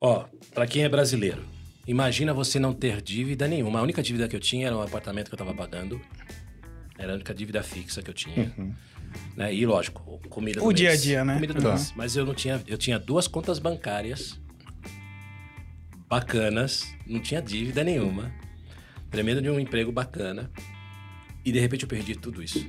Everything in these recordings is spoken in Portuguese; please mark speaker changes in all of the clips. Speaker 1: Ó, pra quem é brasileiro, imagina você não ter dívida nenhuma. A única dívida que eu tinha era um apartamento que eu tava pagando. Era a única dívida fixa que eu tinha. Né? E lógico, comida do
Speaker 2: Uhum. O
Speaker 1: mês.
Speaker 2: dia a dia, né?
Speaker 1: Comida do
Speaker 3: Tá.
Speaker 1: mês. Mas eu não tinha. Eu tinha duas contas bancárias bacanas, não tinha dívida nenhuma. Tremendo de um emprego bacana. E de repente eu perdi tudo isso.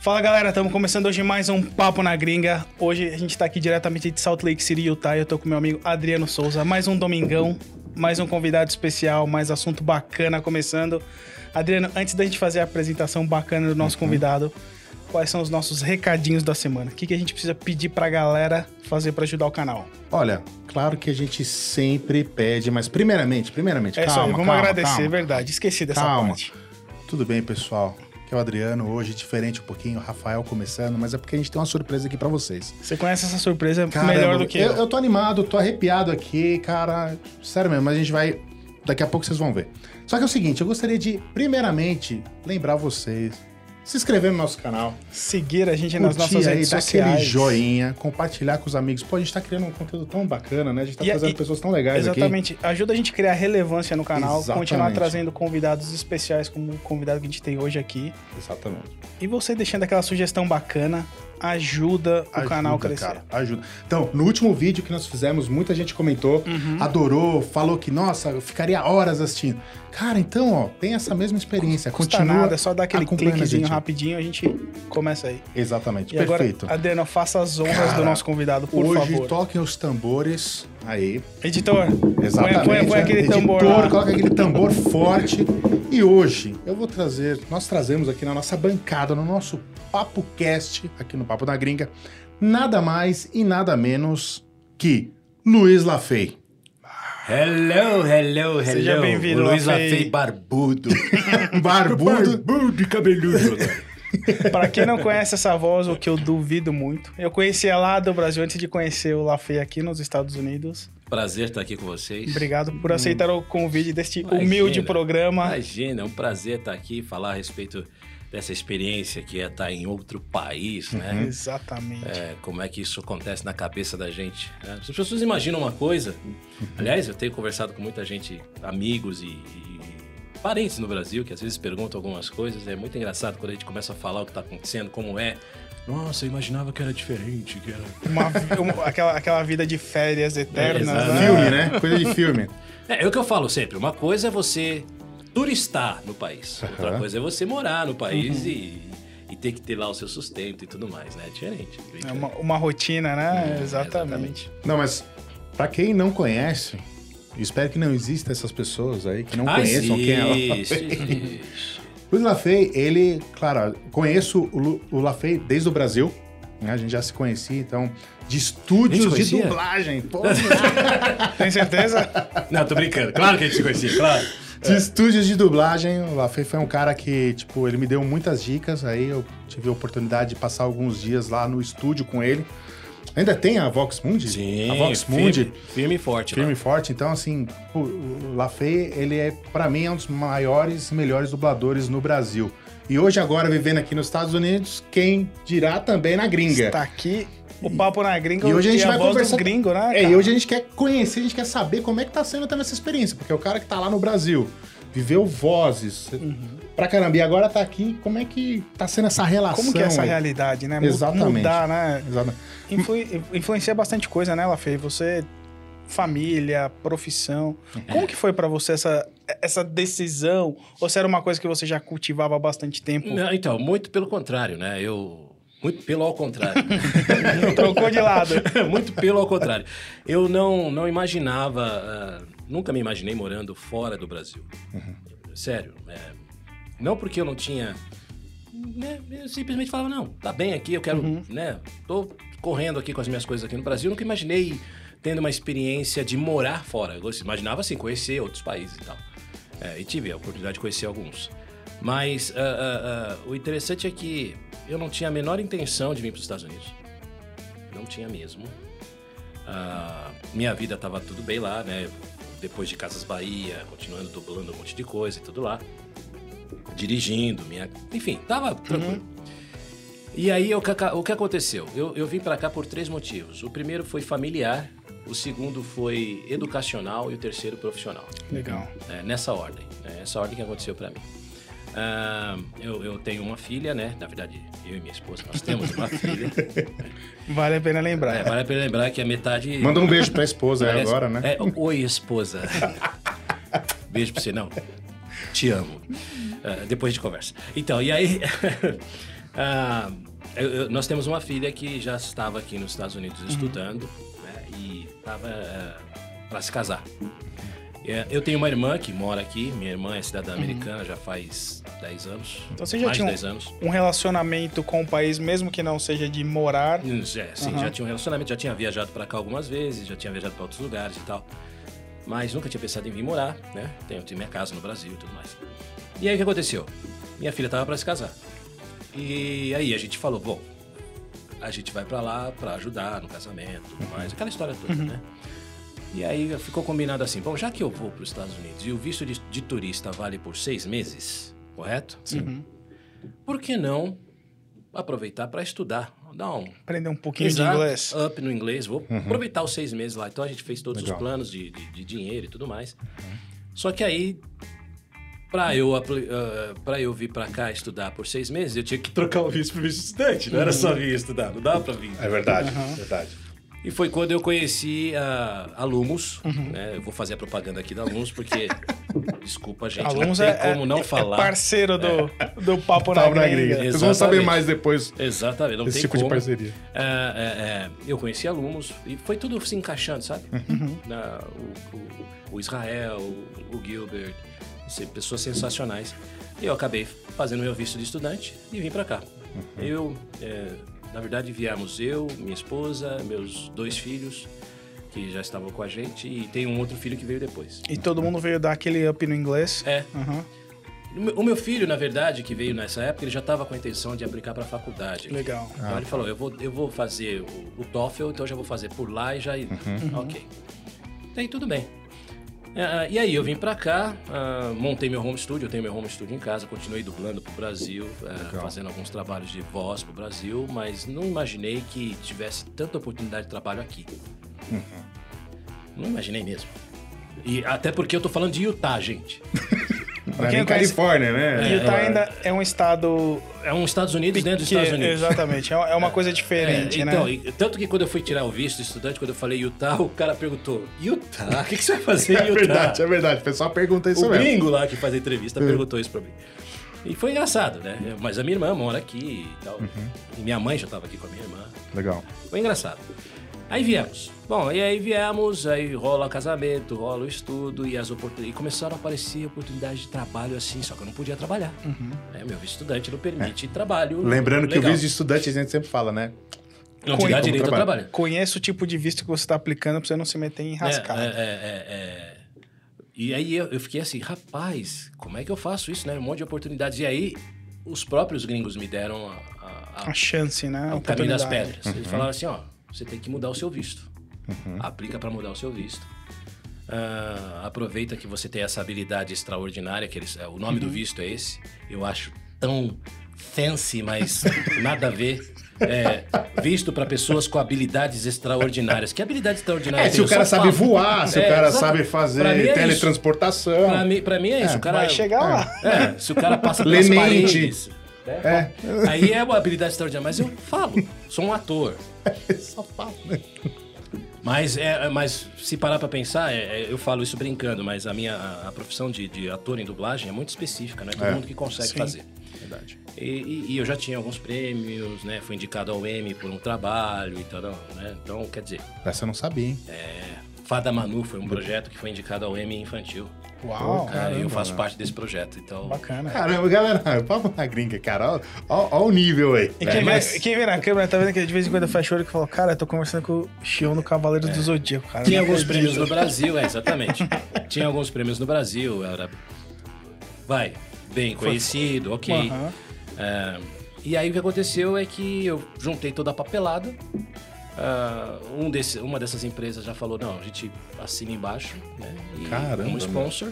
Speaker 2: Fala galera, estamos começando hoje mais um Papo na Gringa. Hoje a gente tá aqui diretamente de Salt Lake City, Utah. Eu tô com meu amigo Adriano Souza. Mais um domingão, mais um convidado especial, mais assunto bacana começando. Adriano, antes da gente fazer a apresentação bacana do
Speaker 3: Uhum.
Speaker 2: nosso convidado, quais são os nossos recadinhos da semana? O que, que a gente precisa pedir pra galera fazer pra ajudar o canal?
Speaker 3: Olha, claro que a gente sempre pede, mas primeiramente, primeiramente,
Speaker 2: é isso aí,
Speaker 3: calma,
Speaker 2: vamos
Speaker 3: calma,
Speaker 2: agradecer,
Speaker 3: calma.
Speaker 2: é verdade. Esqueci dessa
Speaker 3: Calma.
Speaker 2: parte.
Speaker 3: Tudo bem, pessoal? Aqui é o Adriano, hoje diferente um pouquinho, o Rafael começando, mas é porque a gente tem uma surpresa aqui pra vocês.
Speaker 2: Você conhece essa surpresa
Speaker 3: Caramba,
Speaker 2: melhor do que
Speaker 3: eu.
Speaker 2: eu.
Speaker 3: Eu, tô animado, tô arrepiado aqui, cara. Sério mesmo, mas a gente vai. Daqui a pouco vocês vão ver. Só que é o seguinte, eu gostaria de, primeiramente, lembrar vocês. Se inscrever no nosso canal,
Speaker 2: Seguir a gente nas
Speaker 3: curtir
Speaker 2: nossas
Speaker 3: aí,
Speaker 2: redes
Speaker 3: dar aquele
Speaker 2: sociais.
Speaker 3: joinha, compartilhar com os amigos. Pô, a gente tá criando um conteúdo tão bacana, né? A gente tá
Speaker 2: E- é
Speaker 3: trazendo
Speaker 2: e-
Speaker 3: pessoas tão legais aqui.
Speaker 2: Exatamente. Ajuda a gente a criar relevância no canal, continuar
Speaker 3: Exatamente.
Speaker 2: trazendo convidados especiais como o convidado que a gente tem hoje aqui.
Speaker 3: Exatamente.
Speaker 2: E você deixando aquela sugestão bacana, ajuda o
Speaker 3: Ajuda,
Speaker 2: canal a crescer.
Speaker 3: Cara, ajuda. Então, no último vídeo que nós fizemos, muita gente comentou,
Speaker 2: Uhum.
Speaker 3: adorou, falou que, nossa, eu ficaria horas assistindo. Cara, então, ó, tem essa mesma experiência.
Speaker 2: Custa
Speaker 3: Continua.
Speaker 2: nada, é só dar aquele
Speaker 3: acompanhando a
Speaker 2: cliquezinho
Speaker 3: gente.
Speaker 2: rapidinho, a gente começa aí.
Speaker 3: Exatamente,
Speaker 2: E
Speaker 3: perfeito.
Speaker 2: agora, Adriano, faça as honras
Speaker 3: Cara,
Speaker 2: do nosso convidado, por
Speaker 3: Hoje
Speaker 2: favor.
Speaker 3: toquem os tambores. Aí.
Speaker 2: Editor,
Speaker 3: Exatamente.
Speaker 2: põe, põe
Speaker 3: né?
Speaker 2: aquele
Speaker 3: Editor,
Speaker 2: tambor lá.
Speaker 3: coloca aquele tambor forte. E hoje eu vou trazer, nós trazemos aqui na nossa bancada, no nosso Papo Cast, aqui no Papo da Gringa, nada mais e nada menos que Luiz Lafei.
Speaker 1: Hello, hello, hello.
Speaker 2: Seja bem-vindo,
Speaker 1: O Luiz
Speaker 2: Lafei.
Speaker 1: Lafei barbudo.
Speaker 3: Barbudo.
Speaker 1: e cabeludo.
Speaker 2: pra quem não conhece essa voz, o que eu duvido muito, eu conhecia lá do Brasil antes de conhecer o Lafay aqui nos Estados Unidos.
Speaker 1: Prazer estar aqui com vocês.
Speaker 2: Obrigado por aceitar o convite deste
Speaker 1: Imagina.
Speaker 2: humilde programa.
Speaker 1: Imagina, é um prazer estar aqui e falar a respeito dessa experiência que é estar em outro país,
Speaker 2: Uhum.
Speaker 1: né?
Speaker 2: Exatamente.
Speaker 1: É, como é que isso acontece na cabeça da gente. né? As pessoas imaginam uma coisa. Aliás, eu tenho conversado com muita gente, amigos e, e parentes no Brasil, que às vezes perguntam algumas coisas. É muito engraçado quando a gente começa a falar o que está acontecendo, como é. Nossa, eu imaginava que era diferente, que era...
Speaker 2: Uma- uma- aquela, aquela vida de férias eternas,
Speaker 1: exato.
Speaker 2: né?
Speaker 3: Filme, né? Coisa de filme.
Speaker 1: É, é o que eu falo sempre. Uma coisa é você turistar no país. Outra
Speaker 3: Aham.
Speaker 1: coisa é você morar no
Speaker 2: Uhum.
Speaker 1: país e, e ter que ter lá o seu sustento e tudo mais, né? É diferente. bem
Speaker 2: É
Speaker 1: diferente.
Speaker 2: uma, uma rotina, né?
Speaker 1: É,
Speaker 2: exatamente.
Speaker 3: Não, mas pra quem não conhece, eu espero que não existam essas pessoas aí que não
Speaker 1: Ah,
Speaker 3: conheçam quem é ela.
Speaker 1: existe, existe.
Speaker 3: Luiz Lafay, ele, claro, conheço o, Lu, o Lafay desde o Brasil. né? A gente já se conhecia, então, de estúdios de
Speaker 1: conhecia?
Speaker 3: dublagem. Pô,
Speaker 2: Tem certeza?
Speaker 1: Não, tô brincando. Claro que a gente se conhecia, claro.
Speaker 3: de estúdios de dublagem. O Lafay foi um cara que, tipo, ele me deu muitas dicas. Aí eu tive a oportunidade de passar alguns dias lá no estúdio com ele. Ainda tem a Vox Mundi?
Speaker 1: Sim,
Speaker 3: A Vox
Speaker 1: firme,
Speaker 3: Mundi.
Speaker 1: Firme e forte.
Speaker 3: firme
Speaker 1: Firme.
Speaker 3: e forte. Então, assim, pô, o Lafay, ele é, pra mim, é um dos maiores e melhores dubladores no Brasil. E hoje, agora, vivendo aqui nos Estados Unidos, quem dirá também na gringa.
Speaker 2: Está Tá aqui o papo na gringa é
Speaker 3: E hoje a gente vai
Speaker 2: voz
Speaker 3: conversar-
Speaker 2: do gringo, né?
Speaker 3: É,
Speaker 2: cara?
Speaker 3: e hoje a gente quer conhecer, a gente quer saber como é que tá sendo também essa experiência, porque o cara que tá lá no Brasil, viveu vozes
Speaker 2: Uhum.
Speaker 3: pra caramba, e agora tá aqui, como é que tá sendo essa relação?
Speaker 2: Como que é essa
Speaker 3: aí?
Speaker 2: realidade, né? Mu-
Speaker 3: Exatamente.
Speaker 2: Mudar, né?
Speaker 3: Exatamente.
Speaker 2: Influi- influencia bastante coisa, né, Lafei? Você, família, profissão. Como que foi pra você essa, essa decisão? Ou se era uma coisa que você já cultivava há bastante tempo?
Speaker 1: Não, então, muito pelo contrário, né? Eu. Muito pelo ao contrário.
Speaker 2: Trocou de lado.
Speaker 1: Muito pelo ao contrário. Eu não, não imaginava, ah, nunca me imaginei morando fora do Brasil. Sério. é, não porque eu não tinha. né, eu simplesmente falava, não, tá bem aqui, eu quero. né? Tô correndo aqui com as minhas coisas aqui no Brasil. Nunca imaginei tendo uma experiência de morar fora. Eu imaginava assim, conhecer outros países e tal. É, e tive a oportunidade de conhecer alguns. Mas ah, ah, ah, o interessante é que eu não tinha a menor intenção de vir para os Estados Unidos. Não tinha mesmo. Ah, minha vida estava tudo bem lá, né? depois de Casas Bahia, continuando dublando um monte de coisa e tudo lá. Dirigindo, minha. Enfim, tava tranquilo. E aí, o que, aca- o que aconteceu? Eu, eu vim pra cá por três motivos. O primeiro foi familiar, o segundo foi educacional e o terceiro profissional.
Speaker 2: Legal.
Speaker 1: É, nessa ordem. É essa ordem que aconteceu pra mim. Ah, eu, eu tenho uma filha, né? Na verdade, eu e minha esposa, nós temos uma filha.
Speaker 2: Vale a pena lembrar.
Speaker 1: É, vale a pena lembrar que a metade.
Speaker 3: Manda um beijo pra esposa aí
Speaker 1: Parece-
Speaker 3: agora, né?
Speaker 1: É, Oi, esposa. Beijo pra você, não. Te amo. Ah, depois de conversa. Então, e aí. ah, eu- eu- nós temos uma filha que já estava aqui nos Estados
Speaker 2: Uhum.
Speaker 1: Unidos estudando né, e estava para se casar. É, eu tenho uma irmã que mora aqui, minha irmã é cidadã americana já faz 10 anos.
Speaker 2: Uhum. Então você já
Speaker 1: mais
Speaker 2: tinha
Speaker 1: de
Speaker 2: um-
Speaker 1: 10 anos.
Speaker 2: Um relacionamento com o país, mesmo que não seja de morar.
Speaker 1: Hum, É, sim,
Speaker 2: Aham.
Speaker 1: já tinha um relacionamento, já tinha viajado pra cá algumas vezes, já tinha viajado pra outros lugares e tal. Mas nunca tinha pensado em vir morar, né? Tenho, tenho minha casa no Brasil e tudo mais. E aí o que aconteceu? Minha filha tava pra se casar. E aí a gente falou, bom, a gente vai pra lá pra ajudar no casamento, tudo mais, aquela história toda, né? E aí ficou combinado assim, bom, já que eu vou para os Estados Unidos e o visto de, de turista vale por seis meses, correto? Sim. Por que não aproveitar para estudar? Dar um,
Speaker 2: Aprender um pouquinho
Speaker 1: Exato,
Speaker 2: de inglês. Uhum.
Speaker 1: Up no inglês. Vou aproveitar os seis meses lá. Então a gente fez todos
Speaker 3: Legal.
Speaker 1: os planos de, de- de dinheiro e tudo mais.
Speaker 2: Uhum.
Speaker 1: Só que aí, pra eu, apli- ah, pra eu vir pra cá estudar por seis meses, eu tinha que trocar o visto pro visto de estudante. Não era
Speaker 2: Uhum.
Speaker 1: só vir estudar, não dava pra vir.
Speaker 3: É verdade, verdade.
Speaker 1: E foi quando eu conheci a, a Lumos.
Speaker 2: Uhum.
Speaker 1: né? Eu vou fazer a propaganda aqui da Lumos, porque, desculpa, gente,
Speaker 2: Alunos
Speaker 1: não
Speaker 2: é,
Speaker 1: tem como
Speaker 2: é-
Speaker 1: não
Speaker 2: é
Speaker 1: falar. É.
Speaker 2: parceiro do, do Papo na
Speaker 3: Papo na
Speaker 2: Gringa.
Speaker 3: gringa. Vocês vão saber
Speaker 1: Exatamente.
Speaker 3: mais depois
Speaker 1: Exatamente, não
Speaker 3: desse
Speaker 1: tem
Speaker 3: tipo de
Speaker 1: como.
Speaker 3: parceria.
Speaker 1: É, é, é, eu conheci alunos e foi tudo se encaixando, sabe?
Speaker 3: Uhum.
Speaker 1: Na- o, o- o Israel, o, o Gilbert, se- pessoas sensacionais. E eu acabei fazendo meu visto de estudante e vim pra cá.
Speaker 3: Uhum.
Speaker 1: Eu, é, na verdade, viemos eu, minha esposa, meus dois filhos que já estavam com a gente e tem um outro filho que veio depois.
Speaker 2: E todo mundo veio dar aquele up no inglês. Uhum.
Speaker 1: É,
Speaker 2: Aham.
Speaker 1: o meu- o meu filho, na verdade, que veio nessa época, ele já estava com a intenção de aplicar para a faculdade. aqui.
Speaker 2: Legal.
Speaker 1: Então ele falou, eu vou, eu vou fazer o, o TOEFL, então eu já vou fazer por lá e já... ir. Ok. Daí tudo bem. Ah, e aí eu vim pra cá, ah, montei meu home studio, eu tenho meu home studio em casa, continuei dublando pro Brasil, ah, fazendo alguns trabalhos de voz pro Brasil, mas não imaginei que tivesse tanta oportunidade de trabalho aqui. Não imaginei mesmo. E até porque eu tô falando de Utah, gente.
Speaker 3: Não é
Speaker 2: quem
Speaker 3: nem
Speaker 2: conhece-
Speaker 3: Califórnia, né?
Speaker 2: E Utah ainda é um estado.
Speaker 1: É um Estados Unidos dentro dos
Speaker 2: que-
Speaker 1: Estados Unidos.
Speaker 2: Exatamente. É é uma coisa diferente,
Speaker 1: É,
Speaker 2: né?
Speaker 1: então, e- tanto que quando eu fui tirar o visto de estudante, quando eu falei Utah, o cara perguntou: Utah? O que, que você vai fazer em
Speaker 3: É
Speaker 1: Utah?
Speaker 3: verdade, é verdade. O pessoal pergunta isso
Speaker 1: o
Speaker 3: mesmo. É.
Speaker 1: gringo lá que faz a entrevista perguntou isso pra mim. E foi engraçado, né? Mas a minha irmã mora aqui e tal.
Speaker 3: Uhum.
Speaker 1: E minha mãe já tava aqui com a minha irmã.
Speaker 3: Legal.
Speaker 1: Foi engraçado. Aí viemos. Bom, e aí viemos, aí rola o casamento, rola o estudo e as oportunidades. E começaram a aparecer oportunidades de trabalho assim, só que eu não podia trabalhar. né? Meu visto de estudante não permite trabalho.
Speaker 3: Uhum. É. Lembrando que o
Speaker 1: legal.
Speaker 3: visto de estudante a gente sempre fala, né?
Speaker 1: Não te dá
Speaker 3: Como
Speaker 1: direito ao
Speaker 3: trabalho.
Speaker 1: trabalho.
Speaker 2: Conheça o tipo de visto que você está aplicando pra você não se meter em rascada.
Speaker 1: É, é, é, é, é. E aí eu, eu fiquei assim, rapaz, como é que eu faço isso, né? Um monte de oportunidades. E aí os próprios gringos me deram a, a- a-
Speaker 2: A chance, né?
Speaker 1: o É um caminho das
Speaker 2: Oportunidade.
Speaker 1: pedras. Eles falaram assim, ó, você tem que mudar o seu visto. Aplica para mudar o seu visto. Ah, aproveita que você tem essa habilidade extraordinária, que eles, é, o nome do
Speaker 3: Uhum.
Speaker 1: visto é esse. Eu acho tão fancy, mas nada a ver. É, visto para pessoas com habilidades extraordinárias. Que habilidade extraordinária?
Speaker 3: É,
Speaker 1: eu
Speaker 3: se
Speaker 1: tenho?
Speaker 3: o cara
Speaker 1: Eu sou
Speaker 3: sabe
Speaker 1: papo.
Speaker 3: voar, se
Speaker 1: É,
Speaker 3: o cara
Speaker 1: exato.
Speaker 3: sabe
Speaker 1: Pra mim é
Speaker 3: fazer
Speaker 1: isso.
Speaker 3: teletransportação.
Speaker 1: Pra mim, pra mim é isso. o cara
Speaker 2: Vai chegar lá.
Speaker 1: É, se o cara passa pelas
Speaker 3: Lemente.
Speaker 1: paredes. né? Aí é uma habilidade extraordinária. Mas eu falo, sou um ator.
Speaker 3: Só fala, né?
Speaker 1: Mas, é, é- mas se parar pra pensar, é- é, eu falo isso brincando, mas a minha a, a profissão de, de ator em dublagem é muito específica, não é todo
Speaker 3: É.
Speaker 1: mundo que consegue
Speaker 2: Sim.
Speaker 1: fazer.
Speaker 3: Verdade.
Speaker 1: E, e- e eu já tinha alguns prêmios, né? Fui indicado ao Emmy por um trabalho e tal, né? Então, quer dizer,
Speaker 3: Essa eu não sabia, hein?
Speaker 1: Fada Manu foi um projeto que foi indicado ao Emmy infantil.
Speaker 2: Uau,
Speaker 1: É,
Speaker 2: cara.
Speaker 1: eu faço parte desse projeto, então...
Speaker 2: né? Bacana.
Speaker 3: Caramba, galera, papo na gringa, cara. Ó, ó- ó o nível aí.
Speaker 2: E
Speaker 3: É,
Speaker 2: quem,
Speaker 3: mas-
Speaker 2: vê, quem vê na câmera tá vendo que de vez em quando eu fecho o olho e falo, cara, eu tô conversando com o Xion do Cavaleiro do Zodíaco, cara.
Speaker 1: Tinha
Speaker 2: Não
Speaker 1: alguns
Speaker 2: acredito.
Speaker 1: prêmios no Brasil, é, exatamente. Tinha alguns prêmios no Brasil, era. Vai, bem conhecido, ok.
Speaker 2: Aham.
Speaker 1: É, e aí o que aconteceu é que eu juntei toda a papelada ah, um desse, uma dessas empresas já falou, não, a gente assina embaixo, né? E
Speaker 3: Caramba,
Speaker 1: um sponsor.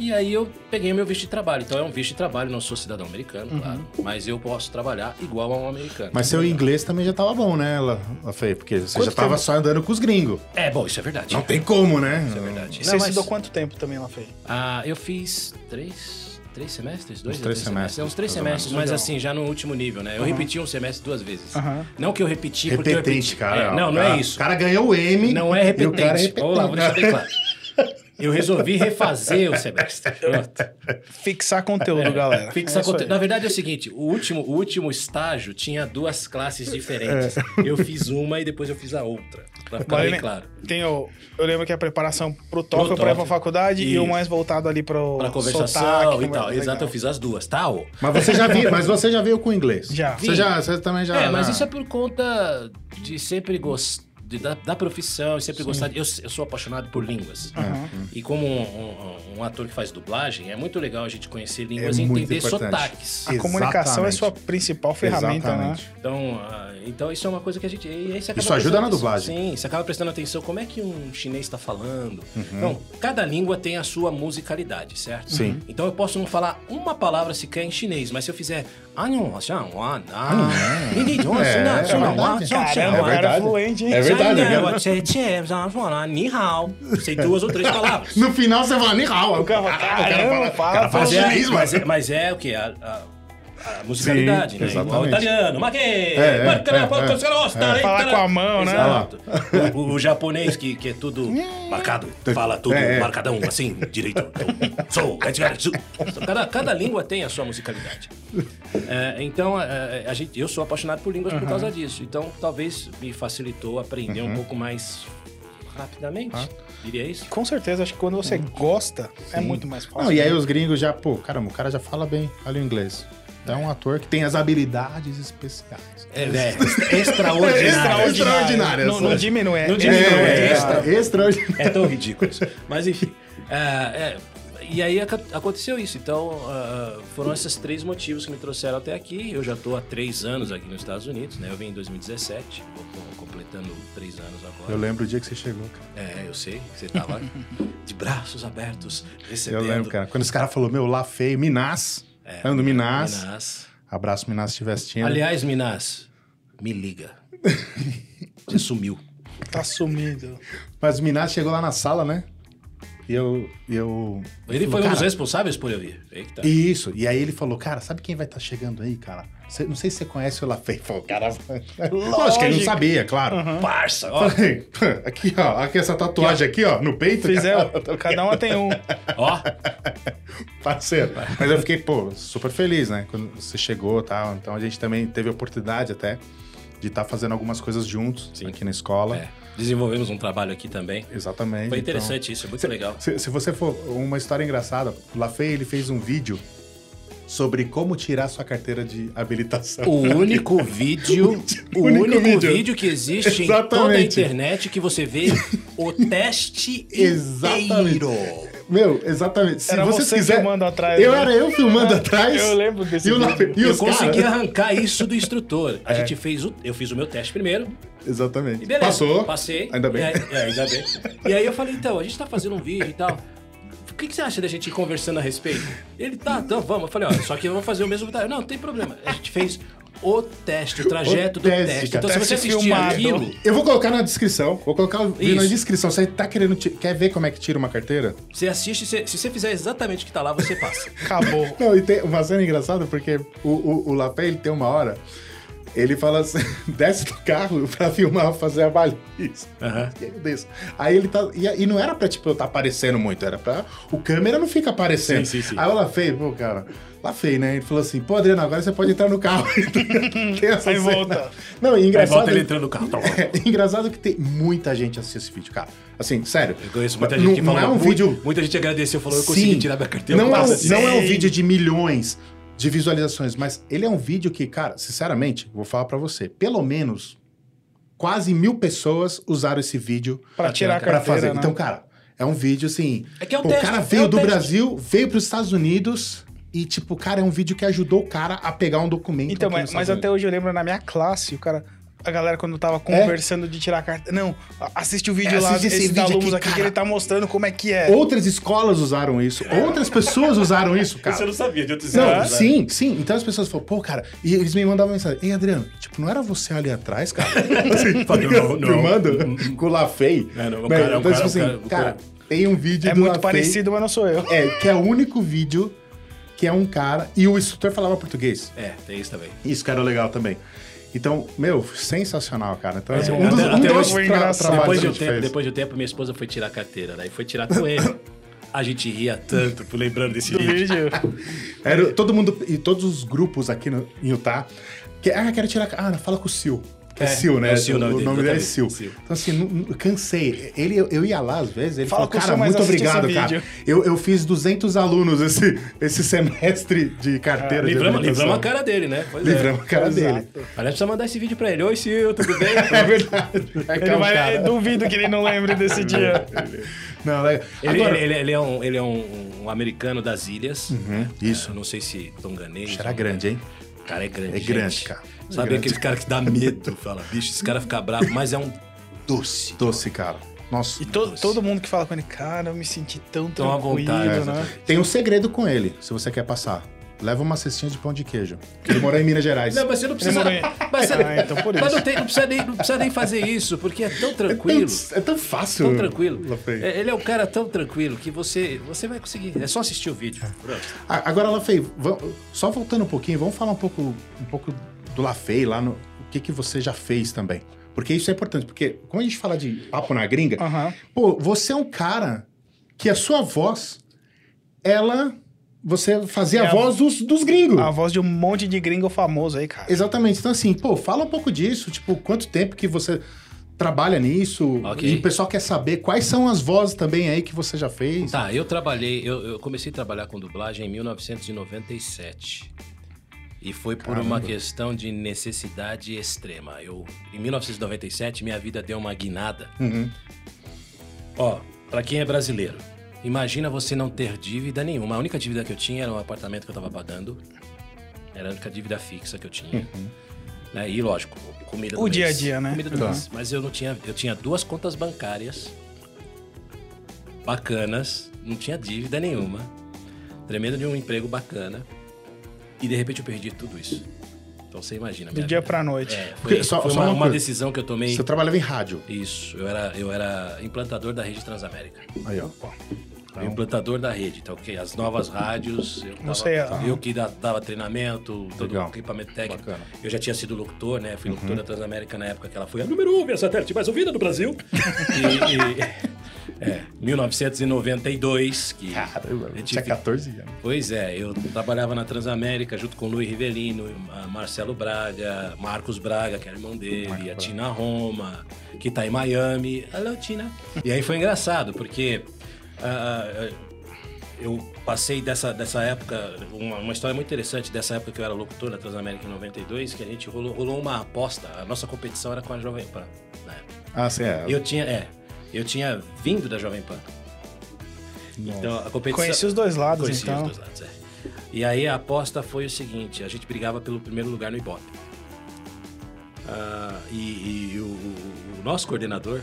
Speaker 1: E aí eu peguei meu visto de trabalho. Então é um visto de trabalho, não sou cidadão americano, claro. Mas eu posso trabalhar igual a um americano.
Speaker 3: Uhum. Mas seu inglês também já tava bom, né, La- La Fê? Porque você já tava só andando com os gringos.
Speaker 1: É, bom, isso é verdade.
Speaker 3: Não tem como, né?
Speaker 1: Isso é verdade.
Speaker 2: Você
Speaker 1: Não, mas-
Speaker 2: estudou quanto tempo também lá, Fê?
Speaker 1: Ah, eu fiz três, três semestres, dois
Speaker 3: Uns
Speaker 1: ou
Speaker 3: três semestres,
Speaker 1: É, uns três
Speaker 3: mais ou menos.
Speaker 1: semestres, mas assim, já no último nível, né? Eu repeti um semestre duas vezes.
Speaker 2: Aham.
Speaker 1: Não que eu repeti porque eu
Speaker 3: Repetente,
Speaker 1: repeti.
Speaker 3: cara.
Speaker 1: É, não, não
Speaker 3: Cara,
Speaker 1: é isso.
Speaker 3: O cara ganhou o M.
Speaker 1: Não é
Speaker 3: e o
Speaker 1: repetente.
Speaker 3: cara é
Speaker 1: Vamos lá, vou deixar
Speaker 3: repetente.
Speaker 1: bem claro. Eu resolvi refazer o semestre. Pronto.
Speaker 2: Fixar conteúdo, galera.
Speaker 1: Fixa
Speaker 2: É isso
Speaker 1: conte-
Speaker 2: aí.
Speaker 1: Na verdade é o seguinte, o último, o último estágio tinha duas classes diferentes.
Speaker 3: É.
Speaker 1: Eu fiz uma e depois eu fiz a outra. Pra ficar
Speaker 2: Vale
Speaker 1: bem
Speaker 2: lem-
Speaker 1: claro.
Speaker 2: Tem o, eu lembro que é a preparação pro TOEFL
Speaker 1: TOEFL.
Speaker 2: para ir pra faculdade e o
Speaker 1: Isso.
Speaker 2: mais voltado ali pro
Speaker 1: Pra conversação
Speaker 2: sotaque,
Speaker 1: e tal.
Speaker 2: conversa-
Speaker 1: Exato, eu
Speaker 2: é legal.
Speaker 1: fiz as duas, Tá, tal.
Speaker 3: Mas você já viu, mas você já veio com o inglês.
Speaker 2: Já.
Speaker 3: Você já, você também já.
Speaker 1: É, mas
Speaker 3: já-
Speaker 1: isso é por conta de sempre gostar da, da profissão, sempre gostar. de- Eu, eu sou apaixonado por línguas.
Speaker 3: Uhum.
Speaker 2: Aham.
Speaker 1: E como um, um- um ator que faz dublagem, é muito legal a gente conhecer línguas
Speaker 3: É
Speaker 1: e
Speaker 3: muito
Speaker 1: entender
Speaker 3: importante.
Speaker 1: sotaques.
Speaker 2: A comunicação é
Speaker 3: Exatamente.
Speaker 2: sua principal ferramenta, né?
Speaker 3: Exatamente.
Speaker 1: Então, ah, então isso é uma coisa que a gente. e aí você acaba
Speaker 3: Isso ajuda
Speaker 1: prestando
Speaker 3: na
Speaker 1: atenção.
Speaker 3: dublagem. Uhum.
Speaker 1: Sim, você acaba prestando atenção como é que um chinês está falando. Então, cada língua tem a sua musicalidade, certo?
Speaker 3: Sim.
Speaker 1: Uhum. Então eu posso não falar uma palavra sequer em chinês, mas se eu fizer. Ah, não, ah,
Speaker 3: não. É, é verdade.
Speaker 2: Caramba, o
Speaker 3: É
Speaker 2: cara é
Speaker 3: verdade.
Speaker 2: fluente, hein?
Speaker 3: É verdade, eu quero-
Speaker 1: Sei duas ou três palavras.
Speaker 3: No final você fala, Nihal. O cara fala,
Speaker 2: Caramba, fala-
Speaker 3: o cara fala
Speaker 1: Mas é,
Speaker 3: chinês,
Speaker 1: mas,
Speaker 3: mas
Speaker 1: é, mas é o que? A, a- a musicalidade,
Speaker 3: Sim,
Speaker 1: né? Igual o
Speaker 3: exatamente.
Speaker 1: italiano. Ma che?
Speaker 3: É, é,
Speaker 1: Porca la
Speaker 3: é,
Speaker 1: porca,
Speaker 3: é.
Speaker 1: os caras gostam, hein?
Speaker 2: Falar
Speaker 1: Cara-
Speaker 2: com a mão, né?
Speaker 1: Exato. O, o japonês que, que é tudo marcado, fala tudo
Speaker 3: É, é.
Speaker 1: marcadão, assim, direito. Então, Sou, é de cara, sou. cada, cada língua tem a sua musicalidade. É, então, é, a gente, eu sou apaixonado por línguas por causa disso. Então, talvez me facilitou aprender
Speaker 3: Uhum.
Speaker 1: um pouco mais rapidamente. Diria isso?
Speaker 2: Com certeza, acho que quando você gosta, é muito mais fácil.
Speaker 3: Não, e aí os gringos já, pô, caramba, o cara já fala bem, olha o inglês. É um ator que tem as habilidades especiais.
Speaker 1: É, é extraordinário.
Speaker 3: Extraordinárias.
Speaker 2: Não, não diminui, é.
Speaker 1: Não
Speaker 3: É,
Speaker 1: diminui,
Speaker 3: é,
Speaker 1: é
Speaker 2: extra.
Speaker 3: extra- extraordinário.
Speaker 1: É tão ridículo isso. Mas enfim. é, é, e aí aca- aconteceu isso. Então, ah, foram esses três motivos que me trouxeram até aqui. Eu já estou há três anos aqui nos Estados Unidos, né? Eu vim em 2017, vou co- completando três anos agora.
Speaker 3: Eu lembro o dia que você chegou, cara.
Speaker 1: É, eu sei, você estava de braços abertos,
Speaker 3: Eu
Speaker 1: recebendo.
Speaker 3: lembro, cara. Quando esse cara falou, meu, lá feio, Minas. É, do Minas.
Speaker 1: Minas.
Speaker 3: Abraço, Minas, se estiver assistindo.
Speaker 1: Aliás, Minas, me liga. Você sumiu.
Speaker 2: Tá sumido.
Speaker 3: Mas o Minas chegou lá na sala, né? E eu. e eu
Speaker 1: Ele
Speaker 3: eu
Speaker 1: foi
Speaker 3: falei,
Speaker 1: um dos
Speaker 3: "Cara,
Speaker 1: responsáveis por eu vir. Eita.
Speaker 3: Isso. E aí ele falou, cara, sabe quem vai estar chegando aí, cara? Cê- não sei se você conhece o Lafay. Falou, cara. Lógico que ele
Speaker 2: Lógico.
Speaker 3: não sabia, é claro.
Speaker 1: Parça, ó,
Speaker 3: Falei, "Pô, aqui, ó, aqui essa tatuagem aqui, ó, no peito.
Speaker 2: Fizer,
Speaker 3: cara."
Speaker 2: é, cada uma tem um.
Speaker 1: ó.
Speaker 3: Parceiro. Mas eu fiquei, pô, super feliz, né? Quando você chegou e tal. Então a gente também teve a oportunidade até de estar fazendo algumas coisas juntos
Speaker 1: Sim.
Speaker 3: aqui na escola.
Speaker 1: É, desenvolvemos um trabalho aqui também.
Speaker 3: Exatamente.
Speaker 1: Foi
Speaker 3: então-
Speaker 1: interessante isso, é muito legal.
Speaker 3: Se, se você for uma história engraçada, o Lafay ele fez um vídeo sobre como tirar sua carteira de habilitação.
Speaker 1: O único vídeo, o
Speaker 3: único
Speaker 1: único,
Speaker 3: vídeo.
Speaker 1: vídeo. que existe em toda a
Speaker 3: Exatamente.
Speaker 1: internet que você vê o teste
Speaker 3: Exatamente.
Speaker 1: inteiro.
Speaker 3: Meu, exatamente. Se
Speaker 2: Era
Speaker 3: você,
Speaker 2: você
Speaker 3: quiser,
Speaker 2: filmando atrás,
Speaker 3: Eu
Speaker 2: né?
Speaker 3: era eu filmando atrás.
Speaker 2: Eu lembro desse
Speaker 3: E o
Speaker 2: vídeo.
Speaker 3: Lafay, e
Speaker 1: Eu
Speaker 3: os caras-
Speaker 1: consegui arrancar isso do instrutor. A gente fez o, eu fiz o meu teste primeiro
Speaker 3: Exatamente.
Speaker 1: e beleza.
Speaker 3: Passou.
Speaker 1: Passei.
Speaker 3: Ainda bem.
Speaker 1: E aí, é, ainda bem. E aí eu falei, então, a gente tá fazendo um vídeo e tal. O que, que você acha da gente ir conversando a respeito? Ele tá, então vamos. Eu falei, ó, só que vamos fazer o mesmo. Não, não tem problema. A gente fez o teste, o trajeto
Speaker 3: O
Speaker 1: do
Speaker 3: teste,
Speaker 1: teste.
Speaker 3: cara.
Speaker 1: Então, se
Speaker 2: Teste
Speaker 1: você assistir
Speaker 2: filmado.
Speaker 1: aquilo,
Speaker 3: Eu vou colocar na descrição. Vou colocar o vídeo na
Speaker 1: Isso.
Speaker 3: descrição. Você tá querendo. ti- Quer ver como é que tira uma carteira?
Speaker 1: Você assiste, se, se você fizer exatamente o que tá lá, você passa.
Speaker 2: Acabou.
Speaker 3: Não, e tem um uma cena engraçada, porque o, o, o Lapé, ele tem uma hora, ele fala assim, desce do carro pra filmar, fazer a baliza.
Speaker 1: Aham.
Speaker 3: E aí eu desço. Aí ele tá... E, e não era pra, tipo, eu tá aparecendo muito, era pra... O câmera não fica aparecendo.
Speaker 1: Sim, sim, sim.
Speaker 3: Aí o Lafay, pô, cara... Lafay, né? Ele falou assim, pô, Adriano, agora você pode entrar no carro. Tem essa
Speaker 2: Aí
Speaker 3: cena.
Speaker 2: volta.
Speaker 3: Não, e
Speaker 1: Aí
Speaker 3: engraçado...
Speaker 1: volta ele entrando no carro. Tá bom.
Speaker 3: É, engraçado que tem muita gente assistindo esse vídeo, cara. Assim, sério.
Speaker 1: Eu conheço muita
Speaker 3: Não-
Speaker 1: gente que
Speaker 3: não
Speaker 1: falou.
Speaker 3: é um
Speaker 1: "Mu-
Speaker 3: vídeo
Speaker 1: Muita gente agradeceu, falou, eu consegui
Speaker 3: Sim.
Speaker 1: tirar minha carteira.
Speaker 3: Não, é,
Speaker 1: passa.
Speaker 3: um- não é um
Speaker 2: Sim.
Speaker 3: vídeo de milhões de visualizações, mas ele é um vídeo que, cara, sinceramente, vou falar pra você, pelo menos quase mil pessoas usaram esse vídeo
Speaker 2: Pra tirar a
Speaker 3: pra
Speaker 2: carteira,
Speaker 3: fazer.
Speaker 2: né?
Speaker 3: Então, cara, é um vídeo assim.
Speaker 1: É que é o
Speaker 3: pô,
Speaker 1: teste,
Speaker 3: cara
Speaker 1: é
Speaker 3: veio
Speaker 1: o
Speaker 3: do
Speaker 1: teste.
Speaker 3: Brasil, veio pros Estados Unidos e, tipo, cara, é um vídeo que ajudou o cara a pegar um documento.
Speaker 2: Então,
Speaker 3: aqui
Speaker 2: mas,
Speaker 3: nos
Speaker 2: mas
Speaker 3: Estados
Speaker 2: até hoje eu lembro na minha classe, o cara. a galera quando tava conversando de tirar a carta. Não, a- assiste o vídeo
Speaker 3: É,
Speaker 2: lá
Speaker 3: assiste esse
Speaker 2: esses
Speaker 3: vídeo
Speaker 2: alunos
Speaker 3: aqui,
Speaker 2: aqui, que
Speaker 3: cara.
Speaker 2: ele tá mostrando como é que é.
Speaker 3: Outras escolas usaram isso, outras pessoas usaram isso, cara.
Speaker 4: Você não sabia de outros
Speaker 1: É.
Speaker 3: Não,
Speaker 4: anos, né?
Speaker 3: sim, sim. Então as pessoas falam, pô, cara, e eles me mandavam mensagem, ei, Adriano, tipo, não era você ali atrás, cara? assim, tá
Speaker 1: Não, não. Hum,
Speaker 3: filmando com o Lafei.
Speaker 1: É, não, o
Speaker 3: Né?
Speaker 1: cara- o
Speaker 3: Então, tipo
Speaker 1: cara-
Speaker 3: assim,
Speaker 1: o cara- o
Speaker 3: cara,
Speaker 1: cara-
Speaker 3: tem um vídeo
Speaker 2: É
Speaker 3: do
Speaker 2: muito
Speaker 3: Lafay,
Speaker 2: parecido, mas não sou eu.
Speaker 3: É, que é o único vídeo que é um cara, e o instrutor falava português.
Speaker 1: É, tem isso também.
Speaker 3: Isso que era legal também. Então, meu, sensacional, cara. Então, assim,
Speaker 1: É, até- até hoje
Speaker 2: foi
Speaker 3: tra-
Speaker 2: engraçado.
Speaker 3: trabalhos
Speaker 1: Depois
Speaker 3: que
Speaker 1: de,
Speaker 3: a
Speaker 1: um
Speaker 3: gente
Speaker 1: tempo,
Speaker 3: fez.
Speaker 1: depois de um tempo, minha esposa foi tirar a carteira, daí foi tirar com ele. A gente ria tanto por lembrando desse
Speaker 2: Do
Speaker 1: vídeo.
Speaker 3: é
Speaker 2: vídeo.
Speaker 3: Era todo mundo e todos os grupos aqui no, em Utah. Que, ah, quero tirar. Ah, não, fala com o Sil. É,
Speaker 1: É,
Speaker 3: Sil, né?
Speaker 1: é o Sil, o
Speaker 3: o
Speaker 1: nome
Speaker 3: nome,
Speaker 1: dele,
Speaker 3: dele é Sil.
Speaker 1: exatamente, Sil.
Speaker 3: Então, assim, não- não- cansei. Ele, eu ia lá às vezes, ele
Speaker 2: Fala
Speaker 3: falou,
Speaker 2: com o
Speaker 3: cara,
Speaker 2: Sil, mas
Speaker 3: muito
Speaker 2: assiste esse
Speaker 3: obrigado, cara.
Speaker 2: vídeo."
Speaker 3: Eu, eu fiz 200 alunos esse, esse semestre de carteira de
Speaker 1: Livramos,
Speaker 3: habilitação.
Speaker 1: livramos a cara dele, né? Pois é.
Speaker 3: Livramos a cara dele.
Speaker 1: Aliás, precisa mandar esse vídeo pra ele. Oi, Sil, tudo bem?
Speaker 3: É verdade. É que
Speaker 2: Ele
Speaker 3: é um
Speaker 2: vai,
Speaker 3: cara.
Speaker 2: Duvido que ele não lembre desse dia.
Speaker 3: Não, legal.
Speaker 1: Ele,
Speaker 3: Agora,
Speaker 1: ele- ele- ele é um, ele é um, um americano das ilhas. né?
Speaker 3: Hum? isso.
Speaker 1: Eu não sei se tonganês.
Speaker 3: Era grande, hein?
Speaker 1: O cara é grande.
Speaker 3: É grande,
Speaker 1: gente.
Speaker 3: cara. É
Speaker 1: Sabe
Speaker 3: grande.
Speaker 1: aquele cara que dá medo? Fala, bicho, esse cara fica bravo, mas é um doce.
Speaker 3: Doce, cara. Nossa.
Speaker 2: E to- todo mundo que fala com ele, cara, eu me senti tão
Speaker 1: Tão à
Speaker 2: tranquilo,
Speaker 1: vontade,
Speaker 2: né?
Speaker 1: exatamente.
Speaker 3: Tem um segredo com ele, se você quer passar. Leva uma cestinha de pão de queijo. Ele morou em Minas Gerais.
Speaker 1: Não, mas você não precisa.
Speaker 2: Demorei.
Speaker 1: Mas, você-
Speaker 2: Ah, então por
Speaker 1: mas
Speaker 2: isso.
Speaker 1: não, tem- não precisa nem, não precisa nem fazer isso, porque é tão tranquilo.
Speaker 3: É tão, é tão fácil.
Speaker 1: Tão tranquilo.
Speaker 3: Lafay.
Speaker 1: É, Ele é um cara tão tranquilo que você, você vai conseguir. É só assistir o vídeo. Pronto.
Speaker 3: A- Ah, Agora, Lafei, vam- só voltando um pouquinho, vamos falar um pouco, um pouco do Lafei lá, no, o que, que você já fez também. Porque isso é importante, porque como a gente fala de papo na gringa,
Speaker 1: Ah.
Speaker 2: Aham.
Speaker 3: pô, você é um cara que a sua voz, ela. Você fazia
Speaker 2: É
Speaker 3: a
Speaker 2: a-
Speaker 3: voz dos, dos gringos.
Speaker 2: A voz de um monte de gringo famoso aí, cara.
Speaker 3: Exatamente. Então, assim, pô, fala um pouco disso. Tipo, quanto tempo que você trabalha nisso?
Speaker 1: Ok.
Speaker 3: E o pessoal quer saber quais são as vozes também aí que você já fez.
Speaker 1: Tá, eu trabalhei, eu, eu comecei a trabalhar com dublagem em 1997. E foi por uma questão de necessidade extrema. Eu, em 1997, minha vida deu uma guinada.
Speaker 3: Uhum.
Speaker 1: Ó, pra quem é brasileiro, imagina você não ter dívida nenhuma. A única dívida que eu tinha era um apartamento que eu tava pagando. Era a única dívida fixa que eu tinha. Né? E lógico, comida do
Speaker 2: O
Speaker 1: mês.
Speaker 2: dia a dia, né?
Speaker 1: Comida do
Speaker 3: Uhum. Tá.
Speaker 1: mês. Mas eu não tinha. Eu tinha duas contas bancárias bacanas, não tinha dívida nenhuma. Tremendo de um emprego bacana. E de repente eu perdi tudo isso. Então você imagina.
Speaker 2: Do
Speaker 1: minha
Speaker 2: dia
Speaker 1: vida.
Speaker 2: pra noite.
Speaker 1: É,
Speaker 3: Porque
Speaker 1: foi,
Speaker 3: só-
Speaker 1: foi
Speaker 3: só
Speaker 1: uma,
Speaker 3: uma
Speaker 1: uma
Speaker 3: coisa.
Speaker 1: decisão que eu tomei.
Speaker 3: Você trabalhava em rádio.
Speaker 1: Isso, eu era, eu era implantador da rede Transamérica.
Speaker 3: Aí, ó. Então,
Speaker 1: O implantador da rede, tá ok? As novas rádios, eu, tava-
Speaker 2: sei, ah.
Speaker 1: eu que da- dava treinamento, todo
Speaker 3: Legal.
Speaker 1: o equipamento técnico.
Speaker 3: Bacana. Uhum.
Speaker 1: Eu já tinha sido locutor, né? Fui locutor da Transamérica na época que ela foi a número um via satélite mais ouvida do Brasil. e, e- é, 1992, que...
Speaker 3: Caramba,
Speaker 1: eu
Speaker 3: eu tinha
Speaker 1: tive-
Speaker 3: 14 anos.
Speaker 1: Pois é, eu trabalhava na Transamérica junto com o Luiz Rivelino, a Marcelo Braga, Marcos Braga, que era irmão dele, a Tina Roma, que tá em Miami. Alô, Tina. E aí foi engraçado, porque ah, eu passei dessa, dessa época, uma, uma história muito interessante dessa época que eu era locutor na Transamérica em 92, que a gente rolou, rolou uma aposta, a nossa competição era com a Jovem Pan, na época.
Speaker 3: Ah, sim, é.
Speaker 1: Eu tinha, é, eu tinha vindo da Jovem Pan. Então, a competição...
Speaker 2: Conheci os dois lados,
Speaker 1: Conheci os
Speaker 2: então.
Speaker 1: dois lados, é. E aí a aposta foi o seguinte: a gente brigava pelo primeiro lugar no Ibope. Ah, e e o, o- o nosso coordenador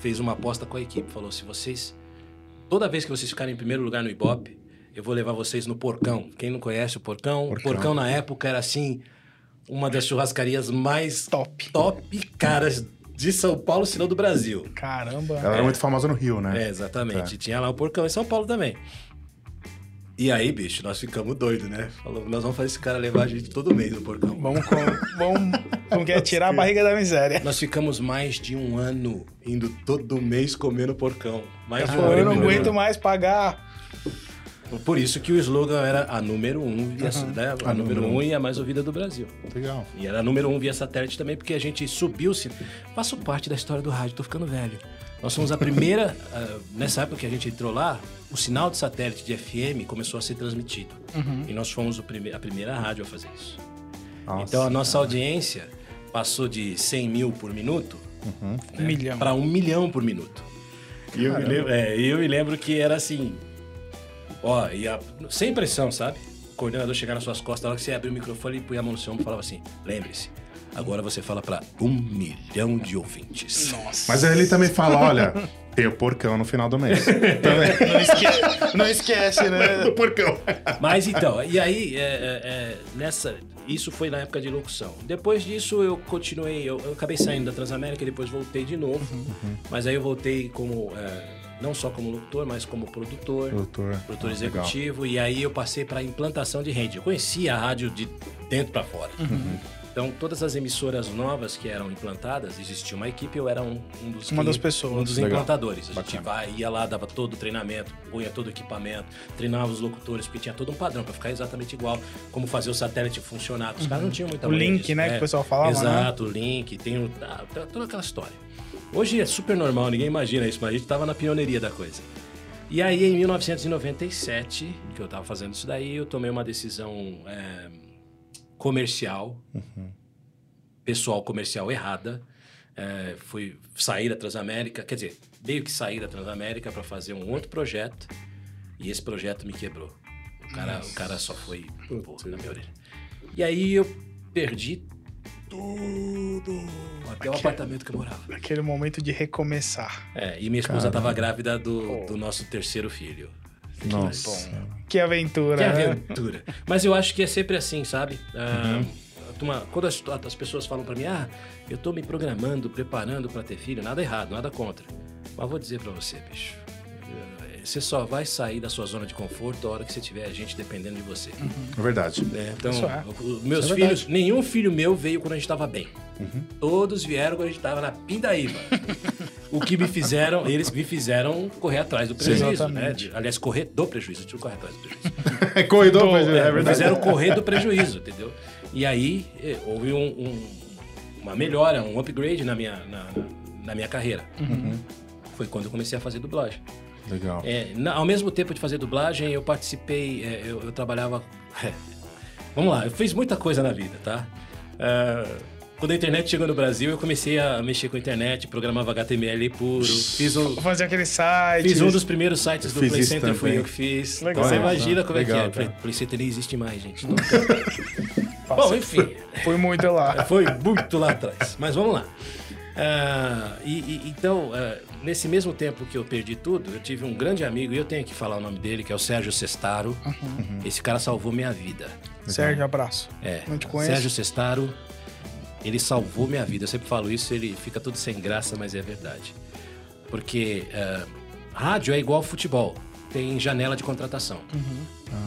Speaker 1: fez uma aposta com a equipe. Falou: se vocês. Toda vez que vocês ficarem em primeiro lugar no Ibope, eu vou levar vocês no Porcão. Quem não conhece o Porcão,
Speaker 3: Porcão.
Speaker 1: o Porcão na época era assim. Uma das churrascarias mais
Speaker 2: Top.
Speaker 1: top caras de São Paulo, se não do Brasil.
Speaker 2: Caramba.
Speaker 3: Ela era muito famosa no Rio, né?
Speaker 1: É, exatamente. Tinha lá o porcão em São Paulo também. E aí, bicho, nós ficamos doidos, né? Falou, nós vamos fazer esse cara levar a gente todo mês no porcão.
Speaker 2: Vamos com. Vamos. Como que é? Tirar a barriga da miséria.
Speaker 1: Nós ficamos mais de um ano indo todo mês comendo porcão. Mais de um
Speaker 2: Pô,
Speaker 1: ano.
Speaker 2: eu não
Speaker 1: comendo
Speaker 2: aguento mais pagar.
Speaker 1: porcão. Por isso que o slogan era a número um, via, né? a,
Speaker 3: A
Speaker 1: número
Speaker 3: número
Speaker 1: um e a mais ouvida do Brasil.
Speaker 3: Legal.
Speaker 1: E era a número um via satélite também, porque a gente subiu-se. Faço parte da história do rádio, tô ficando velho. Nós fomos a primeira, ah, nessa época que a gente entrou lá, o sinal de satélite de FM começou a ser transmitido. E nós fomos o prime- a primeira rádio a fazer isso.
Speaker 3: Nossa.
Speaker 1: então a nossa audiência passou de 100 mil por minuto
Speaker 2: Um milhão.
Speaker 1: para um milhão por minuto. E eu me, lembro, é, e eu me lembro que era assim. Ó, e a- sem pressão, sabe? O coordenador chegar nas suas costas, na hora que você abria o microfone, ele punha a mão no seu ombro e falava assim: lembre-se, Agora você fala pra um milhão de ouvintes.
Speaker 2: Nossa.
Speaker 3: Mas aí ele também fala, olha, tem o porcão no final do mês. também.
Speaker 2: Não esquece, não esquece, né?
Speaker 3: O porcão.
Speaker 1: Mas então, e aí, é, é, é, nessa, isso foi na época de locução. Depois disso, eu continuei, eu, eu acabei saindo da Transamérica, depois voltei de novo. Mas aí eu voltei como, é, não só como locutor, mas como produtor,
Speaker 3: Doutor.
Speaker 1: produtor
Speaker 3: Ah, legal.
Speaker 1: executivo. E aí eu passei para implantação de rede. Eu conhecia a rádio de dentro para fora.
Speaker 2: Uhum.
Speaker 3: Uhum.
Speaker 1: Então, todas as emissoras novas que eram implantadas, existia uma equipe, eu era um, um dos
Speaker 2: Uma
Speaker 1: que-
Speaker 2: das pessoas.
Speaker 1: um dos
Speaker 3: Legal.
Speaker 1: implantadores. A gente
Speaker 3: Bacana.
Speaker 1: vai, ia lá, dava todo o treinamento, punha todo o equipamento, treinava os locutores, porque tinha todo um padrão para ficar exatamente igual, como fazer o satélite funcionar. Os caras não tinham muita
Speaker 2: Uhum. O
Speaker 1: manha
Speaker 2: link,
Speaker 1: disso,
Speaker 2: né, que o pessoal falava, né?
Speaker 1: é. Exato, o link, tem o- ah, tá- toda aquela história. Hoje é super normal, ninguém imagina isso, mas a gente tava na pioneiria da coisa. E aí, em 1997, que eu tava fazendo isso daí, eu tomei uma decisão é, comercial, pessoal comercial errada. É, fui sair da Transamérica, quer dizer, meio que sair da Transamérica para fazer um outro projeto. E esse projeto me quebrou. O cara, o cara só foi pô, na minha orelha. E aí eu perdi tudo. Até o
Speaker 2: Aqui.
Speaker 1: apartamento que eu morava.
Speaker 2: Aquele momento de recomeçar.
Speaker 1: É, e minha esposa tava grávida do, do nosso terceiro filho.
Speaker 3: Nossa.
Speaker 2: Que aventura,
Speaker 1: Que
Speaker 2: né?
Speaker 1: aventura. Mas eu acho que é sempre assim, sabe? Ah, a turma- quando as, as pessoas falam pra mim, ah, eu tô me programando, preparando pra ter filho, nada errado, nada contra. Mas vou dizer pra você, bicho. eh, Você só vai sair da sua zona de conforto a hora que você tiver gente dependendo de você.
Speaker 3: É verdade.
Speaker 1: né? Então,
Speaker 2: Isso é. Uhum.
Speaker 1: o- os meus
Speaker 3: Isso é
Speaker 1: filhos, nenhum filho meu veio quando a gente tava bem. Todos vieram quando a gente tava na pindaíba. o que me fizeram, eles me fizeram correr atrás do prejuízo, né?
Speaker 2: Exatamente.
Speaker 1: Aliás, correr do prejuízo, deixa eu correr atrás do prejuízo.
Speaker 3: É corredor,
Speaker 2: Tô,
Speaker 3: mas é,
Speaker 2: é,
Speaker 1: Me
Speaker 3: verdade.
Speaker 1: Fizeram correr do prejuízo, entendeu? E aí eh, houve um- um- uma melhora, um upgrade na minha, na, na minha carreira.
Speaker 2: Uhum.
Speaker 1: Foi quando eu comecei a fazer dublagem.
Speaker 3: Legal.
Speaker 1: É, na- ao mesmo tempo de fazer dublagem, eu participei, é, eu, eu trabalhava. é, Vamos lá, eu fiz muita coisa na vida, tá? Ah, quando a internet chegou no Brasil, eu comecei a mexer com a internet, programava HTML puro, fiz um,
Speaker 2: Fazer aquele site.
Speaker 1: Fiz um dos primeiros sites
Speaker 3: Eu
Speaker 1: do
Speaker 3: fiz
Speaker 1: Play
Speaker 3: isso
Speaker 1: Center, fui
Speaker 3: também.
Speaker 1: eu que fiz.
Speaker 2: Legal.
Speaker 1: Você
Speaker 2: Olha só.
Speaker 1: imagina como é
Speaker 3: Legal,
Speaker 1: que é.
Speaker 3: cara.
Speaker 1: Play, Play Center nem existe mais, gente. Não tem. Bom, enfim,
Speaker 2: Foi muito lá.
Speaker 1: foi muito lá atrás. Mas vamos lá. Ah, e, e- então, ah, nesse mesmo tempo que eu perdi tudo, eu tive um grande amigo, e eu tenho que falar o nome dele, que é o Sérgio Sestaro. Esse cara salvou minha vida.
Speaker 2: Sérgio, abraço.
Speaker 1: É.
Speaker 2: Não te conheço.
Speaker 1: Sérgio Sestaro, ele salvou minha vida. Eu sempre falo isso, ele fica todo sem graça, mas é verdade. Porque eh, rádio é igual futebol. Tem janela de contratação.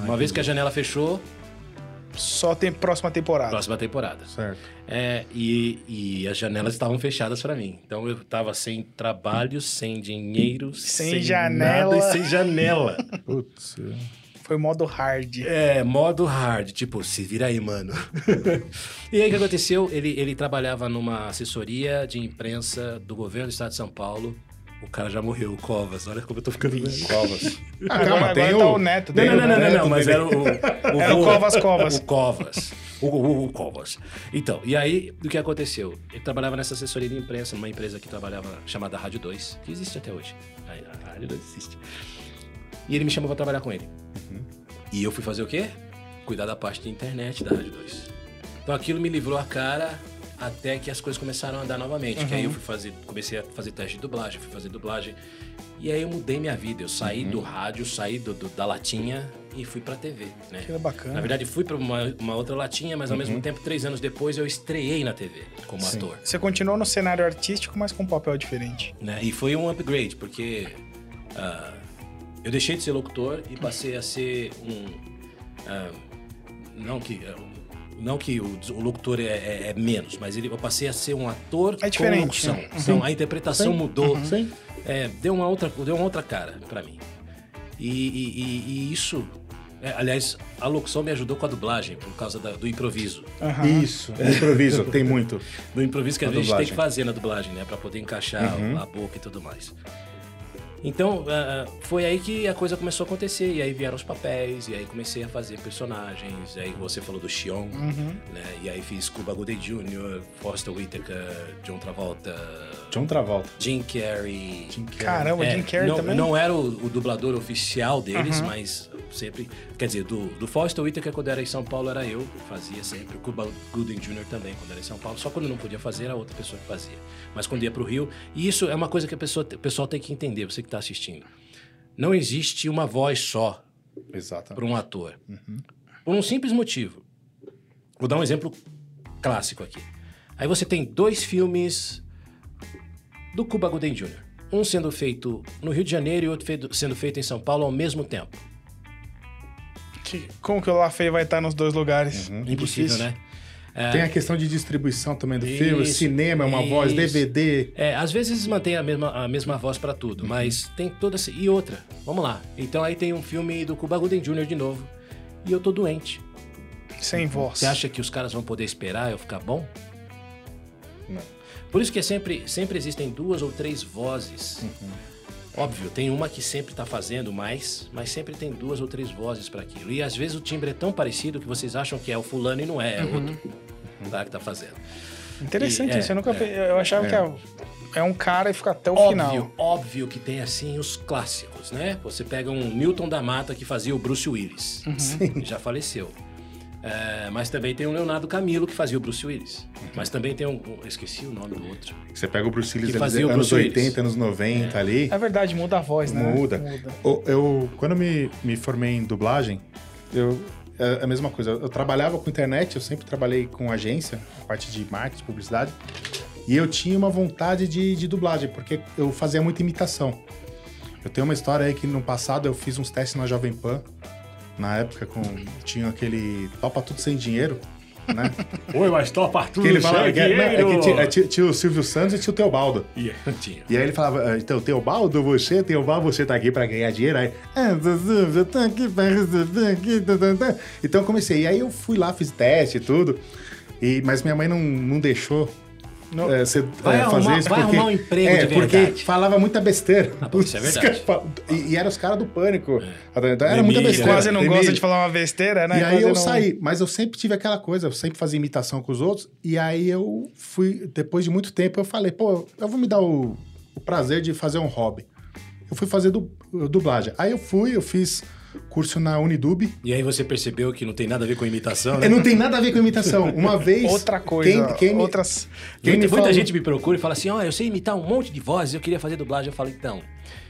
Speaker 1: Uma vez que a janela fechou,
Speaker 2: Só tem próxima temporada.
Speaker 1: próxima temporada.
Speaker 3: Certo.
Speaker 1: É, e, e as janelas estavam fechadas pra mim. Então eu tava sem trabalho, sem dinheiro,
Speaker 2: Sem
Speaker 1: sem,
Speaker 2: janela.
Speaker 1: nada e sem janela.
Speaker 3: Putz.
Speaker 2: Foi modo hard.
Speaker 1: É, modo hard, tipo, se vira aí, mano. e aí o que aconteceu? Ele, ele trabalhava numa assessoria de imprensa do governo do estado de São Paulo. O cara já morreu, o Covas. Olha como eu tô ficando velho.
Speaker 3: Covas. Ah,
Speaker 2: Agora-
Speaker 3: calma,
Speaker 2: agora
Speaker 3: tem
Speaker 2: tá
Speaker 3: o...
Speaker 2: o neto
Speaker 1: Não,
Speaker 2: dele.
Speaker 1: não, não, não, não,
Speaker 3: Neto
Speaker 1: né? não, mas
Speaker 3: dele.
Speaker 1: era o. o, o
Speaker 2: Era o
Speaker 1: vô-
Speaker 2: Covas Covas.
Speaker 1: O Covas. O, o- o Covas. Então, e aí, o que aconteceu? Ele trabalhava nessa assessoria de imprensa, numa empresa que trabalhava chamada Rádio 2, que existe até hoje. A, a Rádio 2 existe. E ele me chamou pra trabalhar com ele. E eu fui fazer o quê? Cuidar da parte de internet da Rádio 2. Então aquilo me livrou a cara até que as coisas começaram a andar novamente. Que aí eu fui fazer, comecei a fazer teste de dublagem, fui fazer dublagem. E aí eu mudei minha vida. Eu saí do rádio, saí do- do- da latinha e fui pra TV, né?
Speaker 2: Que era bacana.
Speaker 1: Na verdade, fui pra uma, uma outra latinha, mas ao mesmo tempo, três anos depois, eu estreiei na TV como ator.
Speaker 2: Você continuou no cenário artístico, mas com um papel diferente.
Speaker 1: né? E foi um upgrade, porque ah, eu deixei de ser locutor e passei a ser um. ah, não que. ah, não que o, o locutor é, é- é menos, mas ele, eu passei a ser um ator
Speaker 2: É diferente,
Speaker 1: com locução.
Speaker 2: né?
Speaker 1: Então a interpretação
Speaker 3: Sim. Uhum.
Speaker 1: mudou.
Speaker 3: Sim.
Speaker 1: É, deu, uma outra, deu uma outra cara pra mim. E, e- e- e isso. é, aliás, a locução me ajudou com a dublagem, por causa da- do improviso.
Speaker 2: Aham.
Speaker 3: Isso. Improviso, tem muito.
Speaker 1: Do improviso que
Speaker 3: Na
Speaker 1: às vezes a gente tem
Speaker 3: dublagem.
Speaker 1: que fazer na dublagem, Uhum. né? Pra poder encaixar a boca e tudo mais. Então, ah, foi aí que a coisa começou a acontecer. E aí vieram os papéis, e aí comecei a fazer personagens. E aí você falou do Xion, né? E aí fiz Cuba Gooding Jr., Foster Whitaker, John Travolta,
Speaker 3: John Travolta.
Speaker 1: Jim Carrey.
Speaker 2: Caramba,
Speaker 1: É,
Speaker 2: Jim Carrey
Speaker 1: não,
Speaker 2: também.
Speaker 1: não era o, o dublador oficial deles, mas sempre. Quer dizer, do, do Foster Whittaker, quando era em São Paulo, era eu que fazia sempre. O Cuba Gooding Jr. também, quando era em São Paulo. Só quando não podia fazer, era outra pessoa que fazia. Mas quando ia para o Rio. E isso é uma coisa que a pessoa, o pessoal tem que entender, você que está assistindo. Não existe uma voz só para
Speaker 3: Exatamente.
Speaker 1: um ator. Por um simples motivo. Vou dar um exemplo clássico aqui. Aí você tem dois filmes do Cuba Gooding Jr. Um sendo feito no Rio de Janeiro e outro feito- sendo feito em São Paulo ao mesmo tempo.
Speaker 2: Que- Como que o Lafay vai estar nos dois lugares?
Speaker 1: Impossível,
Speaker 2: É Difícil.
Speaker 1: né?
Speaker 3: Tem a questão de distribuição também do filme,
Speaker 1: Isso,
Speaker 3: cinema é uma voz,
Speaker 1: isso.
Speaker 3: DVD.
Speaker 1: É, às vezes mantém a mesma, a mesma voz pra tudo, mas tem toda essa... E outra, vamos lá. Então aí tem um filme do Cuba Gooding Jr. de novo. E eu tô doente.
Speaker 3: Uhum.
Speaker 2: Sem voz.
Speaker 1: Você acha que os caras vão poder esperar eu ficar bom?
Speaker 3: Não.
Speaker 1: Por isso que é sempre, sempre existem duas ou três vozes. Óbvio, tem uma que sempre tá fazendo mais, mas sempre tem duas ou três vozes pra aquilo. E às vezes o timbre é tão parecido que vocês acham que é o fulano e não é, é outro. Tá, que tá fazendo.
Speaker 2: Interessante
Speaker 1: E- é,
Speaker 2: isso. Eu nunca
Speaker 1: é.
Speaker 2: pe- Eu achava que é, é um cara e fica até o
Speaker 1: óbvio,
Speaker 2: final.
Speaker 1: óbvio que tem assim os clássicos, né? Você pega um Newton da Mata que fazia o Bruce Willis, já faleceu. É, mas também tem o Leonardo Camilo que fazia o Bruce Willis. Mas também tem um, eu esqueci o nome do outro.
Speaker 3: Você pega o Bruce Willis
Speaker 1: Que
Speaker 3: ali,
Speaker 1: fazia o
Speaker 3: anos
Speaker 1: Bruce Willis.
Speaker 3: 80, anos 90 ali.
Speaker 2: É verdade, muda a voz, né?
Speaker 3: Muda. O- Eu, quando eu me, me formei em dublagem, eu é a mesma coisa. Eu trabalhava com internet, eu sempre trabalhei com agência, parte de marketing, publicidade. E eu tinha uma vontade de, de dublagem, porque eu fazia muita imitação. Eu tenho uma história aí que no passado eu fiz uns testes na Jovem Pan. Na época, com, tinha aquele Topa Tudo Sem Dinheiro, né?
Speaker 1: Oi, mas topa Arthur,
Speaker 3: Que ele falava que, não, é que tinha, é, tinha- tinha o Silvio Santos e tinha o Teobaldo. E aí ele falava, ah, então, Teobaldo, você, Teobaldo, você tá aqui pra ganhar dinheiro? Aí, "Ah, Zuzu, eu tô aqui pra resolver aqui, tá, tá, tá." Então eu comecei, e aí eu fui lá, fiz teste e tudo, e, mas minha mãe não, não deixou
Speaker 2: Não.
Speaker 3: eh, você,
Speaker 1: Vai
Speaker 3: eh,
Speaker 1: arrumar-
Speaker 3: fazer isso
Speaker 1: vai
Speaker 3: porque,
Speaker 1: arrumar um emprego
Speaker 3: é,
Speaker 1: de
Speaker 3: porque
Speaker 1: verdade.
Speaker 3: falava muita besteira.
Speaker 1: Ah, bom, isso é verdade. É.
Speaker 3: E, e eram os caras do pânico. Então era
Speaker 1: Emílio.
Speaker 3: muita
Speaker 2: Ele
Speaker 3: besteira.
Speaker 2: quase não gosta
Speaker 3: Emílio.
Speaker 2: de falar uma besteira, né?
Speaker 3: E aí
Speaker 2: Quase
Speaker 3: eu
Speaker 2: não-
Speaker 3: saí, mas eu sempre tive aquela coisa, eu sempre fazia imitação com os outros, e aí eu fui, depois de muito tempo, eu falei, pô, eu vou me dar o, o prazer de fazer um hobby. Eu fui fazer du- dublagem. Aí eu fui, eu fiz curso na Unidub.
Speaker 1: E aí você percebeu que não tem nada a ver com imitação,
Speaker 3: É,
Speaker 1: né?
Speaker 3: não tem nada a ver com imitação. Uma vez...
Speaker 2: Outra coisa.
Speaker 3: Quem, quem me-
Speaker 2: outras...
Speaker 1: Muita,
Speaker 3: quem me
Speaker 1: muita
Speaker 3: falou-
Speaker 1: gente me procura e fala assim: ó, eu sei imitar um monte de vozes, eu queria fazer dublagem. Eu falo, então,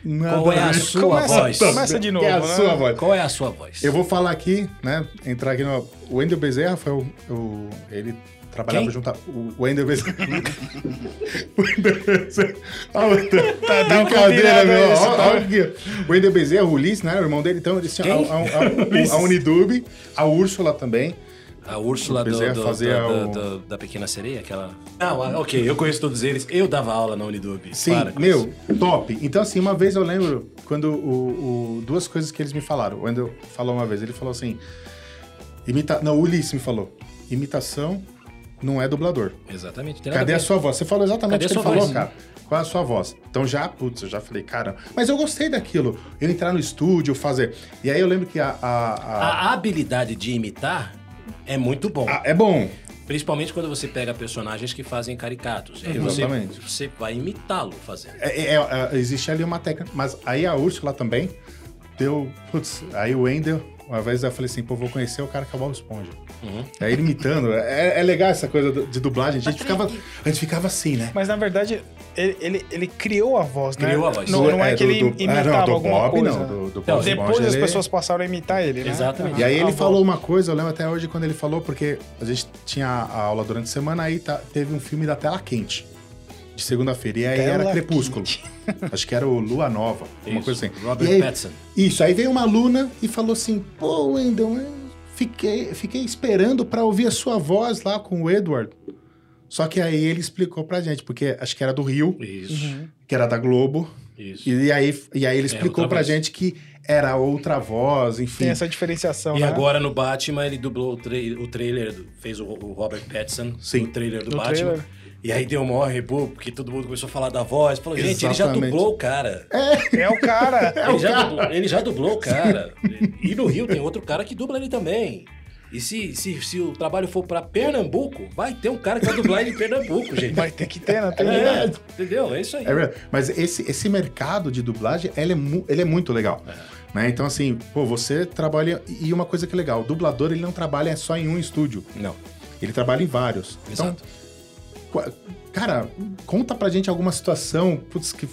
Speaker 3: Nada
Speaker 1: qual é a
Speaker 3: ver.
Speaker 1: sua
Speaker 2: Começa-
Speaker 1: voz?
Speaker 2: começa de novo,
Speaker 3: É a
Speaker 2: né?
Speaker 3: sua voz.
Speaker 1: Qual é a sua voz?
Speaker 3: Eu vou falar aqui, né? Entrar aqui no. O Wendel Bezerra foi o. o- ele trabalhava
Speaker 1: Quem?
Speaker 3: junto. a- O Wendel Bezerra. o Wendel Bezerra. Olha, tá,
Speaker 2: tá
Speaker 3: brincadeira,
Speaker 2: combinado
Speaker 3: meu.
Speaker 2: isso,
Speaker 3: Ó,
Speaker 2: tá?
Speaker 3: ó aqui. O Wendel Bezerra, o Ulisses, né? O irmão dele. Então, eles tinham
Speaker 1: Quem?
Speaker 3: a, a, a, a Unidub, a Úrsula também.
Speaker 1: A Úrsula do,
Speaker 3: Bezerra
Speaker 1: do-
Speaker 3: fazia
Speaker 1: do-
Speaker 3: o-
Speaker 1: do- da Pequena Sereia, aquela. Não, ah, ok, eu conheço todos eles. Eu dava aula na Unidub.
Speaker 3: Sim,
Speaker 1: para com
Speaker 3: meu,
Speaker 1: isso.
Speaker 3: top. Então, assim, uma vez eu lembro quando o, o- duas coisas que eles me falaram. O Wendel falou uma vez, ele falou assim: imita... Não, o Ulisses me falou: imitação não é dublador.
Speaker 1: Exatamente. tem nada
Speaker 3: Cadê
Speaker 1: a
Speaker 3: a
Speaker 1: ver.
Speaker 3: sua voz? Você falou exatamente
Speaker 1: Cadê
Speaker 3: o que
Speaker 1: a sua
Speaker 3: ele falou,
Speaker 1: voz?
Speaker 3: cara. Qual é a sua voz? Então já, putz, eu já falei, cara. Mas eu gostei daquilo. Eu entrar no estúdio, fazer. E aí eu lembro que a.
Speaker 2: Ah.
Speaker 3: a- a-
Speaker 1: A habilidade de imitar é muito bom.
Speaker 3: a- é bom.
Speaker 1: Principalmente quando você pega personagens que fazem caricatos. Aí você,
Speaker 3: Exatamente.
Speaker 1: você vai imitá-lo fazendo.
Speaker 3: É- é- é- existe ali uma técnica. Mas aí a Úrsula também deu. Putz, aí o Wendel, uma vez eu falei assim, pô, vou conhecer o cara que é o Bob Esponja.
Speaker 2: Uhum.
Speaker 3: Aí ele imitando. É, é legal essa coisa do- de dublagem. A gente, ficava, a gente ficava assim, né?
Speaker 2: Mas na verdade, ele, ele, ele criou a voz, né?
Speaker 1: Criou a voz.
Speaker 2: Não, não é,
Speaker 3: do-
Speaker 2: que ele
Speaker 3: do- é,
Speaker 2: imitava
Speaker 3: não, do
Speaker 2: alguma
Speaker 3: Bob,
Speaker 2: coisa.
Speaker 3: não. Do, do
Speaker 1: Então,
Speaker 3: Bob
Speaker 2: Depois
Speaker 3: Esponja,
Speaker 2: as
Speaker 3: ele-
Speaker 2: pessoas passaram a imitar ele, né?
Speaker 1: Exatamente.
Speaker 3: E aí
Speaker 2: Ah,
Speaker 3: ele
Speaker 2: bom.
Speaker 3: falou uma coisa, eu lembro até hoje quando ele falou, porque a gente tinha a aula durante a semana, aí tá- teve um filme da Tela Quente, de segunda-feira, e aí
Speaker 2: Tela
Speaker 3: era Crepúsculo. Acho que era o Lua Nova, uma
Speaker 1: Isso,
Speaker 3: coisa assim.
Speaker 1: Robert
Speaker 3: E aí-
Speaker 1: Pattinson.
Speaker 3: Isso, aí veio uma aluna e falou assim, pô, Wendel, eu fiquei, fiquei esperando pra ouvir a sua voz lá com o Edward. Só que aí ele explicou pra gente, porque acho que era do Rio,
Speaker 1: Isso,
Speaker 3: que era da Globo,
Speaker 1: isso.
Speaker 3: e, aí, e aí ele explicou
Speaker 1: É, outra
Speaker 3: pra
Speaker 1: voz.
Speaker 3: gente que era outra voz, enfim.
Speaker 2: Tem essa
Speaker 3: Então
Speaker 2: diferenciação,
Speaker 1: E
Speaker 2: né?
Speaker 1: agora no Batman ele dublou o, trai- o trailer, do- fez o, o Robert Pattinson,
Speaker 3: Sim.
Speaker 1: o trailer do
Speaker 2: No
Speaker 1: Batman.
Speaker 2: trailer.
Speaker 1: E aí deu o maior rebu, porque todo mundo começou a falar da voz. Falou, gente, ele já
Speaker 3: Exatamente.
Speaker 1: dublou o cara.
Speaker 2: É o cara.
Speaker 1: ele, já dublou, ele já dublou o cara. E no Rio tem outro cara que dubla ele também. E se, se, se o trabalho for pra Pernambuco, vai ter um cara que vai dublar ele em Pernambuco, gente.
Speaker 2: Vai ter que ter, né? Tem
Speaker 1: É, entendeu? É isso aí.
Speaker 3: É verdade. Mas esse, esse mercado de dublagem, ele é, mu- ele é muito legal. Né? Então, assim, pô, você trabalha. E uma coisa que é legal, o dublador ele não trabalha só em um estúdio.
Speaker 1: Não.
Speaker 3: Ele trabalha em vários. Então,
Speaker 1: Exato.
Speaker 3: qua- cara, conta pra gente alguma situação, putz, que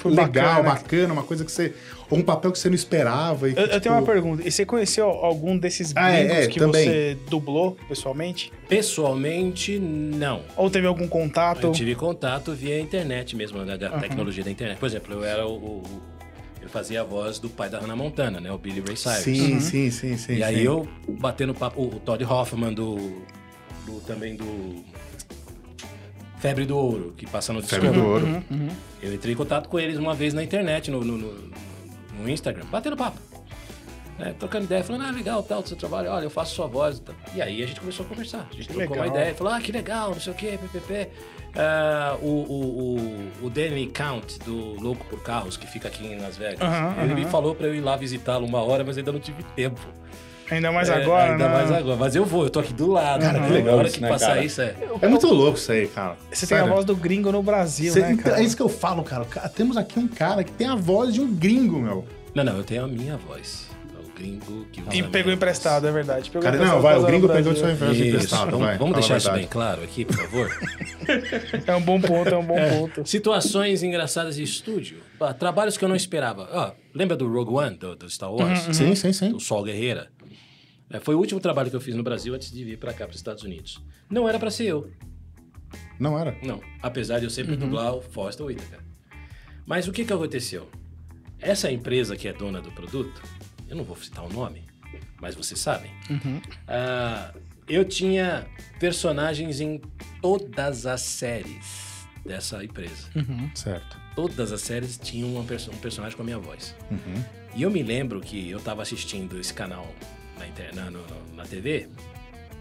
Speaker 3: foi
Speaker 2: Bacana,
Speaker 3: legal,
Speaker 2: né?
Speaker 3: bacana, uma coisa que você. Ou um papel que você não esperava. E, que,
Speaker 2: Eu, eu tenho uma
Speaker 3: tipo,
Speaker 2: pergunta. E você conheceu algum desses
Speaker 3: Ah, é,
Speaker 2: gringos
Speaker 3: é,
Speaker 2: que
Speaker 3: também.
Speaker 2: você dublou pessoalmente?
Speaker 1: Pessoalmente, não.
Speaker 2: Ou teve algum contato?
Speaker 1: Eu tive contato via internet mesmo, né, da
Speaker 2: Ah, Aham.
Speaker 1: tecnologia da internet. Por exemplo, eu era o, o- o- Eu fazia a voz do pai da Hannah Montana, né? O Billy Ray Cyrus.
Speaker 3: Sim,
Speaker 2: Uhum.
Speaker 3: sim, sim, sim.
Speaker 1: e aí
Speaker 3: sim.
Speaker 1: eu batendo papo, o Todd Hoffman do, do- também do Febre do Ouro, que passa no
Speaker 3: Febre
Speaker 1: Discovery.
Speaker 3: do Ouro.
Speaker 2: Uhum, uhum.
Speaker 1: Eu entrei em contato com eles uma vez na internet, no, no, no- no Instagram, batendo papo. né, trocando ideia, falando, ah, legal, tal, do seu trabalho, olha, eu faço sua voz e tal. E aí a gente começou a conversar. A gente
Speaker 2: Que
Speaker 1: trocou
Speaker 2: legal.
Speaker 1: uma ideia, falou, ah, que legal, não sei o quê, ppp. Ah, o, o, o, o Danny Count, do Louco por Carros, que fica aqui em Las Vegas,
Speaker 2: Aham,
Speaker 1: ele me
Speaker 2: aham.
Speaker 1: falou pra eu ir lá visitá-lo uma hora, mas ainda não tive tempo.
Speaker 2: Ainda mais
Speaker 1: É,
Speaker 2: agora,
Speaker 1: Ainda
Speaker 2: né?
Speaker 1: mais agora. Mas eu vou, eu tô aqui do lado.
Speaker 2: Cara,
Speaker 1: né?
Speaker 3: que legal
Speaker 1: A hora
Speaker 3: isso,
Speaker 1: que
Speaker 3: né,
Speaker 1: passar
Speaker 3: cara?
Speaker 1: isso é.
Speaker 3: É muito louco isso aí, cara.
Speaker 2: Você tem
Speaker 3: Sério.
Speaker 2: a voz do gringo no Brasil,
Speaker 3: Cê-
Speaker 2: né,
Speaker 3: então,
Speaker 2: cara?
Speaker 3: é isso que eu falo, cara. Ca- Temos aqui um cara que tem a voz de um gringo, meu.
Speaker 1: Não, não, eu tenho a minha voz. É O gringo que usa a
Speaker 2: E
Speaker 1: minha
Speaker 2: pegou
Speaker 1: voz.
Speaker 2: emprestado, é verdade. Pegou
Speaker 3: Cara, não,
Speaker 2: emprestado
Speaker 3: vai,
Speaker 2: pra
Speaker 3: o
Speaker 2: usar no
Speaker 3: gringo pegou de
Speaker 2: Brasil.
Speaker 3: sua infância
Speaker 1: Isso,
Speaker 3: emprestado,
Speaker 1: vamos,
Speaker 3: então vai.
Speaker 1: vamos
Speaker 3: fala a
Speaker 1: deixar isso bem
Speaker 3: verdade.
Speaker 1: claro aqui, por favor.
Speaker 2: É um bom ponto, é um bom ponto.
Speaker 1: Situações engraçadas de estúdio. Ah, Trabalhos que eu não esperava. Ah, lembra do Rogue One, do, do Star Wars?
Speaker 3: Sim, sim, sim.
Speaker 1: O Sol Guerreira. É, foi o último trabalho que eu fiz no Brasil antes de vir pra cá, pros Estados Unidos. Não era pra ser eu,
Speaker 3: Não era.
Speaker 1: não. Apesar de eu sempre dublar o Foster Whitaker. Mas o que, que aconteceu? Essa empresa que é dona do produto, eu não vou citar o nome, mas vocês sabem. Ah, eu tinha personagens em todas as séries dessa empresa.
Speaker 3: Certo.
Speaker 1: Todas as séries tinham uma perso- um personagem com a minha voz.
Speaker 3: Uhum.
Speaker 1: E eu me lembro que eu tava assistindo esse canal na, inter- na, no- no- na TV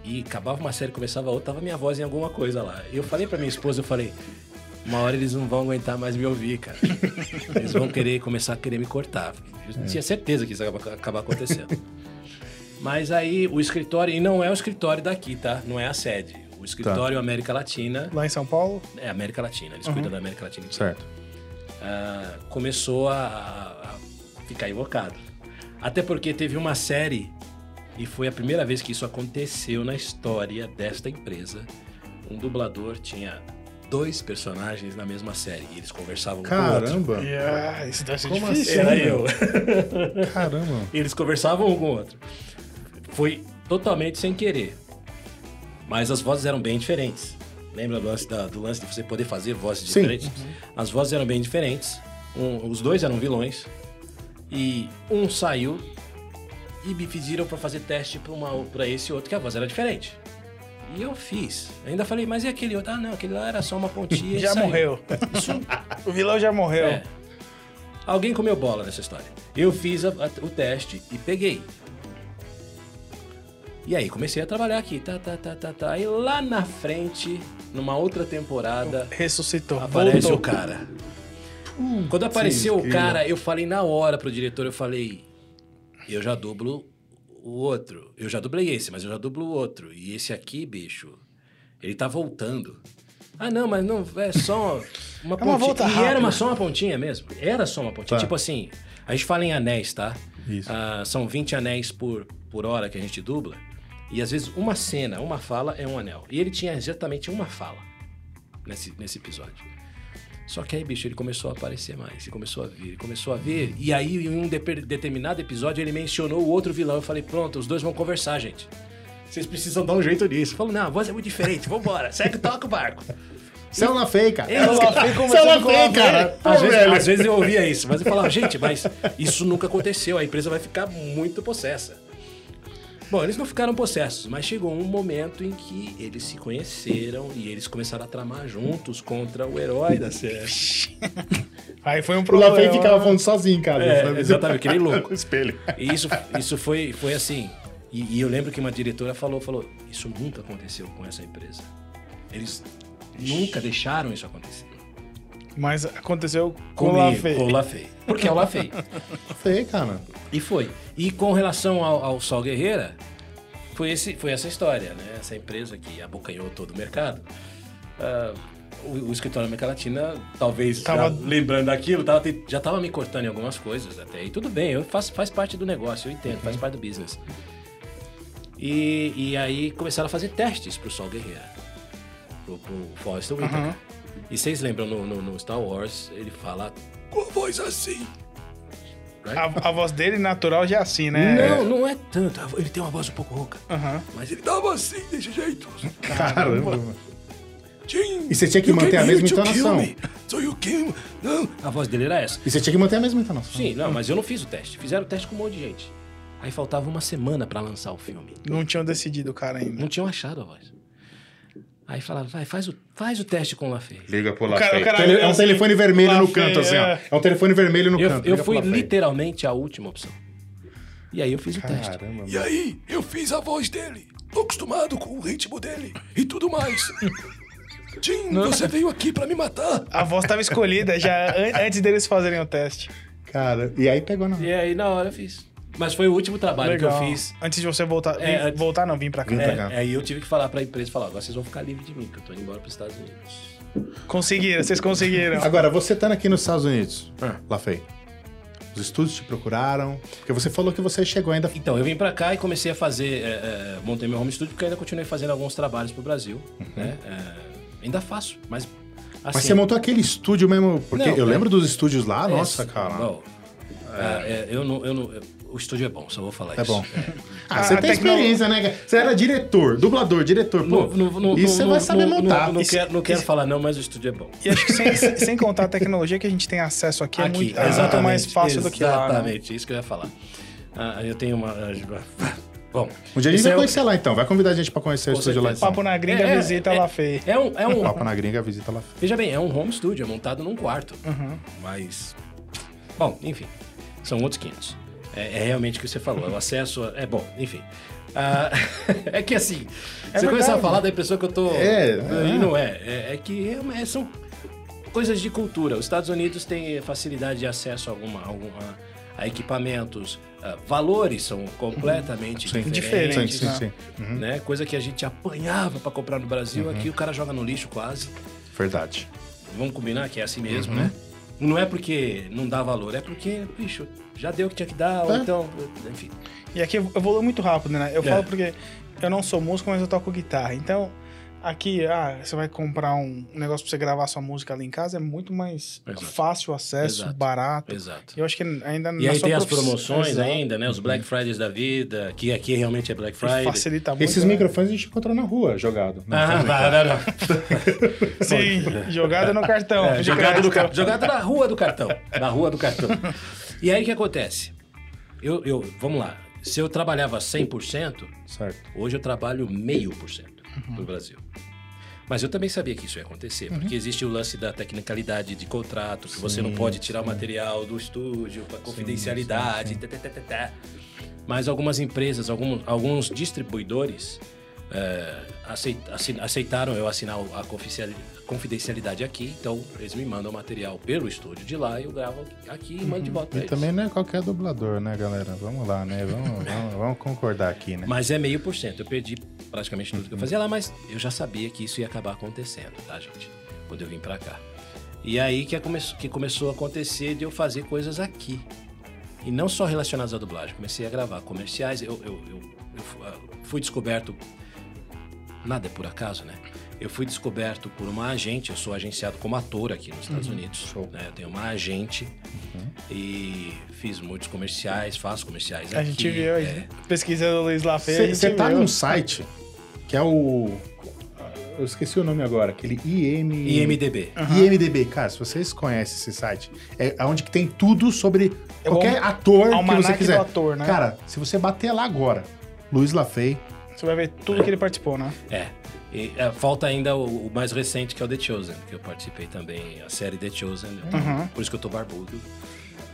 Speaker 1: e acabava uma série, começava outra, tava minha voz em alguma coisa lá. Eu falei pra minha esposa, eu falei, uma hora eles não vão aguentar mais me ouvir, cara. Eles vão querer começar a querer me cortar. Eu tinha certeza que isso ia acabar- acabar acontecendo. Mas aí o escritório, e não é o escritório daqui, tá? Não é a sede. O escritório América Latina,
Speaker 2: Lá em São Paulo?
Speaker 1: é América Latina, eles cuidam da América Latina.
Speaker 3: Certo.
Speaker 1: Ah, começou a, a- a ficar invocado. Até porque teve uma série, e foi a primeira vez que isso aconteceu na história desta empresa. Um dublador tinha dois personagens na mesma série, e eles conversavam um com o outro.
Speaker 3: Caramba.
Speaker 2: Yeah, Ah, isso deve ser
Speaker 3: Como
Speaker 2: difícil.
Speaker 1: Era
Speaker 2: né?
Speaker 1: eu.
Speaker 3: Caramba.
Speaker 1: Eles conversavam um com o outro. Foi totalmente sem querer. Mas as vozes eram bem diferentes. Lembra do lance, da- do lance de você poder fazer vozes
Speaker 3: Sim.
Speaker 1: diferentes? As vozes eram bem diferentes. Um- os dois eram vilões. E um saiu e me pediram pra fazer teste pra, uma, pra esse outro, que a voz era diferente. E eu fiz. Ainda falei, mas e aquele outro? Ah, não, aquele lá era só uma pontinha. e
Speaker 2: Já
Speaker 1: saiu.
Speaker 2: morreu.
Speaker 1: É Isso
Speaker 2: O vilão já morreu.
Speaker 1: é. Alguém comeu bola nessa história. Eu fiz a- a- o teste e peguei. E aí comecei a trabalhar aqui, tá, tá, tá, tá, tá. E lá na frente, numa outra temporada,
Speaker 2: Ressuscitou.
Speaker 1: aparece
Speaker 2: voltou.
Speaker 1: o cara. Quando apareceu o cara, eu falei na hora pro diretor, eu falei, eu já dublo o outro. Eu já dublei esse, mas eu já dublo o outro. E esse aqui, bicho, ele tá voltando. Ah, não, mas não, é só uma
Speaker 2: É uma
Speaker 1: pontinha.
Speaker 2: volta
Speaker 1: e era uma,
Speaker 2: rápida.
Speaker 1: só uma pontinha mesmo. Era só uma pontinha.
Speaker 3: Tá.
Speaker 1: Tipo assim, a gente fala em anéis, tá?
Speaker 3: Isso.
Speaker 1: Ah, são 20 anéis por, por hora que a gente dubla. E às vezes uma cena, uma fala é um anel. E ele tinha exatamente uma fala nesse, nesse episódio. Só que aí, bicho, ele começou a aparecer mais, e começou a vir, ele começou a vir. E aí, em um depe- determinado episódio, ele mencionou o outro vilão. Eu falei, pronto, os dois vão conversar, gente. Vocês precisam dar um jeito nisso. Falou, não, a voz é muito diferente, vambora, segue, toca o barco.
Speaker 3: Céu na feia, cara.
Speaker 1: Ei,
Speaker 3: Céu na feia,
Speaker 2: começando com a feia.
Speaker 3: cara. é Pô,
Speaker 1: Às vezes,
Speaker 3: velho.
Speaker 1: às vezes eu ouvia isso, mas eu falava, gente, mas isso nunca aconteceu, a empresa vai ficar muito possessa. Bom, eles não ficaram possessos, mas chegou um momento em que eles se conheceram e eles começaram a tramar juntos contra o herói da série.
Speaker 2: Aí foi um
Speaker 3: O
Speaker 2: problema.
Speaker 3: Lafay ficava falando sozinho em casa.
Speaker 1: É,
Speaker 3: sabe?
Speaker 1: exatamente, que nem louco.
Speaker 3: No espelho.
Speaker 1: E isso, isso foi, foi assim. E, e eu lembro que uma diretora falou, falou, isso nunca aconteceu com essa empresa. Eles nunca deixaram isso acontecer.
Speaker 2: Mas aconteceu com o
Speaker 1: Comigo,
Speaker 2: Lafay.
Speaker 1: com o Lafay. Porque é o Lafay.
Speaker 3: Feio, cara.
Speaker 1: E foi. E com relação ao, ao Sol Guerreira, foi, esse, foi essa história, né? Essa empresa que abocanhou todo o mercado. Ah, o, o escritório da América Latina, talvez
Speaker 2: Tava-
Speaker 1: já lembrando daquilo, tava te- já tava me cortando em algumas coisas até. E tudo bem, eu faço, faz parte do negócio, eu entendo, faz parte do business. E, e aí começaram a fazer testes pro Sol Guerreiro, pro, pro Forrest Whitaker.
Speaker 2: Aham.
Speaker 1: E vocês lembram no, no- no Star Wars, ele fala com a voz assim. Right?
Speaker 2: A, a voz dele natural já é assim, né?
Speaker 1: Não, não é tanto. Ele tem uma voz um pouco rouca.
Speaker 2: Aham.
Speaker 1: Mas ele tava assim, desse jeito.
Speaker 3: Caramba.
Speaker 1: Jim,
Speaker 3: E você tinha que you manter a came mesma here to entonação. kill me,
Speaker 1: So you came... Não, a voz dele era essa.
Speaker 3: E você tinha que manter a mesma então, entonação.
Speaker 1: Sim, não, mas eu não fiz o teste. Fizeram o teste com um monte de gente. Aí faltava uma semana pra lançar o filme.
Speaker 2: Não tinham decidido o cara ainda.
Speaker 1: Não tinham achado a voz. Aí falaram, vai, faz o, faz o teste com o Lafay.
Speaker 3: Liga pro
Speaker 2: O cara- o cara
Speaker 3: Tele- É um
Speaker 2: assim,
Speaker 3: telefone vermelho no
Speaker 2: Lafay,
Speaker 3: canto, assim, ó.
Speaker 2: é.
Speaker 3: É um telefone vermelho no
Speaker 1: Eu,
Speaker 3: canto.
Speaker 1: eu
Speaker 3: Liga
Speaker 1: fui
Speaker 3: pro Lafay.
Speaker 1: literalmente a última opção. E aí eu fiz o teste.
Speaker 3: Caramba, mano.
Speaker 1: aí, eu fiz a voz dele. Tô acostumado com o ritmo dele e tudo mais. Jim, você veio aqui pra me matar.
Speaker 2: A voz tava escolhida já an- antes deles fazerem o teste.
Speaker 3: Cara, e aí pegou na.
Speaker 1: E aí, na hora, eu fiz. Mas foi o último trabalho que eu fiz.
Speaker 2: Antes de você voltar.
Speaker 1: É,
Speaker 2: vir-
Speaker 1: antes-
Speaker 2: Voltar não, vir pra cá.
Speaker 3: Vim pra
Speaker 2: É.
Speaker 3: cá.
Speaker 1: É, aí eu tive que falar pra empresa, falar, agora vocês vão ficar livres de mim, que eu tô indo embora pros Estados Unidos.
Speaker 2: Conseguiram, vocês conseguiram.
Speaker 3: Agora, você estando aqui nos Estados Unidos,
Speaker 1: É.
Speaker 3: Lafay, os estúdios te procuraram, porque você falou que você chegou ainda.
Speaker 1: Então, eu vim pra cá e comecei a fazer, é, é, montei meu home studio, porque ainda continuei fazendo alguns trabalhos pro Brasil, né? É, ainda faço, mas assim...
Speaker 3: Uhum. Mas você montou aquele estúdio mesmo, porque
Speaker 1: Não,
Speaker 3: eu
Speaker 1: é-
Speaker 3: lembro dos estúdios lá,
Speaker 1: é,
Speaker 3: nossa, cara.
Speaker 1: bom, é, é, eu não, eu não, eu- o estúdio é bom, só vou falar
Speaker 3: É
Speaker 1: isso.
Speaker 3: bom.
Speaker 2: A-
Speaker 3: Ah, você
Speaker 2: a
Speaker 3: tem
Speaker 2: tecno-
Speaker 3: experiência, né? cara? Você era diretor, dublador, diretor. Pô,
Speaker 1: No- no- no-
Speaker 3: isso você
Speaker 1: no-
Speaker 3: vai
Speaker 1: no-
Speaker 3: saber
Speaker 1: no-
Speaker 3: montar.
Speaker 1: no- Não
Speaker 2: Isso-
Speaker 1: quero não quero
Speaker 2: isso-
Speaker 1: falar não, mas o estúdio é bom.
Speaker 2: E acho que sem, sem contar a tecnologia que a gente tem acesso aqui, é muito, é muito
Speaker 1: ah, exatamente,
Speaker 2: mais fácil do que lá. né?
Speaker 1: Exatamente, isso que eu ia falar. Ah, eu tenho uma... ah, Bom...
Speaker 3: Um dia a gente
Speaker 1: esse
Speaker 3: vai
Speaker 1: é o-
Speaker 3: conhecer lá, então. Vai convidar a gente pra conhecer o
Speaker 1: Com
Speaker 3: estúdio lá.
Speaker 1: certeza.
Speaker 3: Então.
Speaker 2: Papo na gringa,
Speaker 1: É,
Speaker 2: visita
Speaker 1: é,
Speaker 2: lá feio.
Speaker 1: É um, é um,
Speaker 3: Papo na gringa, visita lá.
Speaker 1: Veja bem, é um home studio, é montado num quarto.
Speaker 3: Uhum.
Speaker 1: Mas. Bom, enfim. São outros 500. É, é realmente o que você falou. O acesso. a- É bom, enfim. Ah, é que assim. você começar a
Speaker 2: verdade.
Speaker 1: falar da impressão que eu tô.
Speaker 3: É,
Speaker 1: E
Speaker 3: é.
Speaker 1: não é. É, é que é- é- são coisas de cultura. Os Estados Unidos têm facilidade de acesso a, alguma, alguma- a equipamentos. ah, valores são completamente
Speaker 3: Uhum. Sim.
Speaker 1: diferentes.
Speaker 3: Sim,
Speaker 2: Diferente,
Speaker 3: sim,
Speaker 2: né?
Speaker 3: sim. Uhum,
Speaker 1: Né? Coisa que a gente apanhava para comprar no Brasil, aqui o cara joga no lixo quase.
Speaker 3: Verdade.
Speaker 1: Vamos combinar que é assim mesmo, né? Não é porque não dá valor, é porque, bicho, já deu o que tinha que dar, ou
Speaker 3: É.
Speaker 1: então, enfim.
Speaker 2: E aqui evolui muito rápido, né? Eu
Speaker 1: É.
Speaker 2: falo porque eu não sou músico, mas eu toco guitarra. Então, aqui, ah, você vai comprar um negócio pra você gravar sua música ali em casa, é muito mais
Speaker 1: Exato.
Speaker 2: fácil o acesso,
Speaker 1: Exato.
Speaker 2: barato.
Speaker 1: Exato.
Speaker 2: Eu acho que ainda
Speaker 1: E
Speaker 2: na
Speaker 1: aí
Speaker 2: sua
Speaker 1: tem as
Speaker 2: profissão-
Speaker 1: promoções
Speaker 2: Exato.
Speaker 1: ainda, né? Os Black Fridays da vida, que aqui realmente é Black Friday.
Speaker 2: Facilita muito.
Speaker 3: Esses
Speaker 2: né?
Speaker 3: microfones a gente encontrou na rua, jogado. né? Não,
Speaker 1: então. Ah,
Speaker 3: tô brincando.
Speaker 1: não, não, não.
Speaker 2: Sim, jogada no cartão.
Speaker 1: É,
Speaker 2: de
Speaker 1: jogado,
Speaker 2: crédito.
Speaker 1: no car- jogado na rua do cartão. Na rua do cartão. E aí o que acontece? Eu, eu, vamos lá. Se eu trabalhava 100%,
Speaker 3: Certo.
Speaker 1: Hoje eu trabalho meio por cento
Speaker 3: Uhum.
Speaker 1: no Brasil. Mas eu também sabia que isso ia acontecer, porque existe o lance da tecnicalidade de contrato, que você não pode tirar o material do estúdio, a confidencialidade, tá, tá, tá, tá, tá. Mas algumas empresas, algum- alguns distribuidores eh, aceit- assin- aceitaram eu assinar o- a confidenciali- confidencialidade aqui, então eles me mandam o material pelo estúdio de lá, eu gravo aqui e mando de volta pra
Speaker 3: E
Speaker 1: eles.
Speaker 3: também não é qualquer dublador, né, galera? Vamos lá, né? Vamos, vamos- vamos concordar aqui, né?
Speaker 1: Mas é meio por cento. Eu perdi praticamente tudo que eu fazia lá, mas eu já sabia que isso ia acabar acontecendo, tá, gente? Quando eu vim pra cá. E aí que, come- que começou a acontecer de eu fazer coisas aqui. E não só relacionadas à dublagem. Comecei a gravar comerciais. Eu, eu- eu- eu fu- ah, fui descoberto. Nada é por acaso, né? Eu fui descoberto por uma agente. Eu sou agenciado como ator aqui nos
Speaker 2: Uhum.
Speaker 1: Estados Unidos. né? Eu tenho uma agente. E fiz muitos comerciais, faço comerciais
Speaker 2: A
Speaker 1: aqui.
Speaker 2: gente viu aí. né?
Speaker 1: é.
Speaker 2: Pesquisa do Luiz Lafay. a gente
Speaker 3: Você tá
Speaker 2: viu.
Speaker 3: num site que é o. Eu esqueci o nome agora, aquele IM...
Speaker 1: IMDB.
Speaker 3: IMDB, cara, se vocês conhecem esse site, é onde que tem tudo sobre
Speaker 2: É o
Speaker 3: qualquer ator que
Speaker 2: almanaque
Speaker 3: você
Speaker 2: do
Speaker 3: quiser.
Speaker 2: ator, né?
Speaker 3: Cara, se você bater lá agora, Luiz Lafay,
Speaker 2: Você vai ver tudo que ele participou, né?
Speaker 1: É. E, é, falta ainda o, o mais recente, que é o The Chosen, que eu participei também, a série The Chosen. eu- Por isso que eu tô barbudo.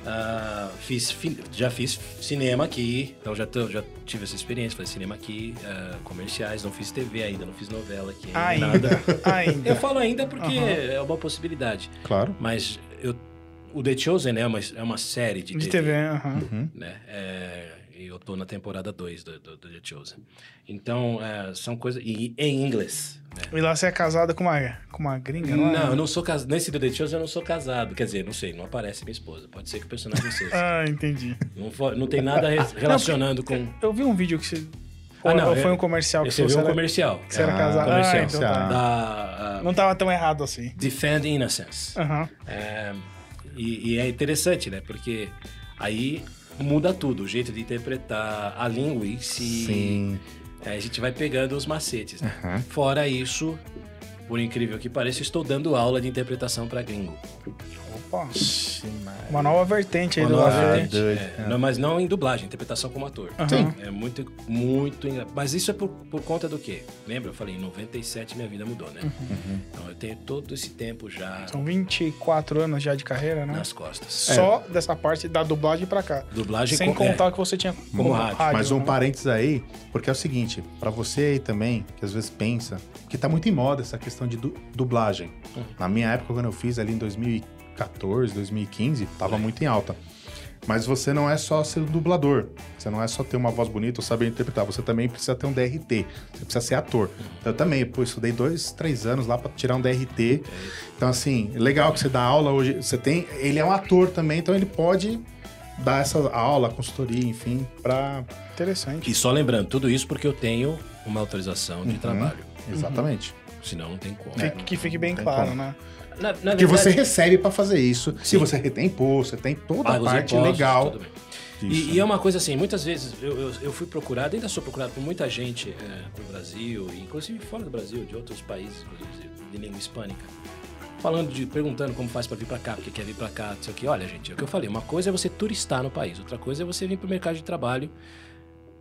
Speaker 1: Ah, fiz, fi- já fiz cinema aqui, então já, tô- já tive essa experiência, fazer cinema aqui, ah, comerciais, não fiz TV ainda, não fiz novela aqui ainda.
Speaker 2: Ainda.
Speaker 1: nada. Eu
Speaker 2: Ainda.
Speaker 1: falo ainda porque é uma possibilidade.
Speaker 3: claro.
Speaker 1: Mas né, eu, o The Chosen é uma, é uma série de,
Speaker 2: De TV, aham.
Speaker 1: né? É, E eu tô na temporada 2 do, do, do The Chosen. Então, é, são coisas. E em inglês. né?
Speaker 2: E lá você é casada com uma, com uma gringa, não é?
Speaker 1: Não, eu não sou casado. Nesse do The Chosen eu não sou casado. Quer dizer, não sei, não aparece minha esposa. Pode ser que o personagem seja.
Speaker 2: Ah, entendi.
Speaker 1: não, fo- não tem nada re- relacionando com.
Speaker 2: Eu vi um vídeo que você...
Speaker 1: Ah,
Speaker 2: ou,
Speaker 1: não,
Speaker 2: ou foi
Speaker 1: eu-
Speaker 2: um comercial que
Speaker 1: Você
Speaker 2: você,
Speaker 1: viu um
Speaker 2: era-
Speaker 1: comercial.
Speaker 2: que você era
Speaker 1: É,
Speaker 2: casado.
Speaker 1: comercial.
Speaker 2: Ah, então tá.
Speaker 1: Da ah,
Speaker 2: Não tava tão errado assim.
Speaker 1: Defend Innocence.
Speaker 2: Aham.
Speaker 1: É, e, e é interessante, né? Porque aí muda tudo, o jeito de interpretar a língua em si.
Speaker 3: Sim.
Speaker 1: É, a gente vai pegando os macetes, né?
Speaker 3: Aham.
Speaker 1: Fora isso, por incrível que pareça, estou dando aula de interpretação para gringo.
Speaker 2: Opa. Uma nova vertente aí
Speaker 1: Uma
Speaker 2: do
Speaker 1: nova
Speaker 2: lado.
Speaker 1: vertente. É, não, mas não em dublagem, interpretação como ator.
Speaker 2: Aham.
Speaker 1: É muito, muito engraçado. Mas isso é por, por conta do quê? Lembra? Eu falei, em 97 minha vida mudou,
Speaker 3: Uhum.
Speaker 1: né? Então eu tenho todo esse tempo já
Speaker 2: São 24 anos já de carreira, né?
Speaker 1: nas costas.
Speaker 2: Só dessa parte da dublagem pra cá.
Speaker 1: Dublagem
Speaker 2: Sem
Speaker 1: com- é.
Speaker 2: contar o que você tinha
Speaker 1: Como rádio.
Speaker 3: Mas um
Speaker 2: né?
Speaker 3: parênteses aí, porque é o seguinte, pra você aí também, que às vezes pensa, que tá muito em moda essa questão de du- dublagem. Na minha época, quando eu fiz ali em 2014, 2015, tava muito em alta. Mas você não é só ser um dublador. Você não é só ter uma voz bonita ou saber interpretar. Você também precisa ter um DRT. Você precisa ser ator. Eu também, pô, estudei dois, três anos lá pra tirar um DRT. Então, assim, legal que você dá aula hoje. Você tem. Ele é um ator também, então ele pode dar essa aula, consultoria, enfim, pra.
Speaker 2: Interessante.
Speaker 1: E só lembrando, tudo isso porque eu tenho uma autorização de
Speaker 3: Uhum.
Speaker 1: trabalho.
Speaker 3: Exatamente.
Speaker 1: Uhum. Senão não tem como. É,
Speaker 2: Fique- que fique bem
Speaker 3: Tem
Speaker 2: claro,
Speaker 3: como.
Speaker 2: né?
Speaker 1: Na, na
Speaker 3: Que você
Speaker 1: É verdade,
Speaker 3: recebe pra fazer isso. Se
Speaker 1: Sim.
Speaker 3: você retém imposto, você tem toda a
Speaker 1: paga os
Speaker 3: parte
Speaker 1: impostos,
Speaker 3: legal.
Speaker 1: tudo bem.
Speaker 3: disso,
Speaker 1: E, e
Speaker 3: né?
Speaker 1: é uma coisa assim, muitas vezes eu, eu, eu fui procurado, ainda sou procurado por muita gente é, do Brasil, e inclusive fora do Brasil, de outros países, inclusive de língua hispânica, falando de, perguntando como faz pra vir pra cá, porque quer vir pra cá, não sei o que. Olha, gente, é o que eu falei, uma coisa é você turistar no país, outra coisa é você vir pro mercado de trabalho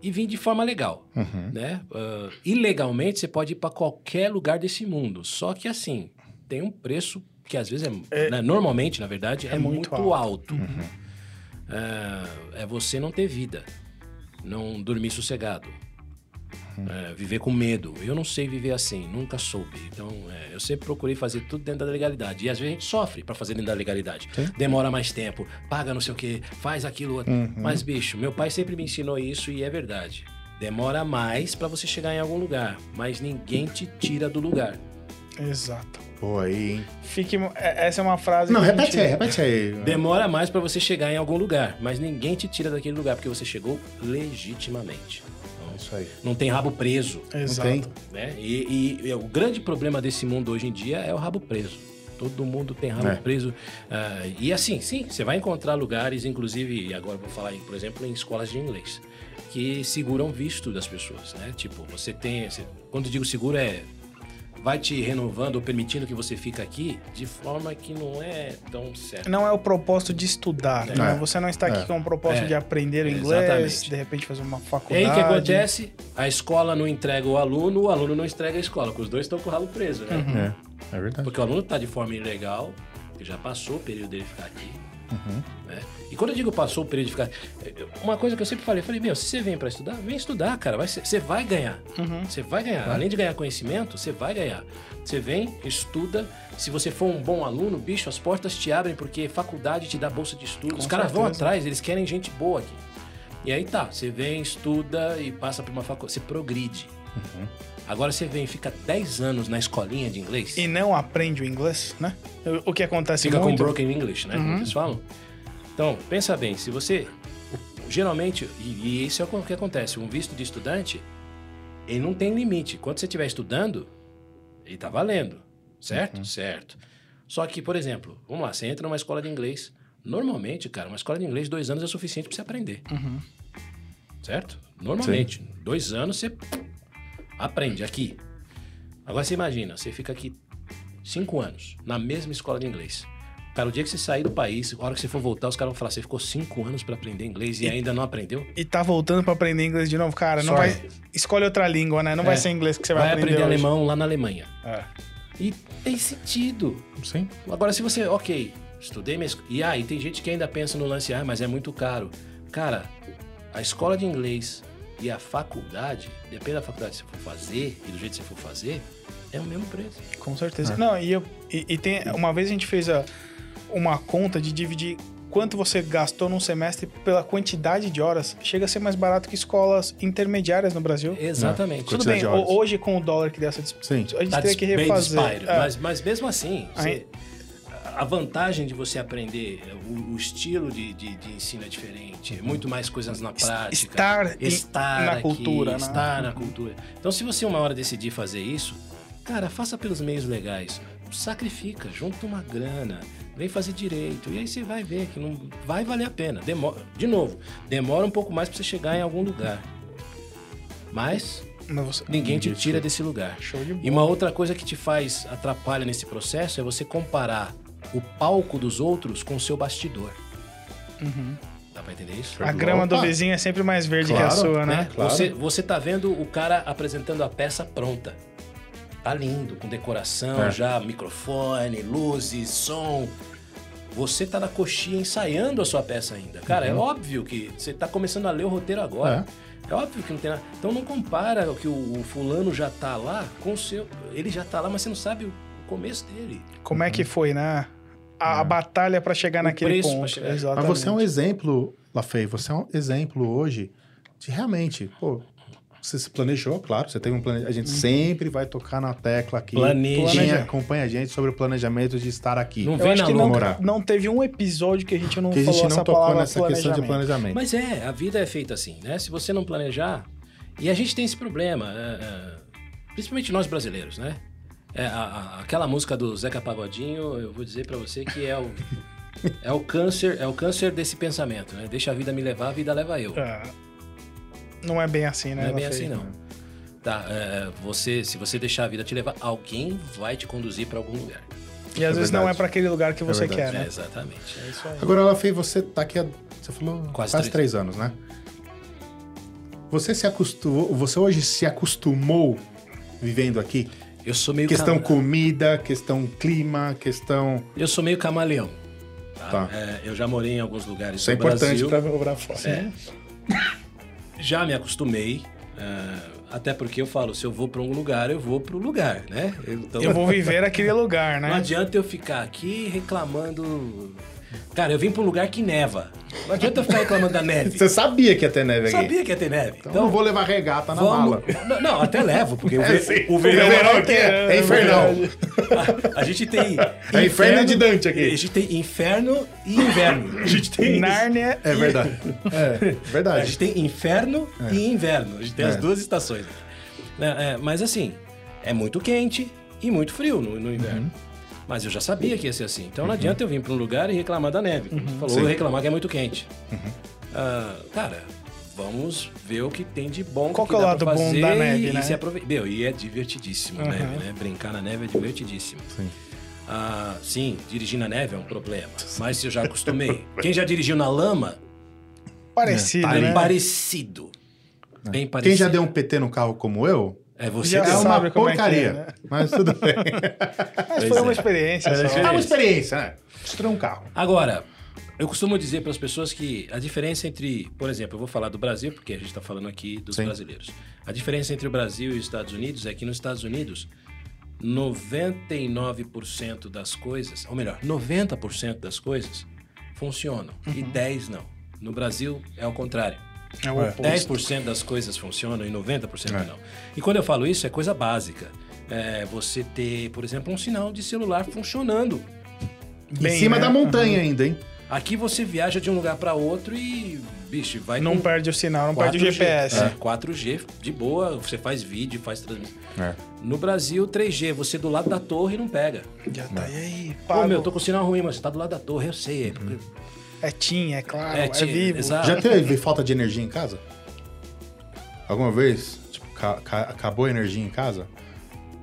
Speaker 1: e vir de forma legal,
Speaker 3: Uhum.
Speaker 1: né? Ah, ilegalmente você pode ir pra qualquer lugar desse mundo, só que assim, tem um preço que às vezes é, né, normalmente, na verdade, é, muito,
Speaker 2: muito
Speaker 1: alto é, é você não ter vida, não dormir sossegado, é, viver com medo. Eu não sei viver assim, nunca soube. Então, é, eu sempre procurei fazer tudo dentro da legalidade. E às vezes a gente sofre pra fazer dentro da legalidade. Demora mais tempo, paga não sei o quê, faz aquilo. outro. Mas, bicho, meu pai sempre me ensinou isso e é verdade. Demora mais pra você chegar em algum lugar, mas ninguém te tira do lugar.
Speaker 2: Exato.
Speaker 3: Pô, aí, hein?
Speaker 2: Fique... é- Essa é uma frase
Speaker 3: um Não,
Speaker 2: que a
Speaker 3: repete
Speaker 2: gente-
Speaker 3: aí, repete aí.
Speaker 1: Demora mais pra você chegar em algum lugar, mas ninguém te tira daquele lugar porque você chegou legitimamente. Então,
Speaker 3: É Isso aí.
Speaker 1: não tem rabo preso,
Speaker 2: Exato.
Speaker 3: Não tem?
Speaker 1: né? E, e- e o grande problema desse mundo hoje em dia é o rabo preso. Todo mundo tem rabo
Speaker 3: É.
Speaker 1: preso. Ah, e assim, sim, você vai encontrar lugares, inclusive, e agora eu vou falar, em, por exemplo, em escolas de inglês, que seguram visto das pessoas, né? Tipo, você tem... Você, quando digo seguro é... Vai te renovando ou permitindo que você fica aqui de forma que não é tão certa.
Speaker 2: Não é o propósito de estudar, né?
Speaker 3: É.
Speaker 2: Você não está aqui
Speaker 3: É.
Speaker 2: com o propósito
Speaker 1: É.
Speaker 2: de aprender o inglês,
Speaker 1: Exatamente.
Speaker 2: de repente fazer uma
Speaker 1: E
Speaker 2: faculdade.
Speaker 1: aí o que acontece? A escola não entrega o aluno, o aluno não entrega a escola, porque os dois estão com o ralo preso, né?
Speaker 2: Hum.
Speaker 3: É, é verdade.
Speaker 1: Porque o aluno está de forma ilegal, ele já passou o período dele ficar aqui.
Speaker 2: Uhum.
Speaker 1: né? E quando eu digo passou o período de ficar. é, Uma coisa que eu sempre falei, eu falei, meu, se você vem para estudar, vem estudar, cara. Vai, ser- você vai ganhar.
Speaker 2: Uhum.
Speaker 1: Você vai ganhar. Além de ganhar conhecimento, você vai ganhar. Você vem, estuda. Se você for um bom aluno, bicho, as portas te abrem, porque faculdade te dá bolsa de estudo.
Speaker 2: Com
Speaker 1: Os caras vão
Speaker 2: certeza.
Speaker 1: atrás, eles querem gente boa aqui. E aí tá, você vem, estuda e passa por uma faculdade. Você progride.
Speaker 2: Uhum.
Speaker 1: Agora você vem e fica 10 anos na escolinha de inglês.
Speaker 2: E não aprende o inglês, né? O que acontece
Speaker 1: Fica com
Speaker 2: muito...
Speaker 1: broken English, né? Como eles falam. Então, pensa bem, se você. Geralmente, e, e isso é o que acontece, um visto de estudante, ele não tem limite. Quando você estiver estudando, ele tá valendo. Certo? Certo. Só que, por exemplo, vamos lá, você entra numa escola de inglês. Normalmente, cara, uma escola de inglês, dois anos é suficiente pra você aprender. Certo? Normalmente. Dois anos você aprende aqui. Agora você imagina, você fica aqui cinco anos, na mesma escola de inglês. Cara, o dia que você sair do país, a hora que você for voltar, os caras vão falar: você ficou cinco anos pra aprender inglês e ainda não aprendeu?
Speaker 2: E tá voltando pra aprender inglês de novo, cara. Não
Speaker 3: Sorry.
Speaker 2: vai... Escolhe outra língua, né? Não
Speaker 1: É.
Speaker 2: vai ser inglês que você vai,
Speaker 1: Vai aprender,
Speaker 2: hoje.
Speaker 1: alemão lá na Alemanha.
Speaker 2: É.
Speaker 1: E tem sentido.
Speaker 3: Sim.
Speaker 1: Agora, se você, ok, estudei minha. es- E aí, tem gente que ainda pensa no lance, ah, mas é muito caro. Cara, a escola de inglês e a faculdade, depende da faculdade que você for fazer e do jeito que você for fazer, é o mesmo preço. É.
Speaker 2: Com certeza. Não, e, eu, e, e tem... Uma vez a gente fez a- uma conta de dividir quanto você gastou num semestre pela quantidade de horas, chega a ser mais barato que escolas intermediárias no Brasil.
Speaker 1: Exatamente.
Speaker 3: É.
Speaker 2: Tudo bem,
Speaker 3: quantidade de horas.
Speaker 2: ho- hoje com o dólar que deu essa disputa,
Speaker 3: Sim.
Speaker 2: a gente
Speaker 1: Tá
Speaker 2: teria que
Speaker 1: bem
Speaker 2: refazer.
Speaker 1: disparo,
Speaker 2: É.
Speaker 1: mas, mas mesmo assim,
Speaker 2: Aí-
Speaker 1: você- a vantagem de você aprender é, o, o estilo de, de- de ensino é diferente, é muito mais coisas na prática.
Speaker 2: estar em-
Speaker 1: é
Speaker 2: na
Speaker 1: aqui,
Speaker 2: cultura, né?
Speaker 1: Estar na cultura. Então, se você uma hora decidir fazer isso, cara, faça pelos meios legais. Sacrifica, junta uma grana, vem fazer direito. E aí você vai ver que não vai valer a pena. Demora, de novo, demora um pouco mais pra você chegar em algum lugar. Mas
Speaker 2: Mas você-
Speaker 1: ninguém te tira desse lugar.
Speaker 2: Show
Speaker 3: É.
Speaker 2: de
Speaker 1: E
Speaker 2: bola.
Speaker 1: uma outra coisa que te faz atrapalha nesse processo é você comparar o palco dos outros com o seu bastidor.
Speaker 2: Uhum.
Speaker 1: Dá pra entender isso?
Speaker 2: A grama do
Speaker 3: Opa.
Speaker 2: vizinho é sempre mais verde que a
Speaker 3: Claro,
Speaker 2: sua, né?
Speaker 1: Né?
Speaker 3: claro.
Speaker 1: Você, você tá vendo o cara apresentando a peça pronta. Tá lindo, com decoração
Speaker 3: É.
Speaker 1: já, microfone, luzes, som. Você tá na coxinha ensaiando a sua peça ainda. Cara,
Speaker 3: Uhum.
Speaker 1: é óbvio que você tá começando a ler o roteiro agora. É óbvio que não tem nada. Então não compara o que o, o fulano já tá lá com o seu. Ele já tá lá, mas você não sabe o começo dele.
Speaker 2: Como é que foi, né? A, a batalha pra chegar naquele
Speaker 1: Uhum. É. preço pra
Speaker 2: ponto.
Speaker 1: chegar.
Speaker 2: Exatamente.
Speaker 3: Mas você é um exemplo, Lafei, você é um exemplo hoje de realmente, pô, você se planejou, claro, você tem um planejamento. A gente sempre vai tocar na tecla aqui.
Speaker 1: Uhum. Planeja.
Speaker 3: Quem acompanha a gente sobre o planejamento de estar aqui.
Speaker 1: Não
Speaker 2: Eu
Speaker 1: vem
Speaker 2: acho
Speaker 1: na
Speaker 2: que não,
Speaker 3: moral.
Speaker 2: não teve um episódio que a gente não
Speaker 3: Porque a gente
Speaker 2: falou
Speaker 3: não
Speaker 2: essa
Speaker 3: tocou
Speaker 2: palavra
Speaker 3: nessa questão de
Speaker 2: planejamento.
Speaker 3: planejamento.
Speaker 1: Mas é, a vida é feita assim, né? Se você não planejar. E a gente tem esse problema, é, é, principalmente nós brasileiros, né? É, a- a- aquela música do Zeca Pagodinho, eu vou dizer pra você que é o. É o câncer, é o câncer desse pensamento, né? Deixa a vida me levar, a vida leva eu.
Speaker 2: É. Não é bem assim, né?
Speaker 1: Não é bem
Speaker 2: Rafael?
Speaker 1: assim, não. Tá, é, você, se você deixar a vida te levar, alguém vai te conduzir pra algum lugar.
Speaker 2: E às
Speaker 3: É
Speaker 2: vezes não é
Speaker 3: verdade.
Speaker 2: pra aquele lugar que você quer,
Speaker 3: verdade.
Speaker 1: É,
Speaker 2: né?
Speaker 1: exatamente.
Speaker 2: É isso aí.
Speaker 3: Agora, Lafei, você tá aqui há, você falou
Speaker 1: Quase
Speaker 3: quase,
Speaker 1: três.
Speaker 3: três. anos, né? Você se acostumou, você hoje se acostumou vivendo aqui?
Speaker 1: Eu sou meio
Speaker 3: questão
Speaker 1: cana-
Speaker 3: comida, questão clima, questão.
Speaker 1: Eu sou meio camaleão. Tá?
Speaker 3: Tá.
Speaker 1: É, eu já morei em alguns lugares
Speaker 3: Isso é
Speaker 1: do
Speaker 3: importante
Speaker 1: Brasil.
Speaker 3: para obrar fora.
Speaker 1: É. Já me acostumei, é, até porque eu falo, se eu vou para um lugar, eu vou para o lugar, né? Então,
Speaker 2: Eu vou viver aquele lugar,
Speaker 1: não
Speaker 2: né?
Speaker 1: adianta eu ficar aqui reclamando... Cara, eu vim para um lugar que neva. Não adianta eu ficar reclamando da neve.
Speaker 3: Você sabia que ia ter neve
Speaker 1: Eu
Speaker 3: aqui?
Speaker 1: sabia que ia ter neve. Então,
Speaker 3: Então, não vou levar regata na mala. É,
Speaker 1: Não, não, até levo, porque o, ve-
Speaker 3: sim.
Speaker 1: o verão...
Speaker 2: verão
Speaker 3: aqui é, é infernal.
Speaker 1: A gente tem...
Speaker 3: É inferno de Dante aqui.
Speaker 1: A gente tem inferno e inverno. A gente tem...
Speaker 2: Nárnia.
Speaker 3: É verdade. É,
Speaker 1: A gente
Speaker 3: verdade.
Speaker 1: tem inferno e inverno. A gente tem
Speaker 3: É.
Speaker 1: as duas estações. Né, é, mas assim, é muito quente e muito frio no, no inverno.
Speaker 2: Uhum.
Speaker 1: Mas eu já sabia que ia ser assim. Então não adianta eu vir para um lugar e reclamar da neve. Como
Speaker 2: Uhum.
Speaker 1: tu Falou,
Speaker 3: Sim.
Speaker 1: "Vou reclamar que é muito quente. Ah, cara, vamos ver o que tem de bom.
Speaker 2: Qual
Speaker 1: que
Speaker 2: que é o
Speaker 1: dá
Speaker 2: lado
Speaker 1: pra
Speaker 2: bom
Speaker 1: fazer
Speaker 2: da
Speaker 1: e-
Speaker 2: neve,
Speaker 1: e
Speaker 2: né?
Speaker 1: se aprove- Meu, e é divertidíssimo a
Speaker 2: Uhum.
Speaker 1: neve, né? Brincar na neve é divertidíssimo.
Speaker 3: Sim.
Speaker 1: Ah, sim, dirigir na neve é um problema. Mas eu já acostumei. Quem já dirigiu na lama,
Speaker 2: Parecido,
Speaker 1: Bem
Speaker 2: né?
Speaker 1: parecido. Tá Bem parecido.
Speaker 3: Quem já deu um PT no carro como eu,
Speaker 1: É você
Speaker 2: Já
Speaker 1: que
Speaker 3: é
Speaker 1: sabe.
Speaker 3: uma
Speaker 2: sabe como é que é,
Speaker 3: porcaria.
Speaker 2: né?
Speaker 3: Mas tudo bem.
Speaker 2: Mas
Speaker 1: Pois
Speaker 2: foi
Speaker 1: é.
Speaker 2: uma experiência só.
Speaker 3: É uma experiência, né? Destruir um carro.
Speaker 1: Agora, eu costumo dizer para as pessoas que a diferença entre, por exemplo, eu vou falar do Brasil, porque a gente está falando aqui dos
Speaker 3: Sim.
Speaker 1: brasileiros. A diferença entre o Brasil e os Estados Unidos é que nos Estados Unidos, 99% das coisas, ou melhor, 90% das coisas funcionam e
Speaker 3: Uhum.
Speaker 1: 10% não. No Brasil é o contrário.
Speaker 2: É o oposto.
Speaker 1: 10% das coisas funcionam e 90%
Speaker 3: É.
Speaker 1: não. E quando eu falo isso, é coisa básica. É você ter, por exemplo, um sinal de celular funcionando.
Speaker 2: Bem,
Speaker 3: em cima
Speaker 2: né?
Speaker 3: da montanha ainda, hein?
Speaker 1: Aqui você viaja de um lugar para outro e, bicho, vai
Speaker 2: Não
Speaker 1: com
Speaker 2: perde o sinal, não perde o
Speaker 1: 4G.
Speaker 2: GPS.
Speaker 1: É, 4G, de boa, você faz vídeo, faz transmissão.
Speaker 3: É.
Speaker 1: No Brasil, 3G, você do lado da torre não pega.
Speaker 2: Já tá
Speaker 3: É.
Speaker 2: aí,
Speaker 1: Pô,
Speaker 2: pago.
Speaker 1: meu, tô com sinal ruim, mas você tá do lado da torre, eu sei. é porque-
Speaker 2: É TIM, é claro, é,
Speaker 1: tinha-
Speaker 2: vivo.
Speaker 1: Exato.
Speaker 3: Já teve falta de energia em casa? Alguma vez? Tipo, ca- ca- acabou a energia em casa?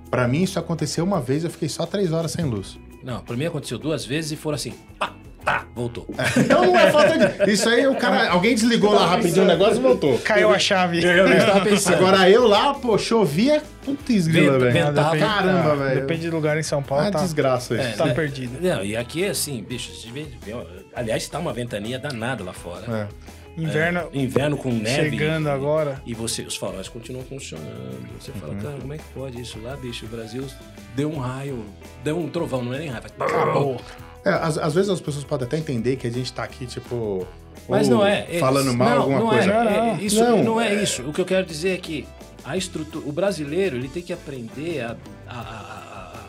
Speaker 3: Pra mim, isso aconteceu uma vez, eu fiquei só três horas sem luz.
Speaker 1: Não, pra mim aconteceu duas vezes e foram assim, pá, tá, voltou.
Speaker 3: Então não é falta de. Isso aí, o cara. Alguém desligou
Speaker 1: Tá
Speaker 3: lá rapidinho o negócio e voltou.
Speaker 2: Caiu a chave.
Speaker 1: Eu estava pensando.
Speaker 3: Agora eu lá, pô, chovia, puta esgrila,
Speaker 1: Vento-
Speaker 3: velho.
Speaker 1: ventava.
Speaker 3: Caramba,
Speaker 2: Ah,
Speaker 3: velho.
Speaker 2: Depende do lugar em São Paulo,
Speaker 3: Ah,
Speaker 2: tá,
Speaker 3: desgraça
Speaker 1: É,
Speaker 3: isso.
Speaker 1: né?
Speaker 2: tá perdido.
Speaker 1: Não, e aqui assim, bicho, se vê- vê- aliás, tá uma ventania danada lá fora.
Speaker 3: É.
Speaker 2: Inverno
Speaker 1: Inverno com neve.
Speaker 2: chegando
Speaker 1: e-
Speaker 2: agora. Uhum.
Speaker 1: E você, os faróis continuam funcionando. Você fala, cara, como é que pode isso lá, bicho? O Brasil deu um raio, deu um trovão, não é nem raio, faz...
Speaker 2: Acabou.
Speaker 3: É, às, às vezes as pessoas podem até entender que a gente tá aqui, tipo.
Speaker 1: Mas
Speaker 3: ou
Speaker 1: não é. é,
Speaker 3: Falando mal
Speaker 1: não,
Speaker 3: alguma
Speaker 1: não
Speaker 3: coisa.
Speaker 1: É,
Speaker 2: Não,
Speaker 1: é,
Speaker 2: não.
Speaker 1: isso
Speaker 3: Não.
Speaker 1: não. é isso. O que eu quero dizer é que a estrutura, o brasileiro ele tem que aprender a, a- a- a-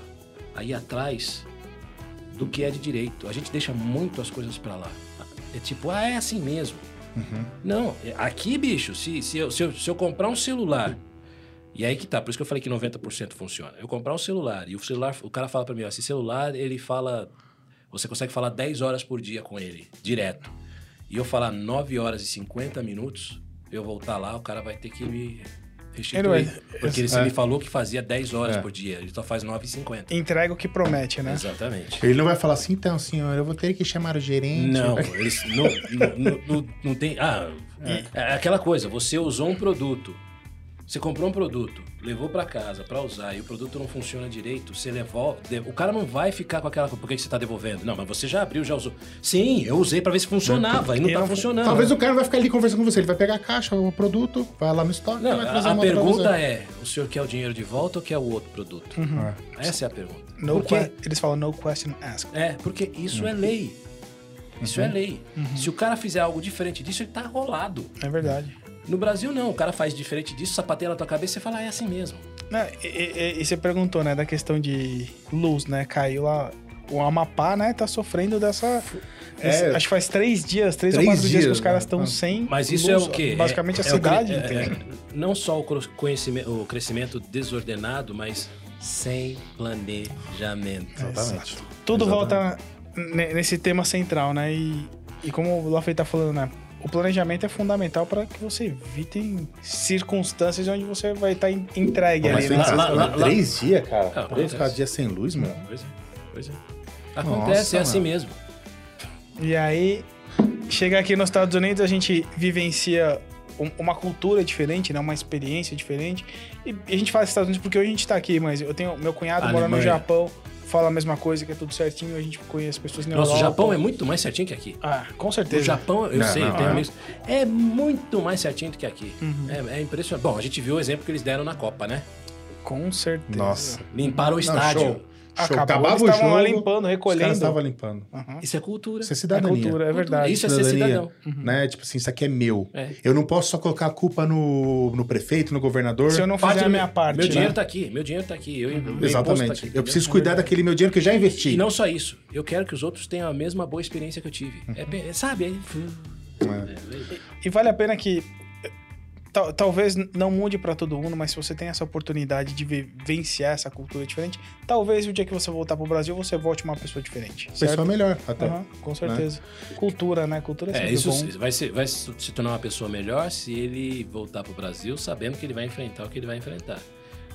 Speaker 1: a ir atrás do que é de direito. A gente deixa muito as coisas pra lá. É tipo, ah, é assim mesmo.
Speaker 3: Uhum.
Speaker 1: Não, é- aqui, bicho, se, se, eu, se, eu, se eu comprar um celular, e aí que tá, por isso que eu falei que 90% funciona. Eu comprar um celular e o celular, o cara fala pra mim, ó, esse celular ele fala, você consegue falar 10 horas por dia com ele, direto. E eu falar 9 horas e 50 minutos, eu voltar lá, o cara vai ter que me restituir.
Speaker 2: Ele vai-
Speaker 1: porque ele, se
Speaker 3: é.
Speaker 1: me falou que fazia 10 horas
Speaker 3: É.
Speaker 1: por dia, ele só faz 9 e 50.
Speaker 2: Entrega o que promete, né?
Speaker 1: Exatamente.
Speaker 3: Ele não vai falar assim, então, senhor, eu vou ter que chamar o gerente.
Speaker 1: Não, eles não, não, não- não- não tem. Ah, é aquela coisa, você usou um produto. Você comprou um produto, levou pra casa pra usar e o produto não funciona direito, você levou. de- O cara não vai ficar com aquela. Por que que você tá devolvendo? Não, mas você já abriu, já usou. Sim, eu usei pra ver se funcionava e não tá
Speaker 2: Eu-
Speaker 1: funcionando.
Speaker 3: Talvez o cara vai ficar ali conversando com você. Ele vai pegar a caixa, o produto, vai lá no estoque
Speaker 1: Não,
Speaker 3: vai
Speaker 1: a, a
Speaker 3: uma outra
Speaker 1: pergunta
Speaker 3: coisa.
Speaker 1: é: o senhor quer o dinheiro de volta ou quer o outro produto?
Speaker 3: É.
Speaker 1: Essa é a pergunta.
Speaker 2: No
Speaker 1: Por quê?
Speaker 2: que- Eles falam no question asked.
Speaker 1: É, porque isso é
Speaker 3: Uhum.
Speaker 1: lei. Isso é lei. Se o cara fizer algo diferente disso, ele tá rolado.
Speaker 2: É verdade.
Speaker 1: No Brasil, não. O cara faz diferente disso, sapateia na tua cabeça e fala, ah, é assim mesmo.
Speaker 2: Não, e, e- e você perguntou, né, da questão de luz, né? Caiu lá. O Amapá, né, tá sofrendo dessa.
Speaker 3: É.
Speaker 2: esse- acho que faz três dias, três, ou
Speaker 3: Três
Speaker 2: quatro dias, que
Speaker 3: dias,
Speaker 2: os caras
Speaker 3: né?
Speaker 2: estão
Speaker 3: Ah.
Speaker 2: sem.
Speaker 1: Mas isso
Speaker 2: luz,
Speaker 1: é o quê?
Speaker 2: Basicamente
Speaker 1: É- é
Speaker 2: a
Speaker 1: o cre-
Speaker 2: cidade,
Speaker 1: é-
Speaker 2: entendeu?
Speaker 1: é- não só o, cro- conhecimento, o crescimento desordenado, mas sem planejamento.
Speaker 3: Exatamente.
Speaker 2: Tudo
Speaker 3: Exatamente.
Speaker 2: volta ne- nesse tema central, né? E, e como o Lafay tá falando, né? O planejamento é fundamental para que você evite circunstâncias onde você vai estar entregue
Speaker 3: Mas
Speaker 2: ali,
Speaker 3: tem
Speaker 2: né?
Speaker 1: lá-
Speaker 3: lá,
Speaker 1: lá- lá-
Speaker 3: três dias, cara.
Speaker 1: Ah,
Speaker 3: Três, quatro
Speaker 1: beleza.
Speaker 3: dias sem luz, mano.
Speaker 1: Pois é, pois é. Acontece,
Speaker 3: Nossa,
Speaker 1: é assim
Speaker 3: mano.
Speaker 1: mesmo.
Speaker 2: E aí, chegar aqui nos Estados Unidos, a gente vivencia um- uma cultura diferente, né? Uma experiência diferente. E e a gente fala Estados Unidos porque hoje a gente tá aqui, mas eu tenho meu cunhado mora no
Speaker 1: Alemanha.
Speaker 2: Japão, fala a mesma coisa, que é tudo certinho, a gente conhece pessoas na
Speaker 1: Nossa, o
Speaker 2: Europa.
Speaker 1: Japão é muito mais certinho que aqui.
Speaker 2: Ah, com
Speaker 1: O
Speaker 2: certeza.
Speaker 1: Japão, eu
Speaker 3: Não,
Speaker 1: sei,
Speaker 3: não,
Speaker 1: tem
Speaker 3: é. Uhum.
Speaker 1: amigos. É muito mais certinho do que aqui. É, é impressionante. Bom, a gente viu o exemplo que eles deram na Copa, né?
Speaker 2: Com certeza.
Speaker 3: Nossa.
Speaker 1: Limparam o estádio.
Speaker 3: show. Show.
Speaker 2: Acabou,
Speaker 3: Acabava
Speaker 2: eles
Speaker 3: o
Speaker 2: estavam
Speaker 3: jogo.
Speaker 2: lá limpando,
Speaker 3: Os
Speaker 2: recolhendo.
Speaker 3: caras estavam limpando.
Speaker 2: Aham.
Speaker 1: Isso é cultura.
Speaker 3: Isso é
Speaker 2: É
Speaker 3: cidadania.
Speaker 2: cultura, é verdade.
Speaker 1: Isso é ser cidadão.
Speaker 3: Né? Tipo assim, isso aqui é meu.
Speaker 1: É.
Speaker 3: Eu não posso só colocar a culpa no, no prefeito, no governador.
Speaker 2: Se eu não
Speaker 1: Parte
Speaker 2: fizer a
Speaker 1: do-
Speaker 2: minha parte,
Speaker 1: Meu
Speaker 2: né?
Speaker 1: dinheiro tá aqui, meu dinheiro tá aqui. Eu, meu imposto tá aqui,
Speaker 3: Exatamente.
Speaker 1: entendeu? é
Speaker 3: Eu preciso cuidar daquele meu dinheiro que eu já investi.
Speaker 1: E não só isso, eu quero que os outros tenham a mesma boa experiência que eu tive.
Speaker 3: Uhum.
Speaker 1: É pe- é, sabe? é-
Speaker 2: E vale a pena que tal- talvez não mude pra todo mundo, mas se você tem essa oportunidade de vivenciar essa cultura diferente, talvez o dia que você voltar pro Brasil, você volte uma pessoa diferente.
Speaker 3: Pessoa
Speaker 2: certo?
Speaker 3: melhor, até.
Speaker 2: Aham, com certeza. Cultura, né? Cultura é
Speaker 1: É,
Speaker 2: sempre
Speaker 1: isso
Speaker 2: bom.
Speaker 1: vai, ser, vai se se tornar uma pessoa melhor se ele voltar pro Brasil sabendo que ele vai enfrentar o que ele vai enfrentar.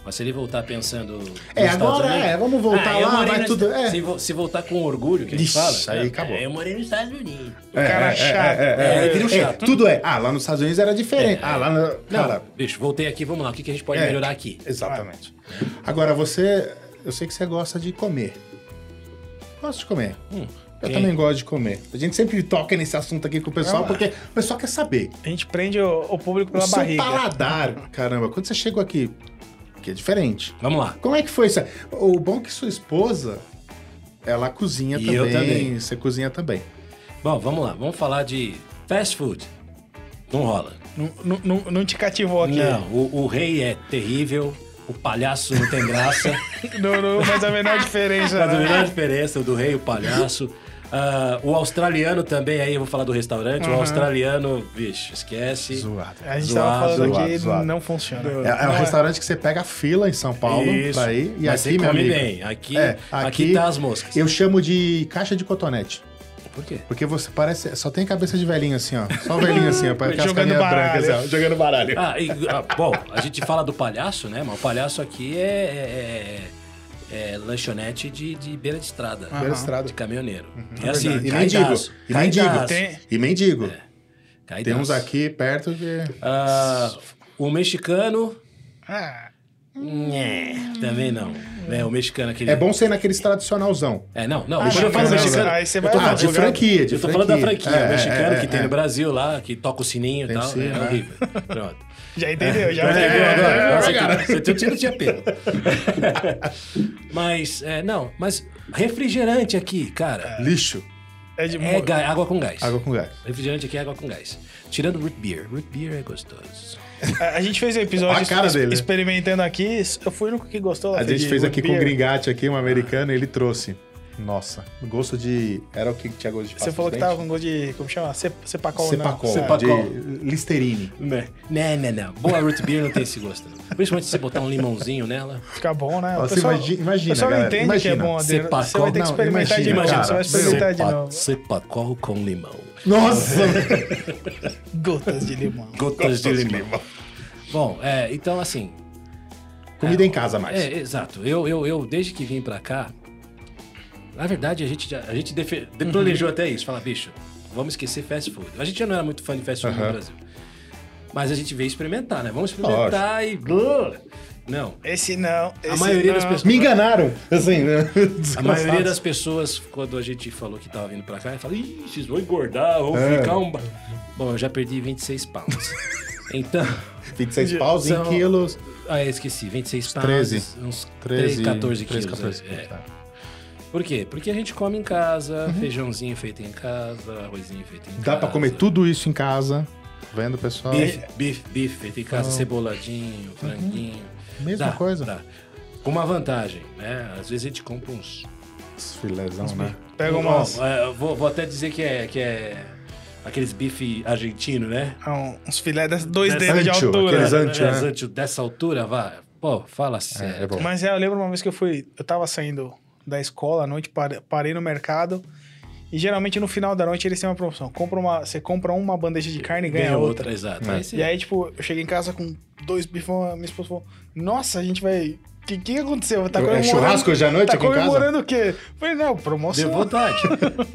Speaker 1: Mas se ele voltar pensando. nos
Speaker 3: É,
Speaker 1: Estados
Speaker 3: agora
Speaker 1: Unidos- Ah,
Speaker 3: é, vamos voltar
Speaker 1: eu
Speaker 3: lá,
Speaker 1: morei
Speaker 3: vai
Speaker 1: nos-
Speaker 3: tudo- é.
Speaker 1: Se, vo- se voltar com orgulho, que a gente
Speaker 3: Ixi,
Speaker 1: fala.
Speaker 3: aí
Speaker 1: né?
Speaker 3: acabou.
Speaker 1: Eu morei nos Estados Unidos.
Speaker 2: O cara chato.
Speaker 1: é, é. vira um chato.
Speaker 3: tudo é. Ah, lá nos Estados Unidos era diferente. Ah, lá no...
Speaker 1: Não,
Speaker 3: Cara,
Speaker 1: bicho, voltei aqui, vamos lá. O que, que a gente pode
Speaker 3: É.
Speaker 1: melhorar aqui?
Speaker 3: exatamente. Agora, você... Eu sei que você gosta de comer. Gosto de comer.
Speaker 1: Hum,
Speaker 3: Eu
Speaker 1: quem?
Speaker 3: também gosto de comer. A gente sempre toca nesse assunto aqui com o pessoal,
Speaker 2: Ah.
Speaker 3: porque o pessoal quer saber.
Speaker 2: A gente prende o, o público
Speaker 3: O
Speaker 2: pela
Speaker 3: seu
Speaker 2: barriga.
Speaker 3: paladar, caramba, quando você chegou aqui, que é diferente.
Speaker 1: Vamos lá.
Speaker 3: Como é que foi isso? O bom é que sua esposa, ela cozinha
Speaker 1: E
Speaker 3: também.
Speaker 1: eu também.
Speaker 3: Você cozinha também.
Speaker 1: Bom, vamos lá. Vamos falar de fast food. Não rola.
Speaker 2: Não, não- não- não te cativou aqui.
Speaker 1: Não, o, o rei é terrível, o palhaço não tem graça.
Speaker 2: Não, não faz a menor diferença.
Speaker 1: Faz a
Speaker 2: né?
Speaker 1: menor diferença o do rei, o palhaço. Ah, o australiano também, aí eu vou falar do restaurante. O australiano, bicho, esquece.
Speaker 3: Zoado.
Speaker 2: A gente
Speaker 1: Zoado,
Speaker 2: tava falando
Speaker 3: zoado,
Speaker 2: que
Speaker 3: zoado.
Speaker 2: não funciona. Ah,
Speaker 3: É, é um restaurante que você pega a fila em São Paulo
Speaker 1: Isso.
Speaker 3: pra ir. E
Speaker 1: Mas
Speaker 3: aqui,
Speaker 1: você
Speaker 3: meu
Speaker 1: come
Speaker 3: amigo.
Speaker 1: bem. Aqui,
Speaker 3: é,
Speaker 1: aqui, tá as moscas.
Speaker 3: Eu chamo de caixa de cotonete.
Speaker 1: Por quê?
Speaker 3: Porque você parece. Só tem cabeça de velhinho assim, ó. Só velhinho assim, ó. Parece aquelas
Speaker 2: Jogando
Speaker 3: carinhas
Speaker 2: baralho.
Speaker 3: brancas, ó, Jogando baralho.
Speaker 1: Ah, e, ah, bom, a gente fala do palhaço, né? Mas o palhaço aqui é, é- é- é lanchonete de, de beira de estrada.
Speaker 3: Beira de estrada. Uhum.
Speaker 1: De caminhoneiro. É assim,
Speaker 3: Verdade. E mendigo.
Speaker 1: caidaço,
Speaker 3: E mendigo.
Speaker 1: caidaço, É,
Speaker 2: Tem-
Speaker 3: E mendigo. Tem
Speaker 1: caidaço.
Speaker 3: uns aqui perto que.
Speaker 1: Ah, o mexicano,
Speaker 2: Ah,
Speaker 1: Nhé, também não. É, o mexicano aquele.
Speaker 3: É bom ser naqueles tradicionalzão.
Speaker 1: É, não, não.
Speaker 2: Ah,
Speaker 1: quando eu falo
Speaker 2: não, não,
Speaker 1: mexicano.
Speaker 2: não. Aí você
Speaker 1: eu
Speaker 2: vai-
Speaker 1: tô
Speaker 2: Ah,
Speaker 3: Ah,
Speaker 1: falando
Speaker 3: de
Speaker 2: lugar-
Speaker 3: franquia, de
Speaker 1: eu tô falando da franquia,
Speaker 3: É,
Speaker 1: o mexicano
Speaker 3: é, é,
Speaker 1: que tem
Speaker 3: é.
Speaker 1: no Brasil lá, que toca o sininho e
Speaker 3: Tem
Speaker 1: tal.
Speaker 3: sim,
Speaker 1: é
Speaker 3: né?
Speaker 1: horrível. Pronto.
Speaker 2: Já entendeu,
Speaker 1: Já
Speaker 2: já entendeu.
Speaker 1: pegou agora.
Speaker 3: é,
Speaker 1: Nossa,
Speaker 3: cara.
Speaker 1: que- Você tinha- tinha pego. mas, é, não, mas refrigerante aqui, cara,
Speaker 3: Lixo.
Speaker 2: É de
Speaker 1: é ga- água com gás.
Speaker 3: Água com gás.
Speaker 1: Refrigerante aqui é água com gás. Tirando root beer. Root beer é gostoso.
Speaker 2: A a gente fez um episódio
Speaker 3: Olha a cara
Speaker 2: es-
Speaker 3: dele.
Speaker 2: experimentando aqui. Eu fui o único que gostou.
Speaker 3: A
Speaker 2: Rafa,
Speaker 3: gente
Speaker 2: de
Speaker 3: fez
Speaker 2: root
Speaker 3: aqui com o
Speaker 2: beer.
Speaker 3: Gringate, aqui, um americano, e ele trouxe. Nossa, gosto de... Era o que tinha gosto de pasta
Speaker 2: Você falou
Speaker 3: de
Speaker 2: que
Speaker 3: dente?
Speaker 2: tava com gosto de. Como chama? Cep- Cepacol, né? não.
Speaker 3: Cepacol.
Speaker 1: Cepacol.
Speaker 3: de Listerine.
Speaker 2: Né.
Speaker 1: Não, não, não. Né, Boa root beer não tem esse gosto. Não. Principalmente se você botar um limãozinho nela.
Speaker 2: Fica bom, né? O
Speaker 3: Você assim, imagi- imagina,
Speaker 2: o pessoal não
Speaker 3: galera,
Speaker 2: entende
Speaker 3: imagina.
Speaker 2: que é bom, Adriano.
Speaker 1: Cepacol.
Speaker 2: Você vai ter que
Speaker 3: Não,
Speaker 2: experimentar de
Speaker 3: imagina,
Speaker 2: novo.
Speaker 3: cara.
Speaker 2: Você vai experimentar de
Speaker 1: Sepa-
Speaker 2: novo.
Speaker 1: Sepacol com limão.
Speaker 3: Nossa!
Speaker 2: Gotas de limão.
Speaker 1: Gotas de limão. Bom, é, então assim,
Speaker 3: Comida em casa mais.
Speaker 1: É, exato. Eu, eu, eu desde que vim pra cá, na verdade, a gente, já- a gente defe- de-
Speaker 3: Uhum.
Speaker 1: planejou até isso. Falar, bicho, vamos esquecer fast food. A gente já não era muito fã de fast food
Speaker 3: Aham.
Speaker 1: no Brasil. Mas a gente veio experimentar, né? Vamos experimentar e. Bluh! Não.
Speaker 2: Esse não. Esse
Speaker 1: A maioria
Speaker 2: não.
Speaker 1: das pessoas.
Speaker 3: Me enganaram, assim, né?
Speaker 1: A maioria das pessoas, quando a gente falou que tava vindo pra cá, fala, ih, vocês vão engordar, vão
Speaker 3: É.
Speaker 1: ficar um. ba-" Bom, eu já perdi 26 pounds. então.
Speaker 3: 26 paus em
Speaker 1: São-
Speaker 3: quilos.
Speaker 1: Ah, eu esqueci, 26 pounds.
Speaker 3: 13,
Speaker 1: Uns
Speaker 3: 13,
Speaker 1: 13, 14
Speaker 3: 13,
Speaker 1: quilos.
Speaker 3: 14
Speaker 1: é,
Speaker 3: quilos,
Speaker 1: é.
Speaker 3: tá.
Speaker 1: Por quê? Porque a gente come em casa,
Speaker 2: Uhum.
Speaker 1: feijãozinho feito em casa, arrozinho feito em casa.
Speaker 3: Dá pra comer tudo isso em casa. Tá Vendo, pessoal?
Speaker 1: Bife, bife, bife feito em casa,
Speaker 2: Uhum.
Speaker 1: ceboladinho, franguinho.
Speaker 3: Mesma
Speaker 1: Dá,
Speaker 3: coisa.
Speaker 1: dá. Com uma vantagem, né? Às vezes a gente compra uns...
Speaker 3: Esse Filézão, né?
Speaker 2: Pega
Speaker 1: Ó,
Speaker 2: umas,
Speaker 1: é, eu vou, vou até dizer que é, que é aqueles bife argentino, né?
Speaker 2: um- uns filé das dois
Speaker 1: Dessa-
Speaker 2: dedos de
Speaker 3: Ancho,
Speaker 2: altura.
Speaker 3: aqueles ancho, né?
Speaker 1: Zancho dessa altura, vá. Pô, fala sério.
Speaker 3: É bom.
Speaker 2: Mas é, eu lembro uma vez que eu fui, eu tava saindo da escola à noite, pare- parei no mercado. E geralmente no final da noite eles têm uma promoção. Compra uma, você compra uma bandeja de carne e ganha, outra.
Speaker 1: exato.
Speaker 3: É.
Speaker 1: Aí você-
Speaker 2: E aí, tipo, eu cheguei em casa com dois bifão, a minha esposa falou: Nossa, a gente vai. O que, que aconteceu? Tá
Speaker 3: É
Speaker 2: comemorando-
Speaker 3: churrasco hoje à noite
Speaker 2: Tá
Speaker 3: aqui em casa?
Speaker 2: comemorando o quê? Eu Falei, não, promoção.
Speaker 1: Deu vontade.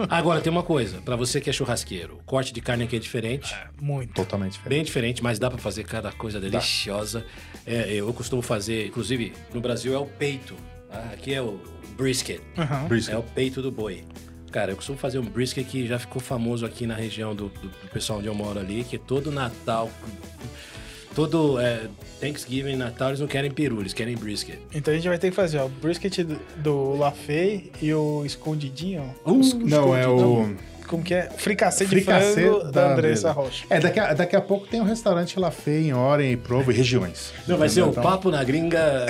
Speaker 1: Agora, tem uma coisa. Pra você que é churrasqueiro, o corte de carne aqui é diferente.
Speaker 2: Muito.
Speaker 3: Totalmente diferente.
Speaker 1: Bem diferente, mas dá pra fazer cada coisa deliciosa. É, eu costumo fazer, inclusive, no Brasil é o peito. tá? Aqui é o brisket.
Speaker 2: Aham.
Speaker 3: Brisket.
Speaker 1: É o peito do boi. Cara, eu costumo fazer um brisket que já ficou famoso aqui na região do, do- do pessoal onde eu moro ali, que é todo Natal, todo é, Thanksgiving, Natal, eles não querem peru, eles querem brisket.
Speaker 2: Então a gente vai ter que fazer, ó, o brisket do, do Lafay e o escondidinho. ó.
Speaker 3: Os- não, é o.
Speaker 2: Uh, Como que é? Fricassê de
Speaker 3: Fricassê
Speaker 2: frango da
Speaker 3: da
Speaker 2: Andressa
Speaker 3: Andressa.
Speaker 2: Rocha.
Speaker 3: É, daqui a, daqui a pouco tem um restaurante La Fé em Orem, e Provo e regiões.
Speaker 1: Não, vai ser o
Speaker 3: Então-
Speaker 1: papo na gringa.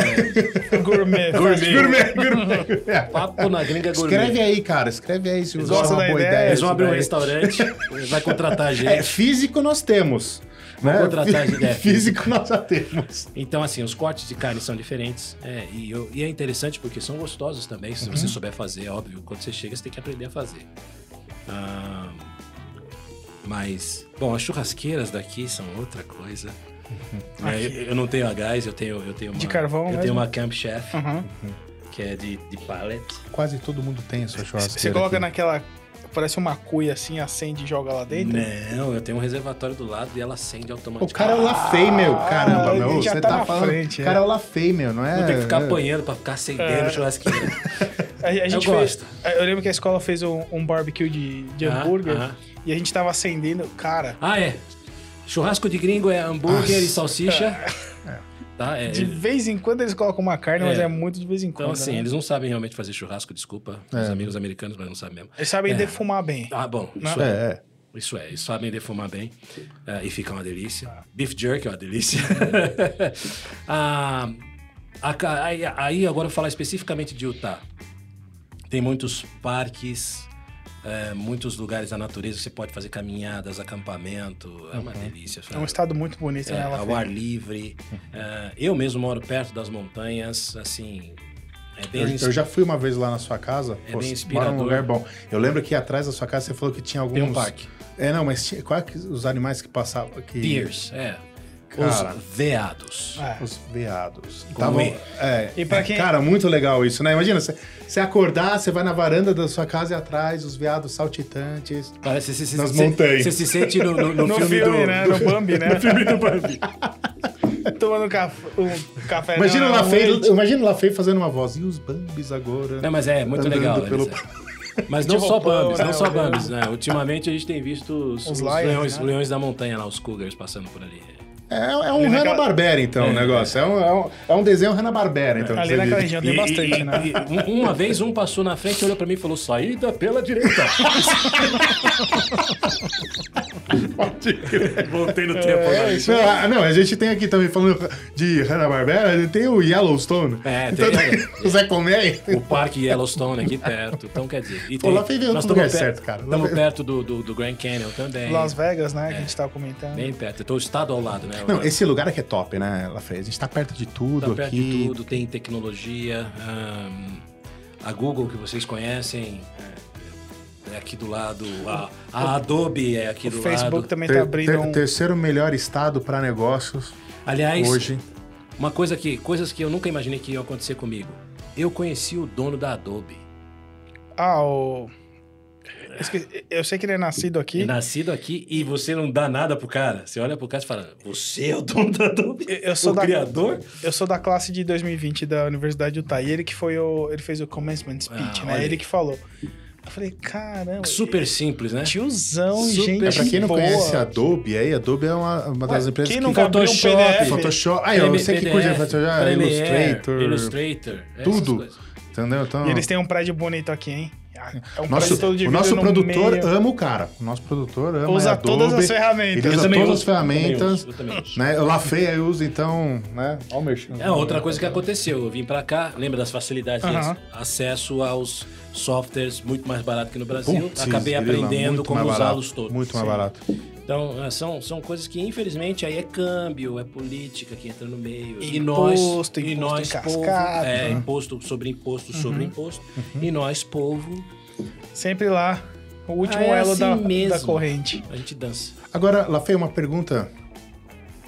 Speaker 1: é,
Speaker 2: Gourmet.
Speaker 3: Gourmet, gourmet. gourmet.
Speaker 1: papo na gringa É, gourmet.
Speaker 3: Escreve aí, cara. Escreve aí se você
Speaker 2: Gosta
Speaker 3: é uma
Speaker 2: da
Speaker 3: boa
Speaker 2: ideia?
Speaker 3: ideia.
Speaker 1: Eles vão abrir um
Speaker 3: Daí-
Speaker 1: restaurante, vai contratar
Speaker 3: É,
Speaker 1: gente.
Speaker 3: físico nós temos. Né?
Speaker 1: contratar de ideia.
Speaker 3: Físico nós já temos.
Speaker 1: Então, assim, os cortes de carne são diferentes. é, e, eu- e é interessante porque são gostosos também, se
Speaker 2: Uhum.
Speaker 1: você souber fazer, é óbvio. Quando você chega, você tem que aprender a fazer. Ah, mas, bom, as churrasqueiras daqui são outra coisa. É, eu, eu não tenho a gás, eu tenho, eu tenho uma.
Speaker 2: Uhum. De carvão né?
Speaker 1: Eu
Speaker 2: mesmo?
Speaker 1: tenho uma Camp Chef,
Speaker 2: Aham.
Speaker 1: que é de, de pallet.
Speaker 3: Quase todo mundo tem a sua churrasqueira.
Speaker 2: Você coloca
Speaker 3: aqui.
Speaker 2: naquela. Parece uma cuia assim, acende e joga lá dentro.
Speaker 1: Não, eu tenho um reservatório do lado e ela acende
Speaker 3: O
Speaker 1: automaticamente.
Speaker 3: cara é o Lafay, meu. Caramba,
Speaker 2: Ah, ele
Speaker 3: meu.
Speaker 2: já
Speaker 3: Você
Speaker 2: tá
Speaker 3: tá,
Speaker 2: na
Speaker 3: falando.
Speaker 2: frente,
Speaker 3: o
Speaker 2: é.
Speaker 3: cara é o Lafay, meu, não é?
Speaker 1: Não tem que ficar
Speaker 3: é.
Speaker 1: apanhando pra ficar acendendo
Speaker 2: É.
Speaker 1: o churrasqueiro.
Speaker 2: A, a gente
Speaker 1: Eu
Speaker 2: fez,
Speaker 1: gosto.
Speaker 2: Eu lembro que a escola fez um, um barbecue de, de
Speaker 1: Ah,
Speaker 2: hambúrguer
Speaker 1: ah.
Speaker 2: e a gente tava acendendo. Cara,
Speaker 1: Ah, é. Churrasco de gringo é hambúrguer e salsicha. Tá, é.
Speaker 2: Ah. de vez em quando eles colocam uma carne, mas
Speaker 1: É.
Speaker 2: é muito de vez em quando.
Speaker 1: Então, assim,
Speaker 2: né? É.
Speaker 1: eles não sabem realmente fazer churrasco, desculpa. Os amigos americanos, mas não sabem mesmo.
Speaker 2: Eles sabem
Speaker 1: É.
Speaker 2: defumar bem. né?
Speaker 1: Ah, bom, isso é.
Speaker 3: É, é.
Speaker 1: Isso é, eles sabem defumar bem eh, e fica uma delícia.
Speaker 2: Ah.
Speaker 1: Beef jerky é uma delícia. Ah, a ca- aí, aí agora eu vou falar especificamente de Utah. Tem muitos parques, eh, muitos lugares da natureza que você pode fazer caminhadas, acampamento. É uma delícia.
Speaker 2: É um estado muito bonito,
Speaker 1: É,
Speaker 2: né? Ela
Speaker 1: ao ar livre. É, eu mesmo moro perto das montanhas, assim. É bem.
Speaker 3: Eu, eu já fui uma vez lá na sua casa.
Speaker 1: É
Speaker 3: Pô,
Speaker 1: bem
Speaker 3: você mora num
Speaker 1: inspirador.
Speaker 3: lugar bom. Eu lembro que atrás da sua casa você falou que tinha alguns.
Speaker 1: Tem um parque.
Speaker 3: É, não, mas tinha, qual é que- os animais que passavam aqui?
Speaker 1: Deers, é.
Speaker 3: Cara.
Speaker 1: Os veados.
Speaker 2: É.
Speaker 3: Os veados.
Speaker 1: Com
Speaker 3: Tavam,
Speaker 1: E.
Speaker 3: é,
Speaker 2: E pra quem-
Speaker 3: Cara, muito legal isso, né? Imagina, você- você acordar, você vai na varanda da sua casa e atrás, os veados saltitantes.
Speaker 1: Parece que você, se-
Speaker 3: Nas
Speaker 1: você-
Speaker 3: montanhas.
Speaker 1: Você se sente no, no- no
Speaker 2: No
Speaker 1: filme,
Speaker 2: filme,
Speaker 1: do,
Speaker 2: né?
Speaker 1: do-
Speaker 2: No Bambi, né?
Speaker 1: no filme do Bambi.
Speaker 2: Tomando café. Um café
Speaker 3: Imagina o
Speaker 2: não,
Speaker 3: Lafay,
Speaker 2: leite.
Speaker 3: imagina o Lafay fazendo uma voz. E os Bambis agora?
Speaker 1: Não, mas é muito
Speaker 3: Andando
Speaker 1: legal.
Speaker 3: pelo-
Speaker 1: Larissa. Mas não
Speaker 2: De
Speaker 1: só
Speaker 2: roupão,
Speaker 1: Bambis,
Speaker 2: né,
Speaker 1: não só
Speaker 2: olhando.
Speaker 1: Bambis, né? Ultimamente a gente tem visto os,
Speaker 2: Os
Speaker 1: os
Speaker 2: lions,
Speaker 1: leões,
Speaker 2: né?
Speaker 1: leões da montanha lá, os Cougars passando por ali.
Speaker 3: É, é
Speaker 2: naquela-
Speaker 3: um Hanna-Barbera, então, o negócio. É um, é um, é um desenho Hanna-Barbera, então. que
Speaker 2: Ali
Speaker 3: você
Speaker 2: naquela
Speaker 3: vive.
Speaker 2: região tem
Speaker 1: E-
Speaker 2: bastante,
Speaker 1: e-
Speaker 2: né?
Speaker 1: e um- uma vez um passou na frente, olhou pra mim e falou: saída pela direita.
Speaker 3: Pode crer.
Speaker 1: Voltei no tempo né? agora.
Speaker 3: Não, ah, não, a gente tem aqui também, falando de Hanna-Barbera, a gente tem o Yellowstone.
Speaker 1: É,
Speaker 3: então,
Speaker 1: tem-
Speaker 3: o Zé Colmeia.
Speaker 1: O Parque Yellowstone aqui perto. Então, quer dizer. E
Speaker 3: Pô, lá fez outro lugar certo, cara. Lá
Speaker 1: Estamos
Speaker 3: fez-
Speaker 1: perto do, do, do Grand Canyon também.
Speaker 2: Las Vegas, né? Que a gente tava comentando.
Speaker 1: É. Bem perto. Então, o estado ao lado, né?
Speaker 3: Não, esse lugar aqui é top, né, Lafay? A gente tá perto de tudo
Speaker 1: Tá perto
Speaker 3: aqui.
Speaker 1: de tudo, tem tecnologia. ahn, a Google, que vocês conhecem, é aqui do lado. A, a Adobe é aqui
Speaker 2: O
Speaker 1: do
Speaker 2: Facebook
Speaker 1: lado.
Speaker 2: também
Speaker 3: Ter-
Speaker 2: tá abrindo
Speaker 3: ter-
Speaker 2: um.
Speaker 3: Terceiro melhor estado para negócios
Speaker 1: Aliás,
Speaker 3: hoje.
Speaker 1: uma coisa que. Coisas que eu nunca imaginei que iam acontecer comigo. Eu conheci o dono da Adobe.
Speaker 2: Ah, o. Esque- Eu sei que ele é nascido aqui.
Speaker 1: É Nascido aqui e você não dá nada pro cara. Você olha pro cara e fala: Você é o dono da Adobe?
Speaker 2: Eu- eu sou
Speaker 1: o
Speaker 2: da-
Speaker 1: criador?
Speaker 2: Eu sou da classe de 2020 da Universidade de Utah. E ele que foi o. Ele fez o commencement speech,
Speaker 1: Ah,
Speaker 2: né?
Speaker 1: olha aí.
Speaker 2: Ele que falou. Eu falei, caramba.
Speaker 1: Super simples, né?
Speaker 2: Tiozão,
Speaker 1: Super-
Speaker 2: gente.
Speaker 3: É, pra quem não
Speaker 2: boa.
Speaker 3: conhece a Adobe, aí, Adobe é uma, uma das
Speaker 2: Ué,
Speaker 3: empresas
Speaker 2: quem
Speaker 3: que
Speaker 2: nunca abriu um
Speaker 1: Photoshop,
Speaker 2: PDF?
Speaker 3: Photoshop. Ah, eu sei que curte Photoshop,
Speaker 1: Premiere,
Speaker 3: Illustrator,
Speaker 1: Illustrator, essas
Speaker 3: tudo.
Speaker 1: coisas.
Speaker 3: entendeu? Então,
Speaker 2: E eles têm um prédio bonito aqui, hein? É um
Speaker 3: nosso,
Speaker 2: prédio todo de
Speaker 3: o nosso
Speaker 2: vidro no
Speaker 3: produtor
Speaker 2: meio.
Speaker 3: ama o cara. O nosso produtor ama
Speaker 2: Usa
Speaker 3: a Adobe.
Speaker 2: todas as ferramentas.
Speaker 3: Ele
Speaker 1: Eu
Speaker 3: usa
Speaker 1: também
Speaker 3: todas as
Speaker 1: uso, eu também
Speaker 3: ferramentas.
Speaker 1: uso, eu também uso.
Speaker 3: Né? O Lafay aí usa, então, né? Olha o merchan.
Speaker 1: É outra coisa que aconteceu. Eu vim pra cá, lembra das facilidades, de
Speaker 2: Aham.
Speaker 1: acesso aos softwares muito mais barato que no Brasil.
Speaker 3: Putz,
Speaker 1: Acabei
Speaker 3: grila,
Speaker 1: aprendendo
Speaker 3: muito
Speaker 1: como
Speaker 3: mais
Speaker 1: usá-los
Speaker 3: barato,
Speaker 1: todos.
Speaker 3: Muito mais
Speaker 1: Sim.
Speaker 3: barato.
Speaker 1: Então, é, são, são coisas que, infelizmente, aí é câmbio, é política que entra no meio. né? e nós,
Speaker 2: Imposto,
Speaker 1: e
Speaker 2: imposto
Speaker 1: nós
Speaker 2: em
Speaker 1: povo,
Speaker 2: cascata.
Speaker 1: é, imposto sobre imposto sobre imposto. E nós, povo,
Speaker 3: ah.
Speaker 2: Sempre lá. O último
Speaker 1: Ah, é
Speaker 2: elo
Speaker 1: assim
Speaker 2: da,
Speaker 1: mesmo.
Speaker 2: da corrente.
Speaker 1: a gente dança.
Speaker 3: Agora, Lafay, uma pergunta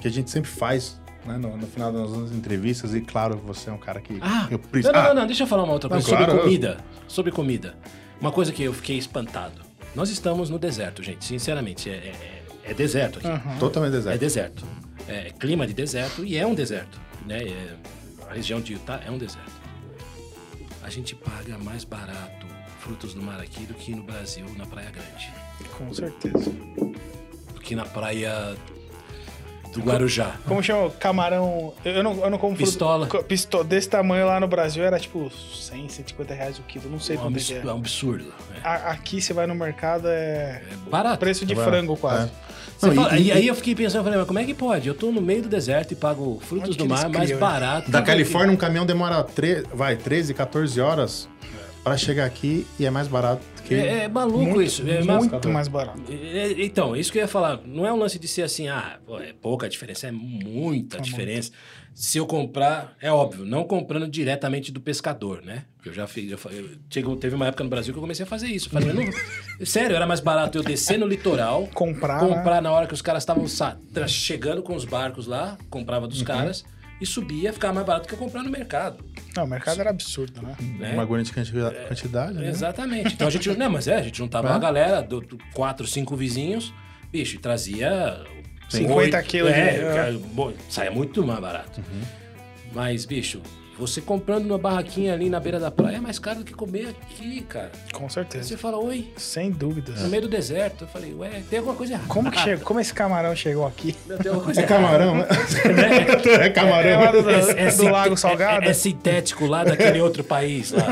Speaker 3: que a gente sempre faz né, no, no final das nossas entrevistas, e claro, você é um cara que
Speaker 1: Ah,
Speaker 3: eu
Speaker 1: não,
Speaker 3: preciso.
Speaker 1: não, não, não, deixa eu falar uma outra
Speaker 3: Não,
Speaker 1: coisa
Speaker 3: claro,
Speaker 1: sobre
Speaker 3: eu-
Speaker 1: comida. Sobre comida. Uma coisa que eu fiquei espantado. Nós estamos no deserto, gente, sinceramente. É, é- é deserto
Speaker 3: Uhum.
Speaker 1: aqui.
Speaker 3: Totalmente
Speaker 1: É
Speaker 2: Tá.
Speaker 3: deserto.
Speaker 1: deserto. É clima de deserto e é um deserto. Né? É- a região de Utah é um deserto. A gente paga mais barato frutos do mar aqui do que no Brasil, na Praia Grande.
Speaker 2: Com certeza.
Speaker 1: Do que na praia do Guarujá.
Speaker 2: Como chama? Camarão. Eu eu não, eu não como fruto-
Speaker 1: Pistola.
Speaker 2: co- Pisto... Desse tamanho lá no Brasil era tipo 100, 150 reais o quilo. Não sei
Speaker 1: É um
Speaker 2: quanto é que é.
Speaker 1: absurdo. É um absurdo né?
Speaker 2: A- Aqui você vai no mercado é.
Speaker 1: É barato.
Speaker 2: Preço de
Speaker 3: Agora,
Speaker 2: frango quase.
Speaker 3: é.
Speaker 1: Você
Speaker 3: Não, e-
Speaker 1: fala-
Speaker 3: e-
Speaker 1: e, aí eu fiquei pensando, eu falei, mas como é que pode? Eu tô no meio do deserto e pago frutos
Speaker 2: Onde
Speaker 1: do
Speaker 2: que eles
Speaker 1: mar mais
Speaker 2: criam, né?
Speaker 1: barato.
Speaker 3: Da Califórnia, um caminhão demora tre... vai, 13, 14 horas pra chegar aqui e é mais barato que.
Speaker 1: É, é maluco isso. É mas-
Speaker 2: Muito mais barato.
Speaker 1: é- é- Então, isso que eu ia falar. Não é um lance de ser assim, ah, pô, é pouca diferença, é muita diferença. Se eu comprar, é óbvio, não comprando diretamente do pescador, né? Eu já fiz, eu, fa- eu- chegou- teve uma época no Brasil que eu comecei a fazer isso. Eu falei, eu não- sério, era mais barato eu descer no litoral,
Speaker 2: Comprar. né?
Speaker 1: comprar na hora que os caras estavam sa- tra- chegando com os barcos lá, comprava dos caras e subia, ficava mais barato que eu comprar no mercado.
Speaker 2: Não, o mercado era absurdo, né?
Speaker 1: né?
Speaker 3: Uma grande quantidade, quantidade né?
Speaker 1: Exatamente. Então a gente. Não, mas é, a gente juntava uma galera, do, do- quatro, cinco vizinhos, bicho, e trazia.
Speaker 2: 50
Speaker 1: oito-
Speaker 2: quilos de- Uhum.
Speaker 1: É, cara, bom, saia muito mais barato. Mas, bicho, você comprando uma barraquinha ali na beira da praia é mais caro do que comer aqui, cara.
Speaker 2: Com
Speaker 1: Aí
Speaker 2: certeza.
Speaker 1: Você fala, oi,
Speaker 2: Sem dúvidas.
Speaker 3: É.
Speaker 1: no meio do deserto. Eu falei, ué, tem alguma coisa errada.
Speaker 2: É. Como que chegou? Como esse camarão chegou aqui?
Speaker 1: Tem alguma coisa
Speaker 3: É camarão, né? é
Speaker 2: É
Speaker 3: camarão.
Speaker 2: lá do, do
Speaker 1: sin-
Speaker 2: Lago Salgado?
Speaker 1: É, é sintético lá daquele outro país lá.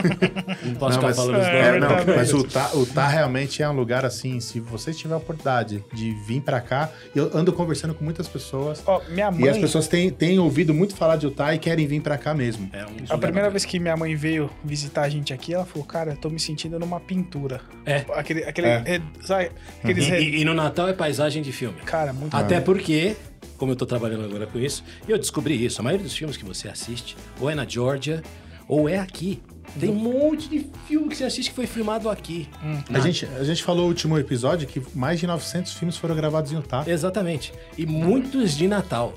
Speaker 1: Não posso ficar
Speaker 3: Não, mas,
Speaker 1: falando os
Speaker 2: é,
Speaker 1: nomes. um
Speaker 3: é, não,
Speaker 2: verdade.
Speaker 3: mas o Tá, o Tá realmente é um lugar assim, se você tiver a oportunidade de vir pra cá, eu ando conversando com muitas pessoas
Speaker 2: Ó, minha
Speaker 3: e as
Speaker 2: mãe.
Speaker 3: pessoas têm, têm ouvido muito falar de Utah e querem vir pra cá mesmo.
Speaker 1: É um
Speaker 2: A
Speaker 1: lugar
Speaker 2: primeira
Speaker 1: bacana.
Speaker 2: vez que minha mez- mãe veio visitar a gente aqui, ela falou, cara, eu tô me sentindo numa pintura.
Speaker 1: É.
Speaker 2: Aquele. aquele
Speaker 3: É. Uhum.
Speaker 2: re- sabe? Aqueles. re-
Speaker 1: E, e- e no Natal é paisagem de filme.
Speaker 2: Cara,
Speaker 3: Ah.
Speaker 2: muito
Speaker 1: Até porque, como eu tô trabalhando agora com isso, eu descobri isso. A maioria dos filmes que você assiste, ou é na Georgia, ou é aqui. Tem um monte de filme que você assiste que foi filmado aqui.
Speaker 3: A gente, a gente falou no último episódio que mais de 900 filmes foram gravados em Utah.
Speaker 1: Exatamente. E muitos de Natal.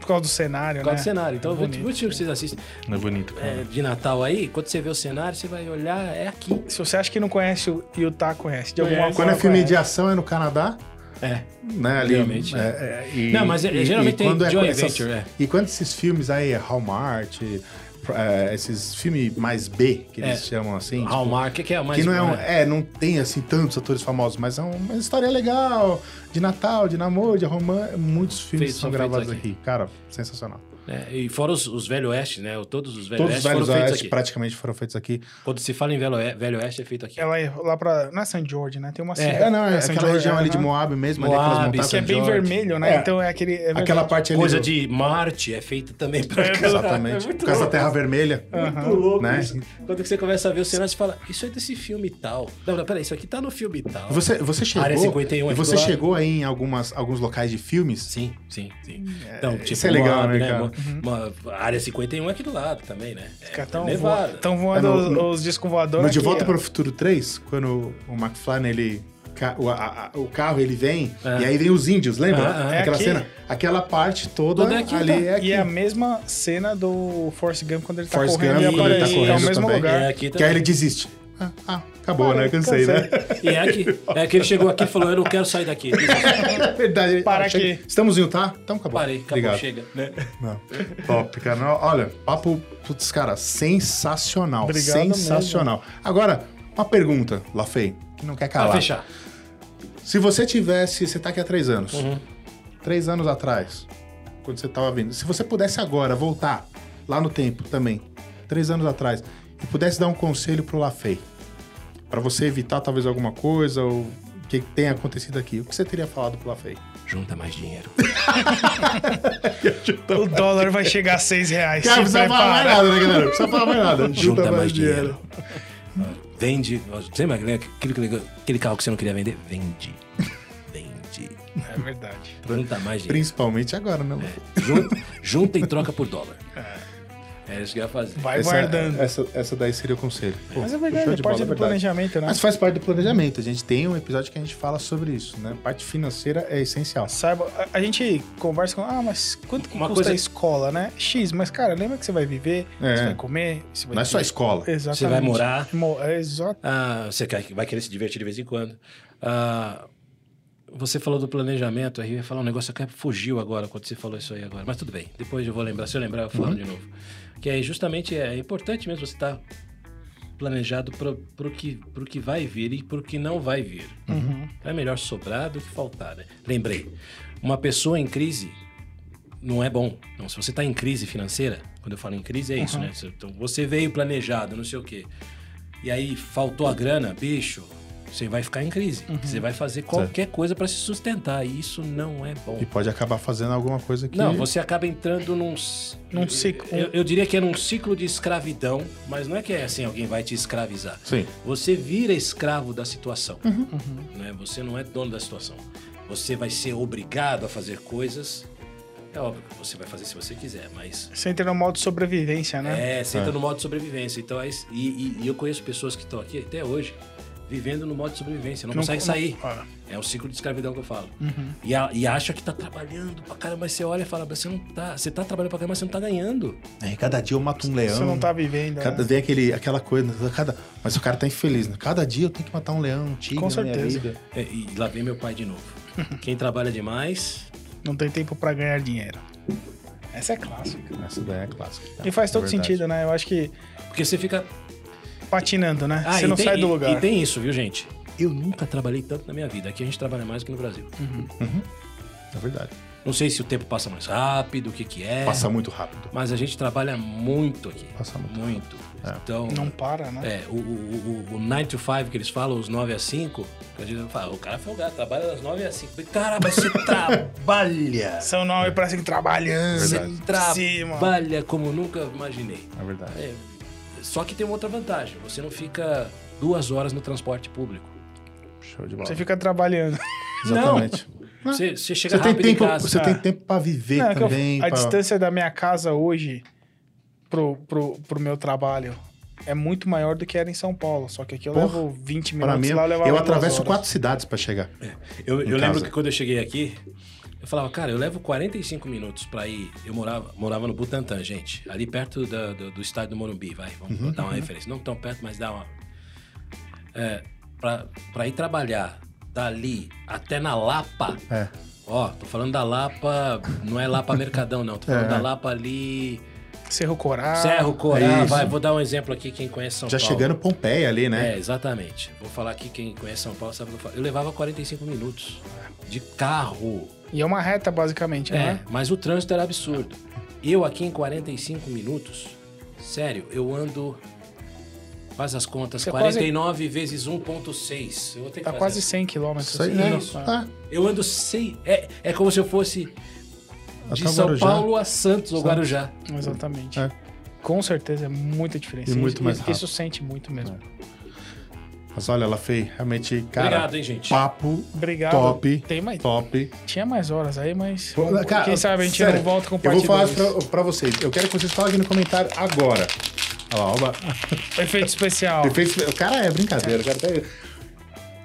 Speaker 2: Por causa do cenário,
Speaker 1: Por causa do
Speaker 2: né?
Speaker 1: cenário. Então,
Speaker 2: Bonito.
Speaker 1: muitos filmes que vocês assistem
Speaker 3: É bonito, cara.
Speaker 1: é, de Natal aí, quando você vê o cenário, você vai olhar, é aqui.
Speaker 2: Se você acha que não conhece o Utah, conhece. De alguma
Speaker 1: Conhece.
Speaker 2: forma,
Speaker 3: Quando é filme de
Speaker 2: conhece.
Speaker 3: ação é no Canadá,
Speaker 1: É.
Speaker 3: né? Ali,
Speaker 1: Realmente,
Speaker 3: é, é, e-
Speaker 1: Não, mas, é, geralmente tem
Speaker 3: quando
Speaker 1: joint
Speaker 3: essas-
Speaker 1: venture, é.
Speaker 3: E quando esses filmes aí, Hallmark, é, esses filmes mais B, que eles
Speaker 1: É.
Speaker 3: chamam assim, tipo,
Speaker 1: Hallmark, que é o mais...
Speaker 3: que não é, um- é, não tem assim tantos atores famosos, mas é um- uma história legal de Natal, de namoro, de romance, muitos filmes
Speaker 1: Feitos-
Speaker 3: são
Speaker 1: são feitos
Speaker 3: gravados
Speaker 1: aqui.
Speaker 3: aqui. Cara, sensacional.
Speaker 1: né? E fora os, os Velho Oeste, né? Todos os Velho
Speaker 3: Todos
Speaker 1: Oeste
Speaker 3: os
Speaker 1: foram
Speaker 3: velhos
Speaker 1: feitos
Speaker 3: oeste
Speaker 1: aqui.
Speaker 3: praticamente foram feitos aqui.
Speaker 1: Quando se fala em Velho Oeste, Velho Oeste é feito aqui.
Speaker 2: Ela é lá pra. Não é St. George, né? Tem uma
Speaker 3: É, não, é
Speaker 2: St.
Speaker 3: aquela
Speaker 2: George,
Speaker 3: região ali de
Speaker 2: aham.
Speaker 3: Moab mesmo, ali
Speaker 1: Moab,
Speaker 3: aquelas montanhas.
Speaker 2: Que é bem
Speaker 1: George.
Speaker 2: vermelho, né?
Speaker 3: É.
Speaker 2: Então é aquele. é verdade.
Speaker 3: Aquela parte ali.
Speaker 1: Coisa
Speaker 3: do-
Speaker 1: de Marte é feita também pra cá.
Speaker 3: Exatamente.
Speaker 1: É muito
Speaker 3: Por causa da
Speaker 1: louco.
Speaker 3: Terra Vermelha.
Speaker 1: Muito louco
Speaker 3: Né?
Speaker 1: isso. Quando você começa a ver o cenário, você fala, isso é desse filme tal. Não, não, peraí, isso aqui tá no filme tal.
Speaker 3: Você, você chegou.
Speaker 1: Área 51 é
Speaker 3: você
Speaker 1: claro.
Speaker 3: chegou aí em algumas, alguns locais de filmes?
Speaker 1: Sim, sim, sim. Então, tipo,
Speaker 3: isso é legal,
Speaker 1: Moab,
Speaker 3: né, cara?
Speaker 1: Uma, uma área 51 é aqui do lado também, né? É,
Speaker 2: Estão
Speaker 1: Nevada.
Speaker 2: voando
Speaker 3: É, no-
Speaker 2: os,
Speaker 3: no-
Speaker 2: os discos voadores.
Speaker 3: Mas de
Speaker 2: aqui,
Speaker 3: volta
Speaker 2: ó.
Speaker 3: para o futuro 3, quando o McFly ele ca- o, a- a- o carro ele vem
Speaker 1: É.
Speaker 3: e aí vem os índios, lembra?
Speaker 1: Ah, ah,
Speaker 2: é
Speaker 3: Aquela
Speaker 2: aqui.
Speaker 3: cena, aquela parte toda
Speaker 1: Toda aqui,
Speaker 3: ali
Speaker 1: tá.
Speaker 3: é aqui.
Speaker 2: E é a mesma cena do Force Gump quando ele tá
Speaker 3: Forrest
Speaker 2: correndo
Speaker 3: Gump,
Speaker 2: e
Speaker 3: quando ele tá
Speaker 2: aparece. é o
Speaker 3: correndo
Speaker 2: mesmo
Speaker 3: também.
Speaker 2: lugar.
Speaker 1: É aqui
Speaker 3: que aí
Speaker 1: também.
Speaker 3: ele desiste. Ah, ah, acabou, né?
Speaker 2: Parei,
Speaker 3: Cansei, né?
Speaker 2: cansei.
Speaker 1: E é aqui. É que ele chegou aqui e falou, eu não quero sair daqui.
Speaker 3: É verdade. ele-
Speaker 2: Para
Speaker 3: ah, chega-
Speaker 2: aqui.
Speaker 3: Estamos em Utah? Então acabou.
Speaker 1: Parei, acabou, chega. né?
Speaker 3: Não. Top, cara. Não, Olha, papo, putz, cara, sensacional.
Speaker 2: Obrigado
Speaker 3: sensacional. Agora, uma pergunta, Lafei, que não quer
Speaker 1: Pra
Speaker 3: calar.
Speaker 1: fechar.
Speaker 3: Se você tivesse. Você tá aqui há três anos. Três anos atrás, quando você tava vindo. Se você pudesse agora voltar lá no tempo também, três anos atrás, e pudesse dar um conselho pro Lafei, pra você evitar talvez alguma coisa ou o que tenha acontecido aqui, o que você teria falado pro Lafei?
Speaker 1: Junta mais dinheiro. É,
Speaker 2: O dólar vai chegar a 6 reais.
Speaker 3: Cara, não
Speaker 2: se
Speaker 3: precisa falar mais
Speaker 2: prepara.
Speaker 3: nada, né, galera? Não precisa falar mais nada. Junta,
Speaker 1: mais dinheiro. Vende. Lembra né? aquele, aquele carro que você não queria vender? Vende. Vende.
Speaker 2: É verdade.
Speaker 1: Junta mais dinheiro.
Speaker 3: Principalmente agora, né, Lafei?
Speaker 1: Junta, junta e troca por dólar. É isso que eu ia fazer.
Speaker 2: Vai
Speaker 3: essa,
Speaker 2: guardando.
Speaker 3: essa, essa daí seria o conselho. Pô,
Speaker 2: Mas é
Speaker 3: show
Speaker 2: verdade, é
Speaker 3: é, de
Speaker 2: parte
Speaker 3: bola,
Speaker 2: do
Speaker 3: verdade.
Speaker 2: planejamento, né?
Speaker 3: Mas faz parte do planejamento. A gente tem um episódio que a gente fala sobre isso, né? Parte financeira é essencial.
Speaker 2: Saiba, a, a gente conversa com, ah, mas quanto que
Speaker 1: Uma
Speaker 2: custa
Speaker 1: coisa-
Speaker 2: a escola, né? X, mas cara, lembra que você vai viver,
Speaker 3: É.
Speaker 2: você vai comer, você vai
Speaker 3: Não é só a escola.
Speaker 2: Exatamente.
Speaker 1: Você vai morar.
Speaker 2: Mo- é, Exato.
Speaker 1: Ah, você quer- vai querer se divertir de vez em quando. Ah, você falou do planejamento aí, eu ia falar um negócio que fugiu agora quando você falou isso aí agora. Mas tudo bem, depois eu vou lembrar. Se eu lembrar, eu falo de novo. Que aí justamente é importante mesmo você tá estar planejado para o que, pro que vai vir e para o que não vai vir. É melhor sobrar do que faltar, né? Lembrei, uma pessoa em crise não é bom. Então, se você está em crise financeira, quando eu falo em crise é isso, né? Você- Então, você veio planejado, não sei o quê. E aí faltou a grana, bicho, você vai ficar em crise. Você vai fazer qualquer coisa para se sustentar. E isso não é bom.
Speaker 3: E pode acabar fazendo alguma coisa que.
Speaker 1: Não, você acaba entrando num. c-
Speaker 2: Num ciclo.
Speaker 1: Eu, eu diria que é num ciclo de escravidão, mas não é que é assim, alguém vai te escravizar.
Speaker 3: Sim.
Speaker 1: Você vira escravo da situação. Né? Você não é dono da situação. Você vai ser obrigado a fazer coisas. É óbvio que você vai fazer se você quiser, mas
Speaker 2: Você entra no modo sobrevivência, né?
Speaker 1: é, você entra
Speaker 3: É.
Speaker 1: no modo de sobrevivência. Então, é isso. e, e- e eu conheço pessoas que estão aqui até hoje vivendo no modo de sobrevivência, não, Uhum. conseguem sair.
Speaker 2: Ah,
Speaker 1: É o ciclo de escravidão que eu falo. E, a- e acha que tá trabalhando pra caramba, mas você olha e fala, "Mas você não tá, você tá trabalhando pra caramba, mas você não tá ganhando.
Speaker 3: É, cada dia eu mato um leão.
Speaker 2: Você não tá vivendo. né?
Speaker 3: Cada, vem aquele, aquela coisa, né? cada, mas o cara tá infeliz, né? Cada dia eu tenho que matar um leão, um tigre
Speaker 2: Com
Speaker 3: na minha
Speaker 2: certeza.
Speaker 3: vida.
Speaker 1: É, e lá vem meu pai de novo. Quem trabalha demais,
Speaker 2: Não tem tempo pra ganhar dinheiro. Essa é clássica.
Speaker 3: Essa daí é clássica. cara.
Speaker 2: E faz todo
Speaker 3: É verdade.
Speaker 2: sentido, né? Eu acho que
Speaker 1: porque você fica.
Speaker 2: patinando, né?
Speaker 1: Ah,
Speaker 2: você
Speaker 1: e
Speaker 2: não
Speaker 1: tem-
Speaker 2: sai do
Speaker 1: e-
Speaker 2: lugar.
Speaker 1: E tem isso, viu, gente? Eu nunca trabalhei tanto na minha vida. Aqui a gente trabalha mais do que no Brasil.
Speaker 3: É verdade.
Speaker 1: Não sei se o tempo passa mais rápido, o que que é.
Speaker 3: Passa muito rápido.
Speaker 1: Mas a gente trabalha muito aqui.
Speaker 3: Passa muito
Speaker 1: Então,
Speaker 2: É. Não para, né?
Speaker 1: é, o, o, o, o 9 to 5 que eles falam, os 9 a 5, a gente fala, o cara é folgado, trabalha das 9 às 5. Caramba, você trabalha!
Speaker 2: São nove É. parece que trabalhando.
Speaker 1: Você
Speaker 3: É. Verdade.
Speaker 2: Cima.
Speaker 1: trabalha como nunca imaginei.
Speaker 3: É verdade.
Speaker 1: É, só que tem uma outra vantagem, você não fica duas horas no transporte público.
Speaker 3: Show de bola.
Speaker 2: Você fica trabalhando.
Speaker 3: Exatamente. Não.
Speaker 1: Você, você chega
Speaker 3: Você tem,
Speaker 1: rápido em
Speaker 3: tempo,
Speaker 1: casa. tá.
Speaker 3: você
Speaker 2: Ah.
Speaker 3: tem tempo pra viver
Speaker 2: Não, é que eu-
Speaker 3: também.
Speaker 2: a
Speaker 3: pra-
Speaker 2: distância da minha casa hoje pro, pro, pro meu trabalho é muito maior do que era em São Paulo. Só que aqui eu
Speaker 3: Porra,
Speaker 2: levo 20
Speaker 3: Pra
Speaker 2: minutos
Speaker 3: mim,
Speaker 2: lá, eu levava
Speaker 3: eu
Speaker 2: duas
Speaker 3: atravesso
Speaker 2: horas.
Speaker 3: quatro cidades pra chegar.
Speaker 1: É, Ah, Eu, eu
Speaker 3: casa.
Speaker 1: lembro que quando eu cheguei aqui, eu falava, cara, eu levo 45 minutos pra ir. Eu morava, morava no Butantã, gente. Ali perto da- do, do estádio do Morumbi, vai. Vamos
Speaker 3: Uhum,
Speaker 1: dar uma referência. Não tão perto, mas dá uma. É, pra, pra ir trabalhar dali até na Lapa.
Speaker 3: É.
Speaker 1: Ó, tô falando da Lapa, não é Lapa Mercadão, não. Tô falando
Speaker 3: É.
Speaker 1: da Lapa ali.
Speaker 2: Cerro Corá.
Speaker 1: Cerro Corá,
Speaker 3: Ah, isso.
Speaker 1: vai, vou dar um exemplo aqui, quem conhece São
Speaker 3: Já
Speaker 1: Paulo.
Speaker 3: chegando Pompeia ali, né?
Speaker 1: tá É, exatamente. Vou falar aqui, quem conhece São Paulo sabe o que eu falo. Eu levava 45 minutos de carro.
Speaker 2: E é uma reta, basicamente,
Speaker 1: É,
Speaker 2: né?
Speaker 1: mas o trânsito era absurdo. Eu aqui em 45 minutos, sério, eu ando. Faz as contas,
Speaker 2: Você
Speaker 3: é
Speaker 1: 49 vezes 1,6. Eu vou ter que
Speaker 2: Tá
Speaker 1: fazer
Speaker 2: quase
Speaker 1: essa.
Speaker 2: 100 quilômetros.
Speaker 3: Isso aí,
Speaker 2: assim,
Speaker 3: né?
Speaker 2: né?
Speaker 3: Ah,
Speaker 1: Eu ando 100. É, é como se eu fosse de
Speaker 3: Até
Speaker 1: São
Speaker 3: Tá Guarujá.
Speaker 1: Paulo a Santos ou
Speaker 3: Santos.
Speaker 1: Guarujá.
Speaker 2: Exatamente.
Speaker 3: É.
Speaker 2: Com certeza é muita diferença.
Speaker 3: E muito mais É.
Speaker 2: Isso sente muito mesmo.
Speaker 3: Mas olha, ela fez realmente, cara,
Speaker 1: Obrigado, hein, gente.
Speaker 3: papo
Speaker 2: Obrigado.
Speaker 3: top,
Speaker 2: Tem mais,
Speaker 3: top.
Speaker 2: tinha mais horas aí, mas.
Speaker 3: Pô, cara,
Speaker 2: quem sabe a gente
Speaker 3: sério,
Speaker 2: não volta com
Speaker 3: Eu
Speaker 2: parte
Speaker 3: vou falar
Speaker 2: dois.
Speaker 3: pra, pra vocês. Eu quero que vocês falem aqui no comentário agora. Olha lá, oba.
Speaker 2: Ah, Efeito especial.
Speaker 3: Efeito- Cara, é brincadeira. eu quero até-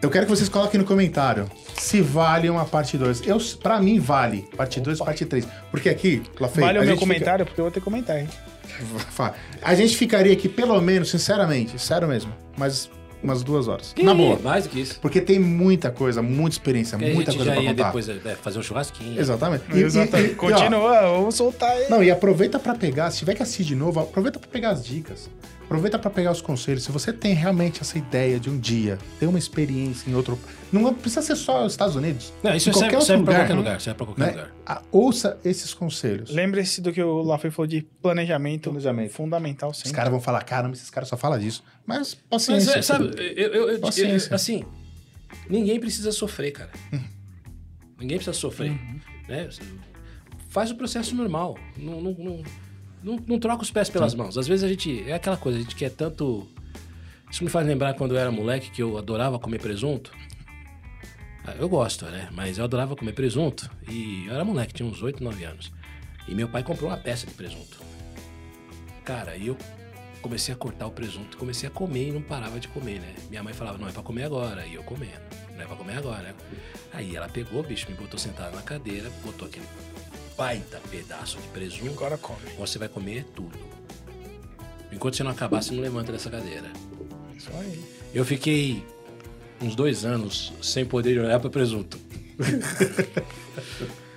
Speaker 3: Eu quero que vocês coloquem no comentário se vale uma parte 2. Eu, pra mim, vale. Parte 2 parte 3. Porque aqui, Lafay,
Speaker 2: Vale
Speaker 3: a
Speaker 2: o meu
Speaker 3: gente fica-
Speaker 2: comentário, porque eu vou ter que comentar, hein?
Speaker 3: Fala. A gente ficaria aqui, pelo menos, sinceramente, sério mesmo, mais umas duas horas.
Speaker 1: Que
Speaker 3: Na boa.
Speaker 1: Mais do que isso.
Speaker 3: Porque tem muita coisa, muita experiência,
Speaker 1: Porque
Speaker 3: muita
Speaker 1: a gente
Speaker 3: coisa
Speaker 1: já
Speaker 3: pra
Speaker 1: ia
Speaker 3: contar.
Speaker 1: depois é, fazer um churrasquinho.
Speaker 3: Exatamente. E- e-
Speaker 2: Exatamente.
Speaker 3: e- e, ó,
Speaker 2: Continua, vamos soltar aí.
Speaker 3: não, e aproveita pra pegar, se tiver que assistir de novo, aproveita pra pegar as dicas. Aproveita pra pegar os conselhos. Se você tem realmente essa ideia de um dia ter uma experiência em outro, não precisa ser só os Estados Unidos.
Speaker 1: Não, isso
Speaker 3: Em
Speaker 1: serve,
Speaker 3: qualquer
Speaker 1: serve
Speaker 3: outro
Speaker 1: pra
Speaker 3: lugar,
Speaker 1: qualquer
Speaker 3: né?
Speaker 1: lugar. Serve pra qualquer
Speaker 3: né?
Speaker 1: lugar.
Speaker 3: Ah, Ouça esses conselhos.
Speaker 2: Lembre-se do que o Lafay falou de planejamento.
Speaker 3: Planejamento.
Speaker 2: Fundamental
Speaker 3: Os
Speaker 2: sempre.
Speaker 3: caras vão falar, caramba, esses caras só falam disso. Mas
Speaker 1: Mas,
Speaker 3: paciência.
Speaker 1: é, sabe, eu, eu- eu-
Speaker 3: Paciência. Uhum.
Speaker 1: eu- assim, ninguém precisa sofrer, cara. Ninguém precisa sofrer. Né? Faz o processo normal. Não, não, não, não- não troca os pés pelas mãos. Às vezes a gente. É aquela coisa, a gente quer tanto. Isso me faz lembrar quando eu era moleque que eu adorava comer presunto. Ah, Eu gosto, né? Mas eu adorava comer presunto. E eu era moleque, tinha uns 8, 9 anos. E meu pai comprou uma peça de presunto. Cara, e eu comecei a cortar o presunto, comecei a comer e não parava de comer, né? Minha mãe falava, não é pra comer agora. E eu comendo, não é pra comer agora. né? Aí ela pegou, bicho, me botou sentado na cadeira, botou aquele baita pedaço de presunto.
Speaker 2: Agora come.
Speaker 1: Você vai comer tudo. Enquanto você não acabar, você não levanta dessa cadeira.
Speaker 2: Isso aí.
Speaker 1: Eu fiquei uns dois anos sem poder olhar para presunto.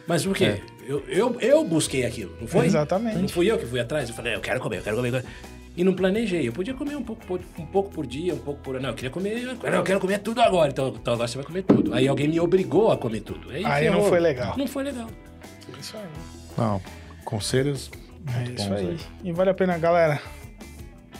Speaker 1: Mas por quê? Eu, eu, eu busquei aquilo, não foi?
Speaker 2: É. Exatamente.
Speaker 1: Não fui eu que fui atrás. Eu falei, "Ah, eu quero comer, eu quero comer. eu quero- E não planejei. Eu podia comer um pouco, por- um pouco por dia, um pouco por. Não, eu queria comer. Eu quero, eu quero comer tudo agora. Então, então agora você vai comer tudo. Aí alguém me obrigou a comer tudo.
Speaker 2: Aí não
Speaker 1: ferrou.
Speaker 2: foi legal.
Speaker 1: Não foi legal.
Speaker 2: Isso aí.
Speaker 3: Não, conselhos.
Speaker 2: É
Speaker 3: muito
Speaker 2: isso
Speaker 3: bons
Speaker 2: aí. E vale a pena, galera.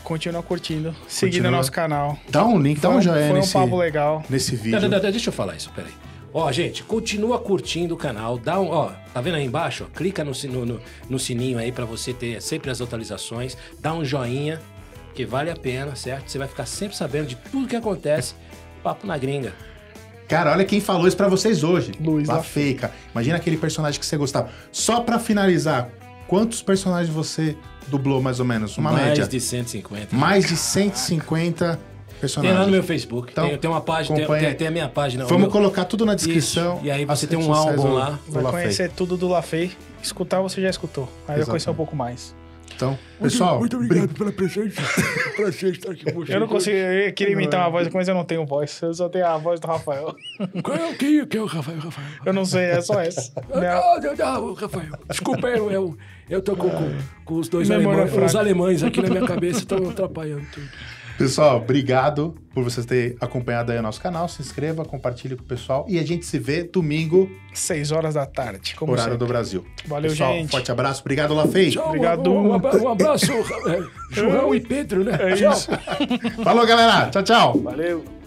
Speaker 2: Continua curtindo, seguindo o nosso canal.
Speaker 3: Dá um link, dá
Speaker 2: Foi
Speaker 3: um joinha
Speaker 2: Foi um
Speaker 3: nesse,
Speaker 2: papo legal.
Speaker 3: nesse
Speaker 1: Tá, tá,
Speaker 3: vídeo.
Speaker 1: tá, tá, deixa eu falar isso, peraí. Ó, gente, continua curtindo o canal, dá um, ó, tá vendo aí embaixo? Ó, clica no, sino- no, no sininho aí pra você ter sempre as atualizações, dá um joinha, que vale a pena, certo? Você vai ficar sempre sabendo de tudo que acontece. Papo na gringa.
Speaker 3: Cara, olha quem falou isso pra vocês hoje.
Speaker 2: Luiz
Speaker 3: La
Speaker 2: La
Speaker 3: Feica. Imagina aquele personagem que você gostava. Só pra finalizar, quantos personagens você dublou mais ou menos? Uma
Speaker 1: Mais
Speaker 3: média.
Speaker 1: de 150.
Speaker 3: Mais de 150
Speaker 1: Tem lá no
Speaker 3: personagens.
Speaker 1: meu Facebook,
Speaker 3: Então,
Speaker 1: tem, tem uma página, tem,
Speaker 3: acompanha.
Speaker 1: tem- tem a minha página. o
Speaker 3: Vamos
Speaker 1: meu-
Speaker 3: colocar tudo na descrição.
Speaker 1: Isso. E aí você
Speaker 3: As
Speaker 1: tem um
Speaker 3: redes sociais
Speaker 1: álbum
Speaker 3: do-
Speaker 1: lá.
Speaker 3: do
Speaker 2: Vai
Speaker 3: La
Speaker 2: conhecer
Speaker 3: Feica.
Speaker 2: tudo do Lafay. Escutar você já escutou. Aí vai conhecer um pouco mais.
Speaker 3: Então, pessoal,
Speaker 4: muito
Speaker 3: brin-
Speaker 4: obrigado pela presença. Prazer estar aqui com vocês.
Speaker 2: Eu não consigo, eu queria imitar uma voz, mas eu não tenho voz. Eu só tenho a voz do Rafael.
Speaker 4: Qual é, quem, quem é o Rafael? Rafael.
Speaker 2: Eu não sei, é só essa. Minha-
Speaker 4: Não, não, não, Rafael. Desculpa, eu, eu, eu tô com, com, com os dois
Speaker 2: Memória
Speaker 4: alemães, os
Speaker 2: fraca.
Speaker 4: alemães aqui na minha cabeça estão atrapalhando tudo.
Speaker 3: Pessoal, obrigado por vocês terem acompanhado aí o nosso canal. Se inscreva, compartilhe com o pessoal. E a gente se vê domingo,
Speaker 2: Seis horas da tarde. Como
Speaker 3: horário
Speaker 2: sempre.
Speaker 3: do Brasil.
Speaker 2: Valeu,
Speaker 3: pessoal,
Speaker 2: gente.
Speaker 3: forte abraço. Obrigado, Lafei.
Speaker 4: Tchau,
Speaker 2: Obrigado.
Speaker 4: Um, um, abra- um abraço, é, João e Pedro, né?
Speaker 2: É isso.
Speaker 3: Falou, galera. Tchau, tchau.
Speaker 2: Valeu.